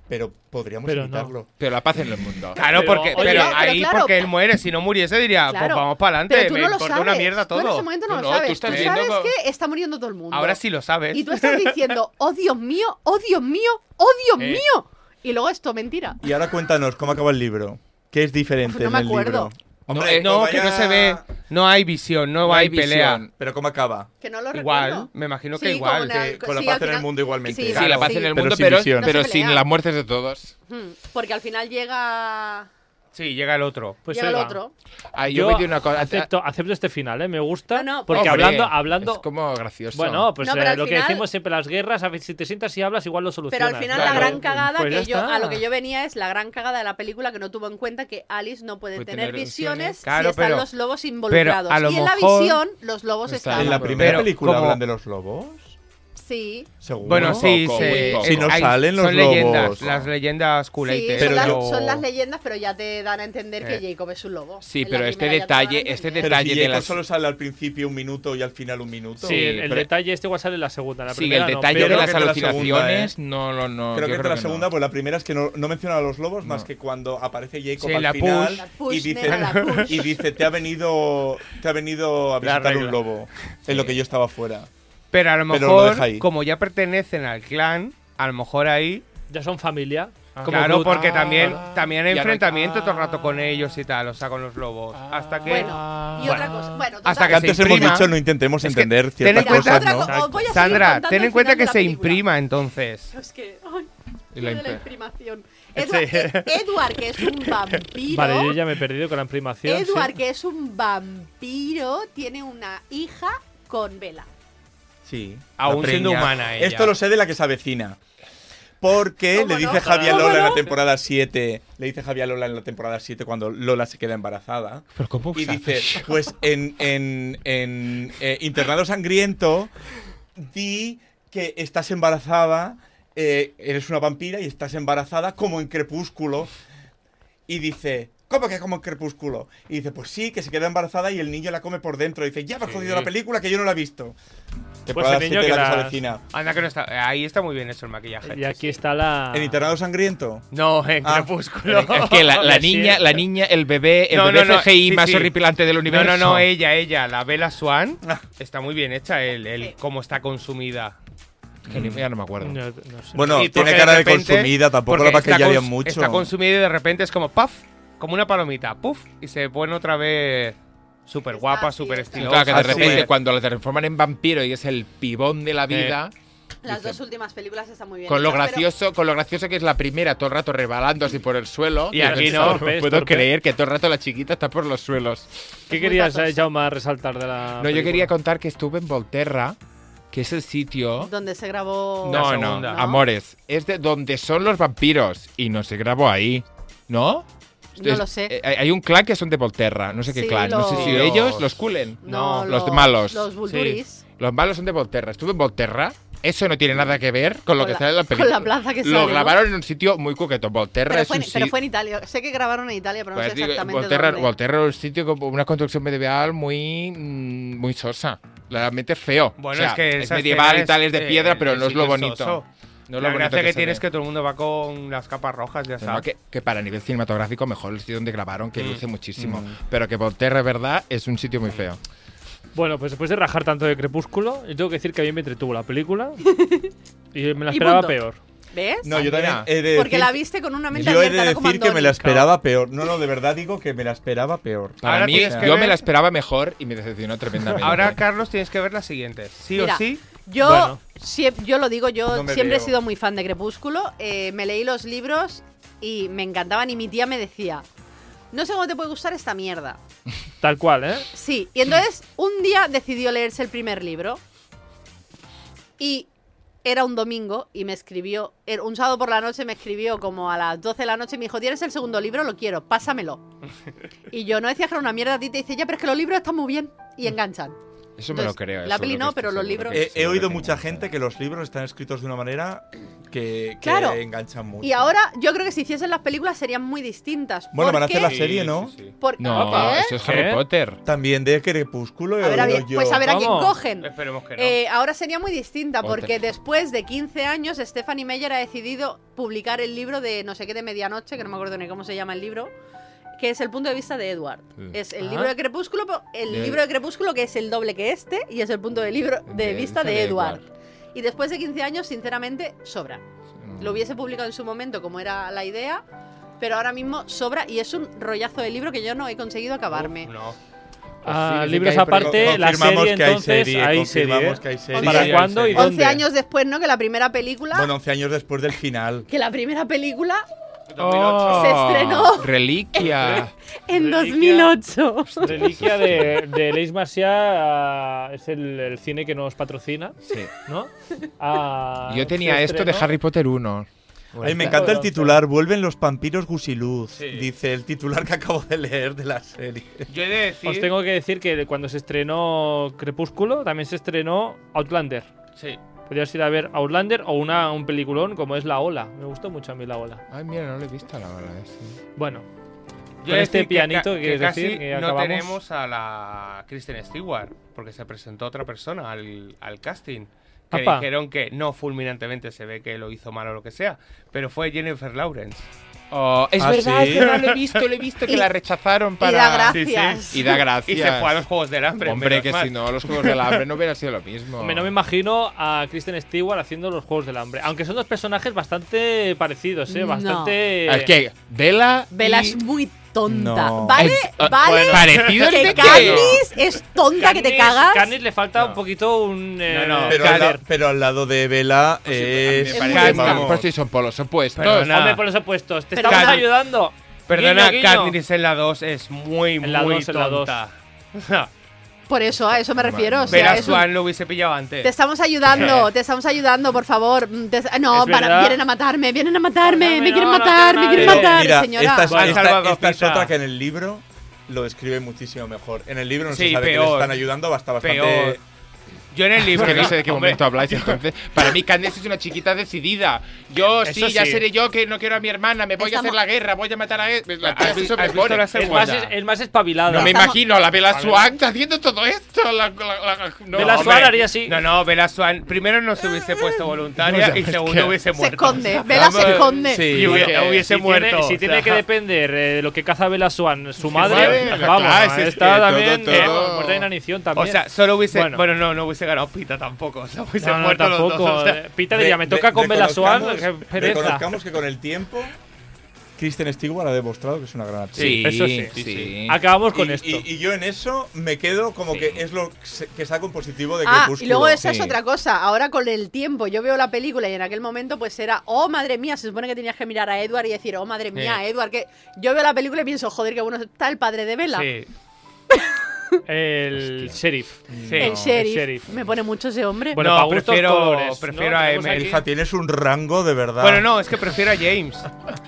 Speaker 5: pero podríamos
Speaker 3: Pero no.
Speaker 5: evitarlo.
Speaker 1: Pero la paz en el mundo.
Speaker 2: Claro,
Speaker 3: Pero,
Speaker 2: porque,
Speaker 3: oye,
Speaker 2: pero
Speaker 4: pero
Speaker 2: ahí
Speaker 4: claro,
Speaker 2: porque él muere. Si no muriese, diría,
Speaker 4: Claro,
Speaker 2: pues vamos para adelante.
Speaker 4: pero tú
Speaker 2: Me
Speaker 4: no lo
Speaker 2: importa
Speaker 4: sabes.
Speaker 2: una mierda
Speaker 4: Tú en ese
Speaker 2: todo.
Speaker 4: momento no,
Speaker 1: Tú
Speaker 4: lo
Speaker 1: no, tú
Speaker 4: sabes. Tú,
Speaker 1: estás viendo
Speaker 4: sabes
Speaker 1: co-
Speaker 4: que está muriendo todo el mundo.
Speaker 2: Ahora sí lo sabes.
Speaker 4: Y tú estás diciendo, oh Dios mío, oh Dios mío, oh Dios
Speaker 1: Eh.
Speaker 4: mío. Y luego esto, mentira.
Speaker 5: Y ahora cuéntanos cómo acaba el libro. ¿Qué es diferente
Speaker 4: Uf, no me
Speaker 5: en el
Speaker 4: acuerdo.
Speaker 5: libro?
Speaker 1: Hombre,
Speaker 2: No,
Speaker 5: vaya-
Speaker 2: que no se ve. No hay visión, no, hay, pelea.
Speaker 1: visión.
Speaker 5: Pero cómo acaba.
Speaker 4: Que no lo
Speaker 2: Igual,
Speaker 4: recuerdo.
Speaker 2: me imagino que
Speaker 4: Sí,
Speaker 2: igual.
Speaker 4: con una-
Speaker 5: Que con la
Speaker 4: sí,
Speaker 5: paz
Speaker 4: al
Speaker 5: en el
Speaker 4: final-
Speaker 5: mundo igualmente.
Speaker 4: Sí,
Speaker 1: Sí, la paz
Speaker 4: sí.
Speaker 1: en el
Speaker 5: Pero
Speaker 1: mundo,
Speaker 5: sin
Speaker 1: pero,
Speaker 5: visión.
Speaker 1: pero
Speaker 4: No se
Speaker 1: sin
Speaker 4: pelea.
Speaker 1: las muertes de todos.
Speaker 4: Mm, Porque al final llega,
Speaker 2: Sí, llega el otro.
Speaker 3: Pues
Speaker 4: llega el
Speaker 3: oiga,
Speaker 4: otro.
Speaker 1: Ah, yo,
Speaker 3: Yo
Speaker 1: voy a decir una cosa. Ah,
Speaker 3: acepto, acepto este final, ¿eh? Me gusta.
Speaker 4: No, no,
Speaker 3: porque
Speaker 1: Hombre,
Speaker 3: hablando, hablando.
Speaker 1: Es como gracioso.
Speaker 3: Bueno, pues
Speaker 4: No,
Speaker 3: eh,
Speaker 4: pero al
Speaker 3: lo que
Speaker 4: final-
Speaker 3: decimos siempre, las guerras, a ver si te sientas y hablas, igual lo
Speaker 4: Pero
Speaker 3: solucionas.
Speaker 4: al final
Speaker 1: claro.
Speaker 4: la gran cagada
Speaker 3: Pues ya
Speaker 4: que yo,
Speaker 3: está.
Speaker 4: a lo que yo venía es la gran cagada de la película que no tuvo en cuenta que Alice no puede,
Speaker 1: Puede
Speaker 4: tener,
Speaker 1: tener visiones.
Speaker 4: visiones
Speaker 2: Claro,
Speaker 4: si están
Speaker 2: pero-
Speaker 4: los lobos involucrados.
Speaker 2: a lo
Speaker 4: y en la
Speaker 2: mejor-
Speaker 4: visión los lobos
Speaker 1: Está
Speaker 4: estaban.
Speaker 5: ¿En la
Speaker 1: Pero-
Speaker 5: primera película
Speaker 2: ¿cómo?
Speaker 5: hablan de los lobos?
Speaker 4: Sí.
Speaker 5: Seguro.
Speaker 2: Bueno, sí,
Speaker 1: poco,
Speaker 2: se-
Speaker 1: muy poco.
Speaker 5: Si no
Speaker 2: hay-
Speaker 5: salen los
Speaker 2: son leyendas,
Speaker 5: lobos.
Speaker 2: las leyendas culeites.
Speaker 4: Sí,
Speaker 5: Pero
Speaker 4: son, las,
Speaker 5: yo-
Speaker 4: son las leyendas, pero ya te dan a entender que
Speaker 2: Eh.
Speaker 4: Jacob es un lobo.
Speaker 1: Sí,
Speaker 4: En la
Speaker 1: pero este
Speaker 4: primera ya te
Speaker 1: detalle-
Speaker 4: lo dan a
Speaker 1: este
Speaker 4: entender.
Speaker 5: Pero
Speaker 1: detalle
Speaker 5: si
Speaker 1: de
Speaker 5: Jacob
Speaker 1: las-
Speaker 5: solo sale al principio un minuto y al final un minuto.
Speaker 3: Sí, el, el
Speaker 5: Pero-
Speaker 3: detalle este igual sale en la segunda. en La
Speaker 1: Sí, el
Speaker 3: primera no,
Speaker 1: detalle
Speaker 5: yo
Speaker 1: de
Speaker 3: pero-
Speaker 5: creo
Speaker 1: las
Speaker 5: que de la
Speaker 1: alucinaciones, no, no, no.
Speaker 5: Creo
Speaker 1: yo
Speaker 5: que es de la
Speaker 1: no.
Speaker 5: segunda, pues la primera es que no, no menciona a los lobos más
Speaker 1: No.
Speaker 5: que cuando aparece Jacob
Speaker 2: Sí,
Speaker 5: al
Speaker 2: la push.
Speaker 5: final
Speaker 4: La push,
Speaker 5: y dice,
Speaker 4: nena, la push.
Speaker 5: y dice te ha venido te ha venido a
Speaker 2: La
Speaker 5: visitar
Speaker 2: regla. Ah,
Speaker 5: un lobo en lo que yo estaba fuera.
Speaker 2: Pero a lo
Speaker 5: Pero lo
Speaker 2: mejor,
Speaker 5: deja ahí.
Speaker 2: como ya pertenecen al clan, a lo mejor ahí.
Speaker 3: Ya son familia. Como
Speaker 2: claro,
Speaker 3: Groot.
Speaker 2: porque
Speaker 1: Ah,
Speaker 2: también, también hay
Speaker 1: ya no hay-
Speaker 2: enfrentamiento todo el rato con
Speaker 1: Ah.
Speaker 2: ellos y tal, o sea, con los lobos. hasta que.
Speaker 4: Bueno, y otra
Speaker 1: Bueno.
Speaker 4: cosa. Bueno,
Speaker 2: Hasta
Speaker 5: Que
Speaker 4: total.
Speaker 2: se
Speaker 5: antes hemos
Speaker 2: imprima.
Speaker 5: dicho no intentemos
Speaker 2: Es que
Speaker 5: entender
Speaker 2: ten en
Speaker 5: ciertas
Speaker 4: Mira,
Speaker 5: cosas,
Speaker 4: otra
Speaker 5: ¿no?
Speaker 4: co- os voy a seguir
Speaker 2: Sandra,
Speaker 4: contando
Speaker 2: ten
Speaker 4: el
Speaker 2: en cuenta
Speaker 4: final de
Speaker 2: que
Speaker 4: la
Speaker 2: se
Speaker 4: película.
Speaker 2: imprima entonces.
Speaker 4: Es que. Ay,
Speaker 1: Y
Speaker 4: lo
Speaker 1: la
Speaker 4: de la
Speaker 1: impe-
Speaker 4: imprimación.
Speaker 2: Sí.
Speaker 4: Edward, Ed- Edward, que es un vampiro.
Speaker 3: Vale, yo ya me he perdido con la imprimación.
Speaker 4: Edward,
Speaker 3: sí.
Speaker 4: que es un vampiro, tiene una hija con vela.
Speaker 5: Sí.
Speaker 2: Aún
Speaker 5: la
Speaker 2: siendo
Speaker 5: preña.
Speaker 2: humana ella.
Speaker 5: Esto lo sé de la que se avecina. Porque
Speaker 4: ¿Cómo
Speaker 5: le
Speaker 4: no?
Speaker 5: dice Javier
Speaker 4: ¿Cómo
Speaker 5: Lola en
Speaker 4: no?
Speaker 5: la temporada 7. Le dice Javier Lola en la temporada 7 cuando Lola se queda embarazada.
Speaker 1: Pero ¿cómo
Speaker 5: Y
Speaker 1: sabes?
Speaker 5: dice, pues en, en, en, eh, Internado Sangriento, di que estás embarazada, eh, eres una vampira y estás embarazada como en Crepúsculo. Y dice, ¿cómo que como en Crepúsculo? Y dice, pues sí, que se queda embarazada y el niño la come por dentro. Y dice, ya me has jodido la película que yo no la he visto.
Speaker 3: Pues
Speaker 5: Temporada
Speaker 3: el niño
Speaker 5: siete,
Speaker 3: que
Speaker 5: la que se
Speaker 3: las-
Speaker 5: avecina.
Speaker 2: Anda, que no está. Ahí está muy bien eso el maquillaje.
Speaker 3: Y aquí está la.
Speaker 1: Ah.
Speaker 3: Oh,
Speaker 5: ¿En Internado Sangriento?
Speaker 2: No, en
Speaker 5: Ah.
Speaker 2: Crepúsculo.
Speaker 1: Es que la, la
Speaker 3: Sí.
Speaker 1: niña, la niña, el bebé, el
Speaker 2: No,
Speaker 1: bebé
Speaker 2: no, no,
Speaker 1: CGI
Speaker 2: sí,
Speaker 1: más
Speaker 2: sí.
Speaker 1: horripilante del
Speaker 2: No,
Speaker 1: universo.
Speaker 2: no, no, ella, ella, la Bella Swan.
Speaker 5: Ah.
Speaker 2: Está muy bien hecha, el, el
Speaker 4: Sí.
Speaker 2: cómo está consumida.
Speaker 1: Que ni- ya no me acuerdo.
Speaker 3: No, no sé.
Speaker 5: Bueno,
Speaker 2: Sí,
Speaker 5: tiene
Speaker 2: porque
Speaker 5: cara de,
Speaker 2: repente-
Speaker 5: consumida, tampoco
Speaker 2: porque
Speaker 5: la
Speaker 2: está
Speaker 5: maquillarían
Speaker 2: cons-
Speaker 5: mucho.
Speaker 2: Está consumida y de repente es como puff, como una palomita, puff, y se pone otra vez Súper guapa,
Speaker 4: Está
Speaker 2: súper
Speaker 4: así, está.
Speaker 1: Y
Speaker 2: estilosa.
Speaker 1: claro, que de
Speaker 5: Así
Speaker 1: repente
Speaker 5: es.
Speaker 1: cuando la transforman en vampiro y es el pibón de la vida,
Speaker 4: Las
Speaker 1: Dice-
Speaker 4: dos últimas películas están muy bien.
Speaker 1: con lo
Speaker 4: hechas, pero-
Speaker 1: gracioso, con lo gracioso que es la primera, todo el rato rebalando así por el suelo.
Speaker 3: Y aquí
Speaker 1: dices,
Speaker 3: no,
Speaker 1: "No
Speaker 3: ves,
Speaker 1: puedo
Speaker 3: torpe".
Speaker 1: creer que todo el rato la chiquita está por los suelos.
Speaker 3: ¿Qué
Speaker 4: Muy
Speaker 3: querías,
Speaker 4: patosa.
Speaker 3: eh, Jaume, resaltar de la.?
Speaker 1: No, yo quería
Speaker 3: película?
Speaker 1: contar que estuve en Volterra, que es el sitio.
Speaker 4: Donde se grabó.
Speaker 2: La
Speaker 1: No, no,
Speaker 2: segunda. ¿No?
Speaker 1: amores, es de donde son los vampiros y no se grabó ahí, ¿no?
Speaker 4: No
Speaker 1: Es-
Speaker 4: lo sé.
Speaker 1: eh, Hay hay un clan que son de Volterra, no sé qué
Speaker 4: Sí,
Speaker 1: clan, no sé si
Speaker 4: los-
Speaker 1: ellos los culen.
Speaker 4: No,
Speaker 1: los, malos.
Speaker 4: Los Vulturis.
Speaker 1: Los malos son de Volterra. Estuve en Volterra. Eso no tiene nada que ver con lo
Speaker 4: Con
Speaker 1: que
Speaker 4: la-
Speaker 1: sale en la
Speaker 4: con
Speaker 1: película.
Speaker 4: la plaza que
Speaker 1: Lo
Speaker 4: sale, ¿no?
Speaker 1: grabaron en un sitio muy coqueto. Volterra
Speaker 4: Pero
Speaker 1: es
Speaker 4: fue,
Speaker 1: un
Speaker 4: en, pero
Speaker 1: sitio-
Speaker 4: fue en Italia. Sé que grabaron en Italia, pero no
Speaker 1: Pues
Speaker 4: sé
Speaker 1: digo,
Speaker 4: exactamente
Speaker 1: Volterra,
Speaker 4: dónde.
Speaker 1: Volterra es un sitio con una construcción medieval muy, mm, muy sosa. Realmente feo.
Speaker 2: Bueno,
Speaker 1: O sea,
Speaker 2: es que
Speaker 1: es
Speaker 2: esa
Speaker 1: medieval
Speaker 2: escena
Speaker 1: y tal, es de
Speaker 2: eh,
Speaker 1: piedra, pero
Speaker 2: el
Speaker 1: no es lo
Speaker 2: sitio
Speaker 1: bonito.
Speaker 2: soso.
Speaker 1: No es
Speaker 2: la
Speaker 1: lo bonito
Speaker 2: gracia que,
Speaker 1: se
Speaker 2: tiene
Speaker 1: ve.
Speaker 2: es que todo el mundo va con las capas rojas, ya
Speaker 1: No, no,
Speaker 2: sabes.
Speaker 1: que, que para nivel cinematográfico mejor el sitio donde grabaron, que
Speaker 2: Mm.
Speaker 1: luce muchísimo. Pero que Volterra, es verdad, es un sitio muy feo.
Speaker 3: Bueno, pues después de rajar tanto de Crepúsculo, yo tengo que decir que a mí me entretuvo la película. y me la
Speaker 4: Y
Speaker 3: esperaba
Speaker 4: punto.
Speaker 3: peor.
Speaker 4: ¿Ves?
Speaker 5: No, yo también.
Speaker 1: mira.
Speaker 5: he de
Speaker 4: Porque la
Speaker 5: decir-
Speaker 4: viste con una mente
Speaker 5: Yo he
Speaker 4: abierta,
Speaker 5: de
Speaker 4: no como
Speaker 5: decir que me
Speaker 4: Andoni.
Speaker 5: la esperaba peor. No, no, de verdad digo que me la esperaba peor.
Speaker 1: Para
Speaker 2: Ahora
Speaker 1: mí,
Speaker 2: tienes que
Speaker 1: yo me
Speaker 2: ver-
Speaker 1: la esperaba mejor y me decepcionó tremendamente.
Speaker 2: Ahora, Carlos, tienes que ver las siguientes. Sí
Speaker 4: Mira,
Speaker 2: o sí.
Speaker 4: Yo,
Speaker 3: Bueno.
Speaker 4: siep- yo lo digo, yo
Speaker 2: No me
Speaker 4: siempre he
Speaker 2: veo.
Speaker 4: sido muy fan de Crepúsculo. eh, me leí los libros y me encantaban. Y mi tía me decía: No sé cómo te puede gustar esta mierda.
Speaker 3: Tal cual,
Speaker 1: Pues
Speaker 3: ¿eh?
Speaker 4: Sí, y entonces un día decidió leerse el primer libro. Y era un domingo y me escribió, era un sábado por la noche me escribió como a las 12 de la noche y me dijo, ¿tienes el segundo libro? Lo quiero, pásamelo. Y yo no decía que era una mierda a ti, te dice, ya, pero es que los libros están muy bien
Speaker 5: Mm.
Speaker 4: y enganchan.
Speaker 1: Eso me lo
Speaker 4: Entonces,
Speaker 1: creo. eh,
Speaker 4: la peli
Speaker 1: seguro
Speaker 4: no,
Speaker 1: que
Speaker 4: pero
Speaker 1: estoy
Speaker 4: los
Speaker 1: seguro
Speaker 4: libros-
Speaker 1: que-
Speaker 5: He, he
Speaker 1: seguro
Speaker 5: oído
Speaker 1: que
Speaker 5: mucha
Speaker 1: no.
Speaker 5: gente que los libros están escritos de una manera que, que
Speaker 4: Claro.
Speaker 5: enganchan mucho.
Speaker 4: Y ahora yo creo que si hiciesen las películas serían muy distintas.
Speaker 5: Bueno, van a hacer
Speaker 4: porque-
Speaker 5: la serie, ¿no?
Speaker 4: por-
Speaker 1: No,
Speaker 4: ¿Eh?
Speaker 1: eso es
Speaker 3: ¿Qué?
Speaker 1: Harry Potter.
Speaker 5: También de Crepúsculo. he
Speaker 4: A ver, a
Speaker 5: oído
Speaker 4: ver,
Speaker 5: yo.
Speaker 4: pues a ver a quién
Speaker 3: Vamos.
Speaker 4: cogen.
Speaker 2: Esperemos que no.
Speaker 4: Eh, ahora sería muy distinta,
Speaker 1: Otra.
Speaker 4: porque después de 15 años, Stephanie Meyer ha decidido publicar el libro de no sé qué de medianoche, que no me acuerdo ni cómo se llama el libro, que es el punto de vista de Edward.
Speaker 1: Sí.
Speaker 4: Es el
Speaker 3: Ah.
Speaker 4: libro de Crepúsculo, pero el
Speaker 1: De-
Speaker 4: libro de Crepúsculo que es el doble que este, y es el punto de, libro, de
Speaker 1: De vista
Speaker 4: vista de,
Speaker 1: de
Speaker 4: Edward. Y después de 15 años, sinceramente, sobra. Lo hubiese publicado en su momento como era la idea, pero ahora mismo sobra y es un rollazo de libro que yo no he conseguido acabarme.
Speaker 2: Uf, no.
Speaker 3: Ah,
Speaker 1: sí que
Speaker 3: libros
Speaker 1: hay, pero
Speaker 3: aparte, la
Speaker 5: confirmamos
Speaker 3: serie
Speaker 5: que hay
Speaker 3: entonces,
Speaker 5: serie,
Speaker 3: hay serie.
Speaker 5: confirmamos que hay serie.
Speaker 3: ¿Para
Speaker 5: Sí, hay
Speaker 3: cuándo y
Speaker 5: serie.
Speaker 3: dónde?
Speaker 4: 11 años después, ¿no? Que la primera película...
Speaker 5: Bueno, 11 años después del final.
Speaker 4: Que la primera película
Speaker 1: Oh,
Speaker 4: Se estrenó.
Speaker 1: Reliquia.
Speaker 4: en
Speaker 3: Reliquia.
Speaker 4: 2008.
Speaker 3: Reliquia de, de Leis Macià ah, es el, el cine que nos patrocina,
Speaker 1: Sí.
Speaker 3: ¿no? Ah,
Speaker 1: Yo tenía
Speaker 3: se
Speaker 1: esto de
Speaker 3: estrenó.
Speaker 1: Harry Potter 1.
Speaker 5: Ay, me encanta el titular. Vuelven los vampiros gusiluz.
Speaker 2: Sí.
Speaker 5: Dice el titular que acabo de leer de la serie.
Speaker 2: Yo he de decir.
Speaker 3: Os tengo que decir que cuando se estrenó Crepúsculo, también se estrenó Outlander.
Speaker 2: Sí.
Speaker 3: Podrías ir a ver Outlander o una, un peliculón como es La Ola. Me gustó mucho a mí La Ola.
Speaker 1: Ay, mira, no lo he visto la verdad. sí.
Speaker 3: Bueno,
Speaker 2: Yo
Speaker 3: Con
Speaker 2: he de
Speaker 3: este
Speaker 2: decir que
Speaker 3: pianito
Speaker 2: ca-
Speaker 3: que quieres
Speaker 2: casi
Speaker 3: decir, que
Speaker 2: no
Speaker 3: acabamos.
Speaker 2: tenemos a la Kristen Stewart, porque se presentó otra persona al, al casting. Que
Speaker 3: Apa.
Speaker 2: dijeron que no fulminantemente se ve que lo hizo mal o lo que sea, pero fue Jennifer Lawrence.
Speaker 1: Oh, es
Speaker 5: ¿Ah,
Speaker 1: verdad,
Speaker 5: sí?
Speaker 1: es verdad, lo he visto, lo he visto, que
Speaker 4: Y-
Speaker 1: la rechazaron para.
Speaker 4: Y da gracias.
Speaker 1: Y da gracias.
Speaker 2: Y se fue a los Juegos del Hambre.
Speaker 1: Hombre,
Speaker 2: menos
Speaker 1: que
Speaker 2: mal.
Speaker 1: si no, los juegos del hambre no hubiera sido lo mismo.
Speaker 3: hombre, no me imagino a Kristen Stewart haciendo los Juegos del Hambre. Aunque son dos personajes bastante parecidos, ¿eh?
Speaker 4: No.
Speaker 3: Bastante...
Speaker 1: Es que Vela. y-
Speaker 4: Vela es muy tonta.
Speaker 5: No.
Speaker 4: Vale,
Speaker 1: Es- ah,
Speaker 4: vale.
Speaker 1: Parecidos
Speaker 4: que
Speaker 1: de qué?
Speaker 4: Candice es tonta que te
Speaker 3: Candice-
Speaker 4: cagas.
Speaker 3: Candice le falta
Speaker 2: No.
Speaker 3: un poquito un... eh,
Speaker 2: No, no,
Speaker 5: Pero,
Speaker 2: Claro.
Speaker 5: al, la-
Speaker 3: carácter.
Speaker 5: pero al lado de Vela
Speaker 3: Pues
Speaker 5: es.
Speaker 4: me
Speaker 1: Candy,
Speaker 4: parece
Speaker 5: vamos.
Speaker 1: por si son pues polos opuestos.
Speaker 2: Perdona.
Speaker 3: Hombre, por los opuestos. Te
Speaker 4: Pero
Speaker 3: estamos
Speaker 4: Can-
Speaker 3: ayudando.
Speaker 2: Perdona,
Speaker 3: Guiño, guiño.
Speaker 2: Katniss en la 2 es muy,
Speaker 3: En la
Speaker 2: muy
Speaker 3: 2, en la 2.
Speaker 2: tonta.
Speaker 4: Por eso, a eso me refiero. O sea,
Speaker 2: Vera
Speaker 4: es un-
Speaker 2: Swan lo hubiese pillado antes.
Speaker 4: Te estamos ayudando, te estamos ayudando, por favor. Mm, te- ah, No,
Speaker 3: Es
Speaker 4: para-
Speaker 3: verdad.
Speaker 4: vienen a matarme, vienen a matarme,
Speaker 3: Matarme,
Speaker 4: me quieren
Speaker 3: no, no tengo
Speaker 4: matar, me
Speaker 3: nada
Speaker 4: quieren
Speaker 3: de-
Speaker 4: matar,
Speaker 5: mira,
Speaker 4: señora.
Speaker 5: Esta, es,
Speaker 2: Bueno,
Speaker 5: esta-
Speaker 2: salvado,
Speaker 5: esta es
Speaker 2: Pita.
Speaker 5: otra que en el libro lo describe muchísimo mejor. En el libro no se
Speaker 2: Sí,
Speaker 5: sabe que le
Speaker 2: peor.
Speaker 5: están ayudando, basta bastante.
Speaker 2: Peor. Yo en el
Speaker 1: Es
Speaker 2: libro.
Speaker 1: que no sé de qué
Speaker 2: Hombre,
Speaker 1: momento habláis, entonces. Para mí, Candice es una chiquita decidida. Yo sí,
Speaker 2: Eso
Speaker 1: ya
Speaker 2: sí.
Speaker 1: seré yo que no quiero a mi hermana, me voy a
Speaker 4: Estamos-
Speaker 1: hacer la guerra, voy a matar a. La,
Speaker 2: ¿Has
Speaker 1: eso
Speaker 2: visto-
Speaker 1: me
Speaker 2: has visto
Speaker 1: pone.
Speaker 2: la
Speaker 3: Es
Speaker 2: segunda?
Speaker 3: más, es, es más espabilada.
Speaker 1: No me
Speaker 4: Estamos-
Speaker 1: imagino a la Bella Swan haciendo todo esto. La, la- la- no,
Speaker 3: Bella
Speaker 1: hombre.
Speaker 3: Swan haría así.
Speaker 2: No, no, Bella Swan. Primero no se hubiese puesto voluntaria y segundo
Speaker 1: que-
Speaker 2: hubiese
Speaker 4: Se
Speaker 2: muerto.
Speaker 4: esconde, Vela se
Speaker 2: Vamos,
Speaker 4: esconde.
Speaker 5: Sí.
Speaker 2: Y hubiera-
Speaker 1: Porque
Speaker 2: hubiese
Speaker 3: si
Speaker 2: muerto.
Speaker 3: Tiene, si
Speaker 2: o
Speaker 3: tiene
Speaker 2: sea,
Speaker 3: que depender eh, de lo que caza Bella Swan, su
Speaker 1: madre,
Speaker 3: madre, pues
Speaker 1: pero
Speaker 3: vamos,
Speaker 1: claro, si es
Speaker 3: está
Speaker 1: que todo,
Speaker 3: también
Speaker 1: todo.
Speaker 3: eh, muerta de inanición
Speaker 2: O
Speaker 3: también.
Speaker 2: sea, solo hubiese.
Speaker 3: Bueno.
Speaker 2: Bueno, no, no hubiese ganado Pita tampoco. O sea, hubiese
Speaker 3: no, no,
Speaker 2: muerto los
Speaker 3: tampoco.
Speaker 2: dos. o sea,
Speaker 3: eh, Pita diría, me toca con Bella Swan,
Speaker 5: reconozcamos-
Speaker 3: qué pereza.
Speaker 5: Reconozcamos que con el tiempo Kristen Stewart ha demostrado que es una gran actriz.
Speaker 3: Sí, eso sí,
Speaker 1: sí.
Speaker 3: Acabamos con
Speaker 5: y,
Speaker 3: esto.
Speaker 5: y- y yo en eso me quedo como
Speaker 1: Sí.
Speaker 5: que es lo que se- que saco en positivo de
Speaker 4: Ah, y
Speaker 5: Crepúsculo.
Speaker 4: luego esa
Speaker 1: sí.
Speaker 4: es otra cosa. Ahora con el tiempo, yo veo la película y en aquel momento pues era, oh madre mía, se supone que tenías que mirar a Edward y decir, oh madre mía,
Speaker 2: Sí.
Speaker 4: Edward, que yo veo la película y pienso, joder, que bueno está el padre de Bella.
Speaker 2: Sí.
Speaker 3: el sheriff.
Speaker 2: Sí.
Speaker 4: El,
Speaker 2: No,
Speaker 4: sheriff.
Speaker 3: el sheriff.
Speaker 4: Me pone mucho ese hombre.
Speaker 3: Bueno,
Speaker 2: No,
Speaker 3: pa' gustos
Speaker 2: prefiero-
Speaker 3: colores,
Speaker 2: prefiero
Speaker 3: ¿no?
Speaker 2: a
Speaker 3: Tenemos
Speaker 2: Emily.
Speaker 3: aquí-
Speaker 5: Hija, tienes un rango de verdad.
Speaker 2: Bueno, no, es que prefiero a James.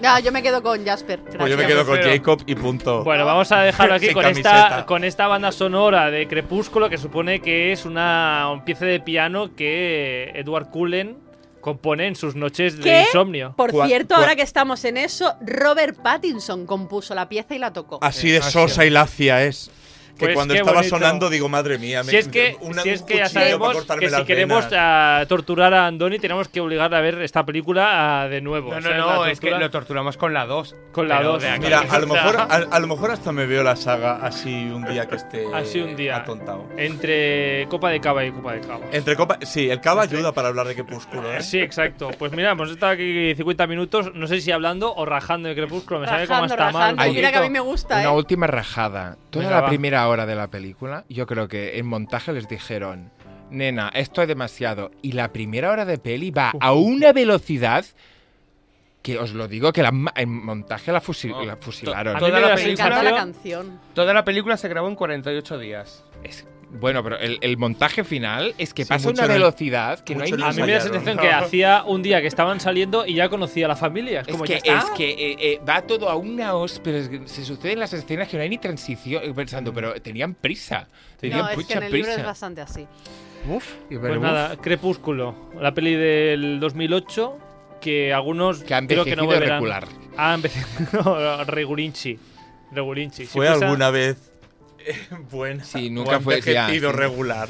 Speaker 4: No, Ah, yo me quedo con Jasper.
Speaker 5: Pues yo me
Speaker 4: gracias.
Speaker 5: quedo con
Speaker 2: Pero-
Speaker 5: Jacob y punto.
Speaker 3: Bueno, vamos a dejarlo aquí
Speaker 5: Sin
Speaker 3: con esta,
Speaker 5: camiseta.
Speaker 3: con esta banda sonora de Crepúsculo que supone que es una un pieza de piano que Edward Cullen compone en sus noches de
Speaker 4: ¿Qué?
Speaker 3: insomnio.
Speaker 4: Por
Speaker 5: Cua-
Speaker 4: cierto,
Speaker 5: cua-
Speaker 4: ahora que estamos en eso, Robert Pattinson compuso la pieza y la tocó.
Speaker 5: Así de sosa y lacia es. Que
Speaker 3: Eh, Pues
Speaker 5: cuando
Speaker 3: qué
Speaker 5: estaba
Speaker 3: bonito.
Speaker 5: sonando digo, madre mía, me
Speaker 3: Si es que,
Speaker 5: una-
Speaker 3: si
Speaker 5: un
Speaker 3: es que ya
Speaker 5: cuchillo para
Speaker 3: sabemos
Speaker 5: cortarme
Speaker 3: que si
Speaker 5: las
Speaker 3: queremos
Speaker 5: venas.
Speaker 3: ah, torturar a Andoni tenemos que obligarle a ver esta película ah, de nuevo.
Speaker 2: No,
Speaker 3: O sea,
Speaker 2: no,
Speaker 3: es
Speaker 2: no,
Speaker 3: la
Speaker 2: es que
Speaker 3: tortura.
Speaker 2: lo torturamos con la 2.
Speaker 3: Con la dos.
Speaker 5: Mira, a lo,
Speaker 3: O sea-
Speaker 5: mejor, a, a lo mejor hasta me veo la saga así un día que esté
Speaker 3: Así un día.
Speaker 5: atontado.
Speaker 3: Entre copa de cava y copa de cava.
Speaker 5: Entre copa, sí, el cava ayuda para hablar de Crepúsculo, ¿eh?
Speaker 3: Sí, exacto. Pues mira, hemos estado aquí 50 minutos, no sé si hablando o rajando de Crepúsculo, me sabe cómo
Speaker 4: Rajando,
Speaker 3: está mal.
Speaker 4: rajando.
Speaker 3: un
Speaker 4: Mira que a mí me
Speaker 3: poquito.
Speaker 4: gusta,
Speaker 1: Una
Speaker 4: ¿eh?
Speaker 1: última rajada. Toda
Speaker 3: Venga,
Speaker 1: la
Speaker 3: va.
Speaker 1: primera hora de la película, yo creo que en montaje les dijeron, nena, esto es demasiado. Y la primera hora de peli va a una velocidad que os lo digo que la ma- en montaje la, fusi-
Speaker 2: No,
Speaker 1: la
Speaker 2: to-
Speaker 1: fusilaron.
Speaker 3: mí
Speaker 2: a Toda
Speaker 3: me
Speaker 2: la
Speaker 3: da
Speaker 4: Me
Speaker 2: película-
Speaker 4: encanta la
Speaker 3: sensación-
Speaker 4: canción.
Speaker 2: Toda la película se grabó en 48 días.
Speaker 1: Es- bueno, pero el, el montaje final es que
Speaker 5: Sí,
Speaker 1: pasa a
Speaker 5: mucho
Speaker 1: una
Speaker 5: en el-
Speaker 1: velocidad que no hay
Speaker 5: mucho en
Speaker 1: ni
Speaker 5: el
Speaker 3: A mí me da la
Speaker 5: Fallaron.
Speaker 3: sensación que hacía un día que estaban saliendo y ya conocía a la familia. Es,
Speaker 1: Es
Speaker 3: como,
Speaker 1: que,
Speaker 3: ya está.
Speaker 1: es que eh, eh, va todo a una os, pero es que se suceden las escenas que no hay ni transición. eh,
Speaker 5: Mm.
Speaker 1: Pensando, pero tenían prisa. Tenían
Speaker 4: No, es que
Speaker 1: mucha
Speaker 4: en el libro es
Speaker 1: prisa.
Speaker 4: bastante así.
Speaker 1: Uf, y pero
Speaker 3: Pues
Speaker 1: uf.
Speaker 3: nada, Crepúsculo, la peli del 2008 que algunos
Speaker 1: Que han
Speaker 3: creo que
Speaker 1: envejecido
Speaker 3: no volverán.
Speaker 1: regular.
Speaker 3: Ah, empecé. No, Regulinchi. Regulinchi. Si
Speaker 5: ¿Fue
Speaker 3: fuese
Speaker 5: alguna vez eh, buena?
Speaker 1: Sí,
Speaker 5: o
Speaker 1: nunca fue- ya,
Speaker 5: envejecido
Speaker 1: sí.
Speaker 5: regular.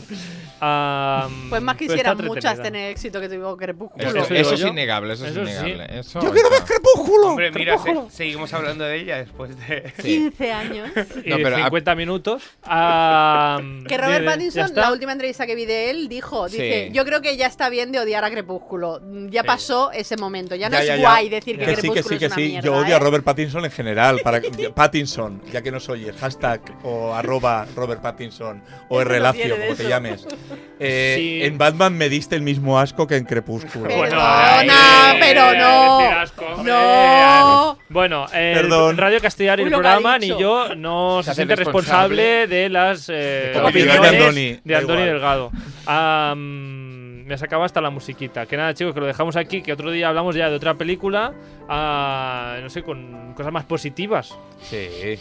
Speaker 3: a- mm,
Speaker 4: Pues más
Speaker 3: pero está
Speaker 4: quisieran muchas
Speaker 3: entretenida.
Speaker 4: tener éxito que tuvo Crepúsculo.
Speaker 1: Eso,
Speaker 3: Eso
Speaker 1: eso
Speaker 3: digo
Speaker 1: es
Speaker 3: yo.
Speaker 1: innegable, eso,
Speaker 3: Eso
Speaker 1: es
Speaker 3: sí.
Speaker 1: innegable. Eso,
Speaker 5: ¡Yo quiero ver Crepúsculo!
Speaker 2: Hombre, mira, se- seguimos hablando de ella después de.
Speaker 1: Sí.
Speaker 4: 15 años.
Speaker 3: Y
Speaker 1: No,
Speaker 3: de
Speaker 1: pero a-
Speaker 3: 50 Eh, minutos. a-
Speaker 4: Que
Speaker 3: de-
Speaker 4: Robert
Speaker 3: de- ya
Speaker 4: Pattinson,
Speaker 3: está.
Speaker 4: la última entrevista que vi de él, dijo,
Speaker 1: Sí.
Speaker 4: dice, yo creo que ya está bien de odiar a Crepúsculo. Mm, Ya pasó ese momento. Ya no
Speaker 5: Ya,
Speaker 4: es
Speaker 5: ya, ya.
Speaker 4: guay decir que,
Speaker 5: Que sí,
Speaker 4: Crepúsculo
Speaker 5: que sí,
Speaker 4: es
Speaker 5: que
Speaker 4: una
Speaker 5: sí.
Speaker 4: mierda.
Speaker 5: Yo odio a
Speaker 4: ¿eh?
Speaker 5: Robert Pattinson en general. Para, Pattinson, ya que nos oyes. Hashtag o arroba Robert Pattinson o
Speaker 4: Eso no
Speaker 5: Rlacio,
Speaker 4: tiene de
Speaker 5: como te
Speaker 4: eso.
Speaker 5: llames. Eh,
Speaker 3: Sí.
Speaker 5: En Batman me diste el mismo asco que en Crepúsculo.
Speaker 4: Pero-
Speaker 3: ay,
Speaker 4: Perdona,
Speaker 3: eh,
Speaker 4: pero no.
Speaker 3: decir asco, hombre.
Speaker 4: No.
Speaker 3: Bueno, el
Speaker 5: Perdón.
Speaker 3: Radio Castellar y el
Speaker 4: Uy, lo que ha
Speaker 3: programa ni
Speaker 4: dicho.
Speaker 3: yo no se,
Speaker 1: Se hace
Speaker 3: siente responsable de las eh,
Speaker 5: De
Speaker 3: opiniones
Speaker 5: opiniones
Speaker 3: de
Speaker 5: de
Speaker 3: Andoni,
Speaker 5: Andoni, da igual.
Speaker 3: Delgado. Ah, mm, me sacaba hasta la musiquita. Que nada, chicos, que lo dejamos aquí, que otro día hablamos ya de otra película, ah, no sé, con cosas más positivas.
Speaker 5: Sí.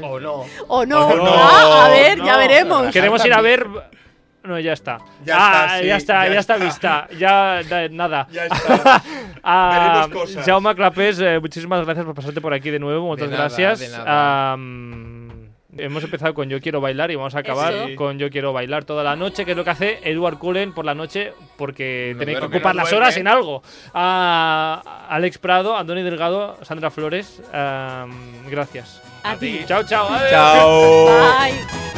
Speaker 2: O no.
Speaker 4: O no,
Speaker 5: O no.
Speaker 4: Ah, a ver,
Speaker 3: No.
Speaker 4: ya veremos.
Speaker 3: Queremos ir a ver. No, ya está.
Speaker 5: Ya
Speaker 3: ah,
Speaker 5: está, sí,
Speaker 3: ya está,
Speaker 5: ya
Speaker 3: ya está
Speaker 5: está.
Speaker 3: vista. Ya, da- nada.
Speaker 5: Ya está.
Speaker 3: Ah,
Speaker 5: Veremos cosas.
Speaker 3: Jaume Clapés, eh, muchísimas gracias por pasarte por aquí de nuevo. Muchas
Speaker 1: nada,
Speaker 3: gracias.
Speaker 1: de nada.
Speaker 3: Ah, mm, hemos empezado con Yo quiero bailar y vamos a acabar
Speaker 4: Eso.
Speaker 3: con Yo quiero bailar toda la noche, que es lo que hace Edward Cullen por la noche, porque
Speaker 1: No
Speaker 3: tenéis que
Speaker 1: duerme,
Speaker 3: ocupar
Speaker 1: no
Speaker 3: las
Speaker 1: duerme.
Speaker 3: horas en algo. Ah, Alex Prado, Andoni Delgado, Sandra Flores, ah, gracias.
Speaker 4: A ti.
Speaker 3: Chao, chao. adiós.
Speaker 5: Chao.
Speaker 4: Bye.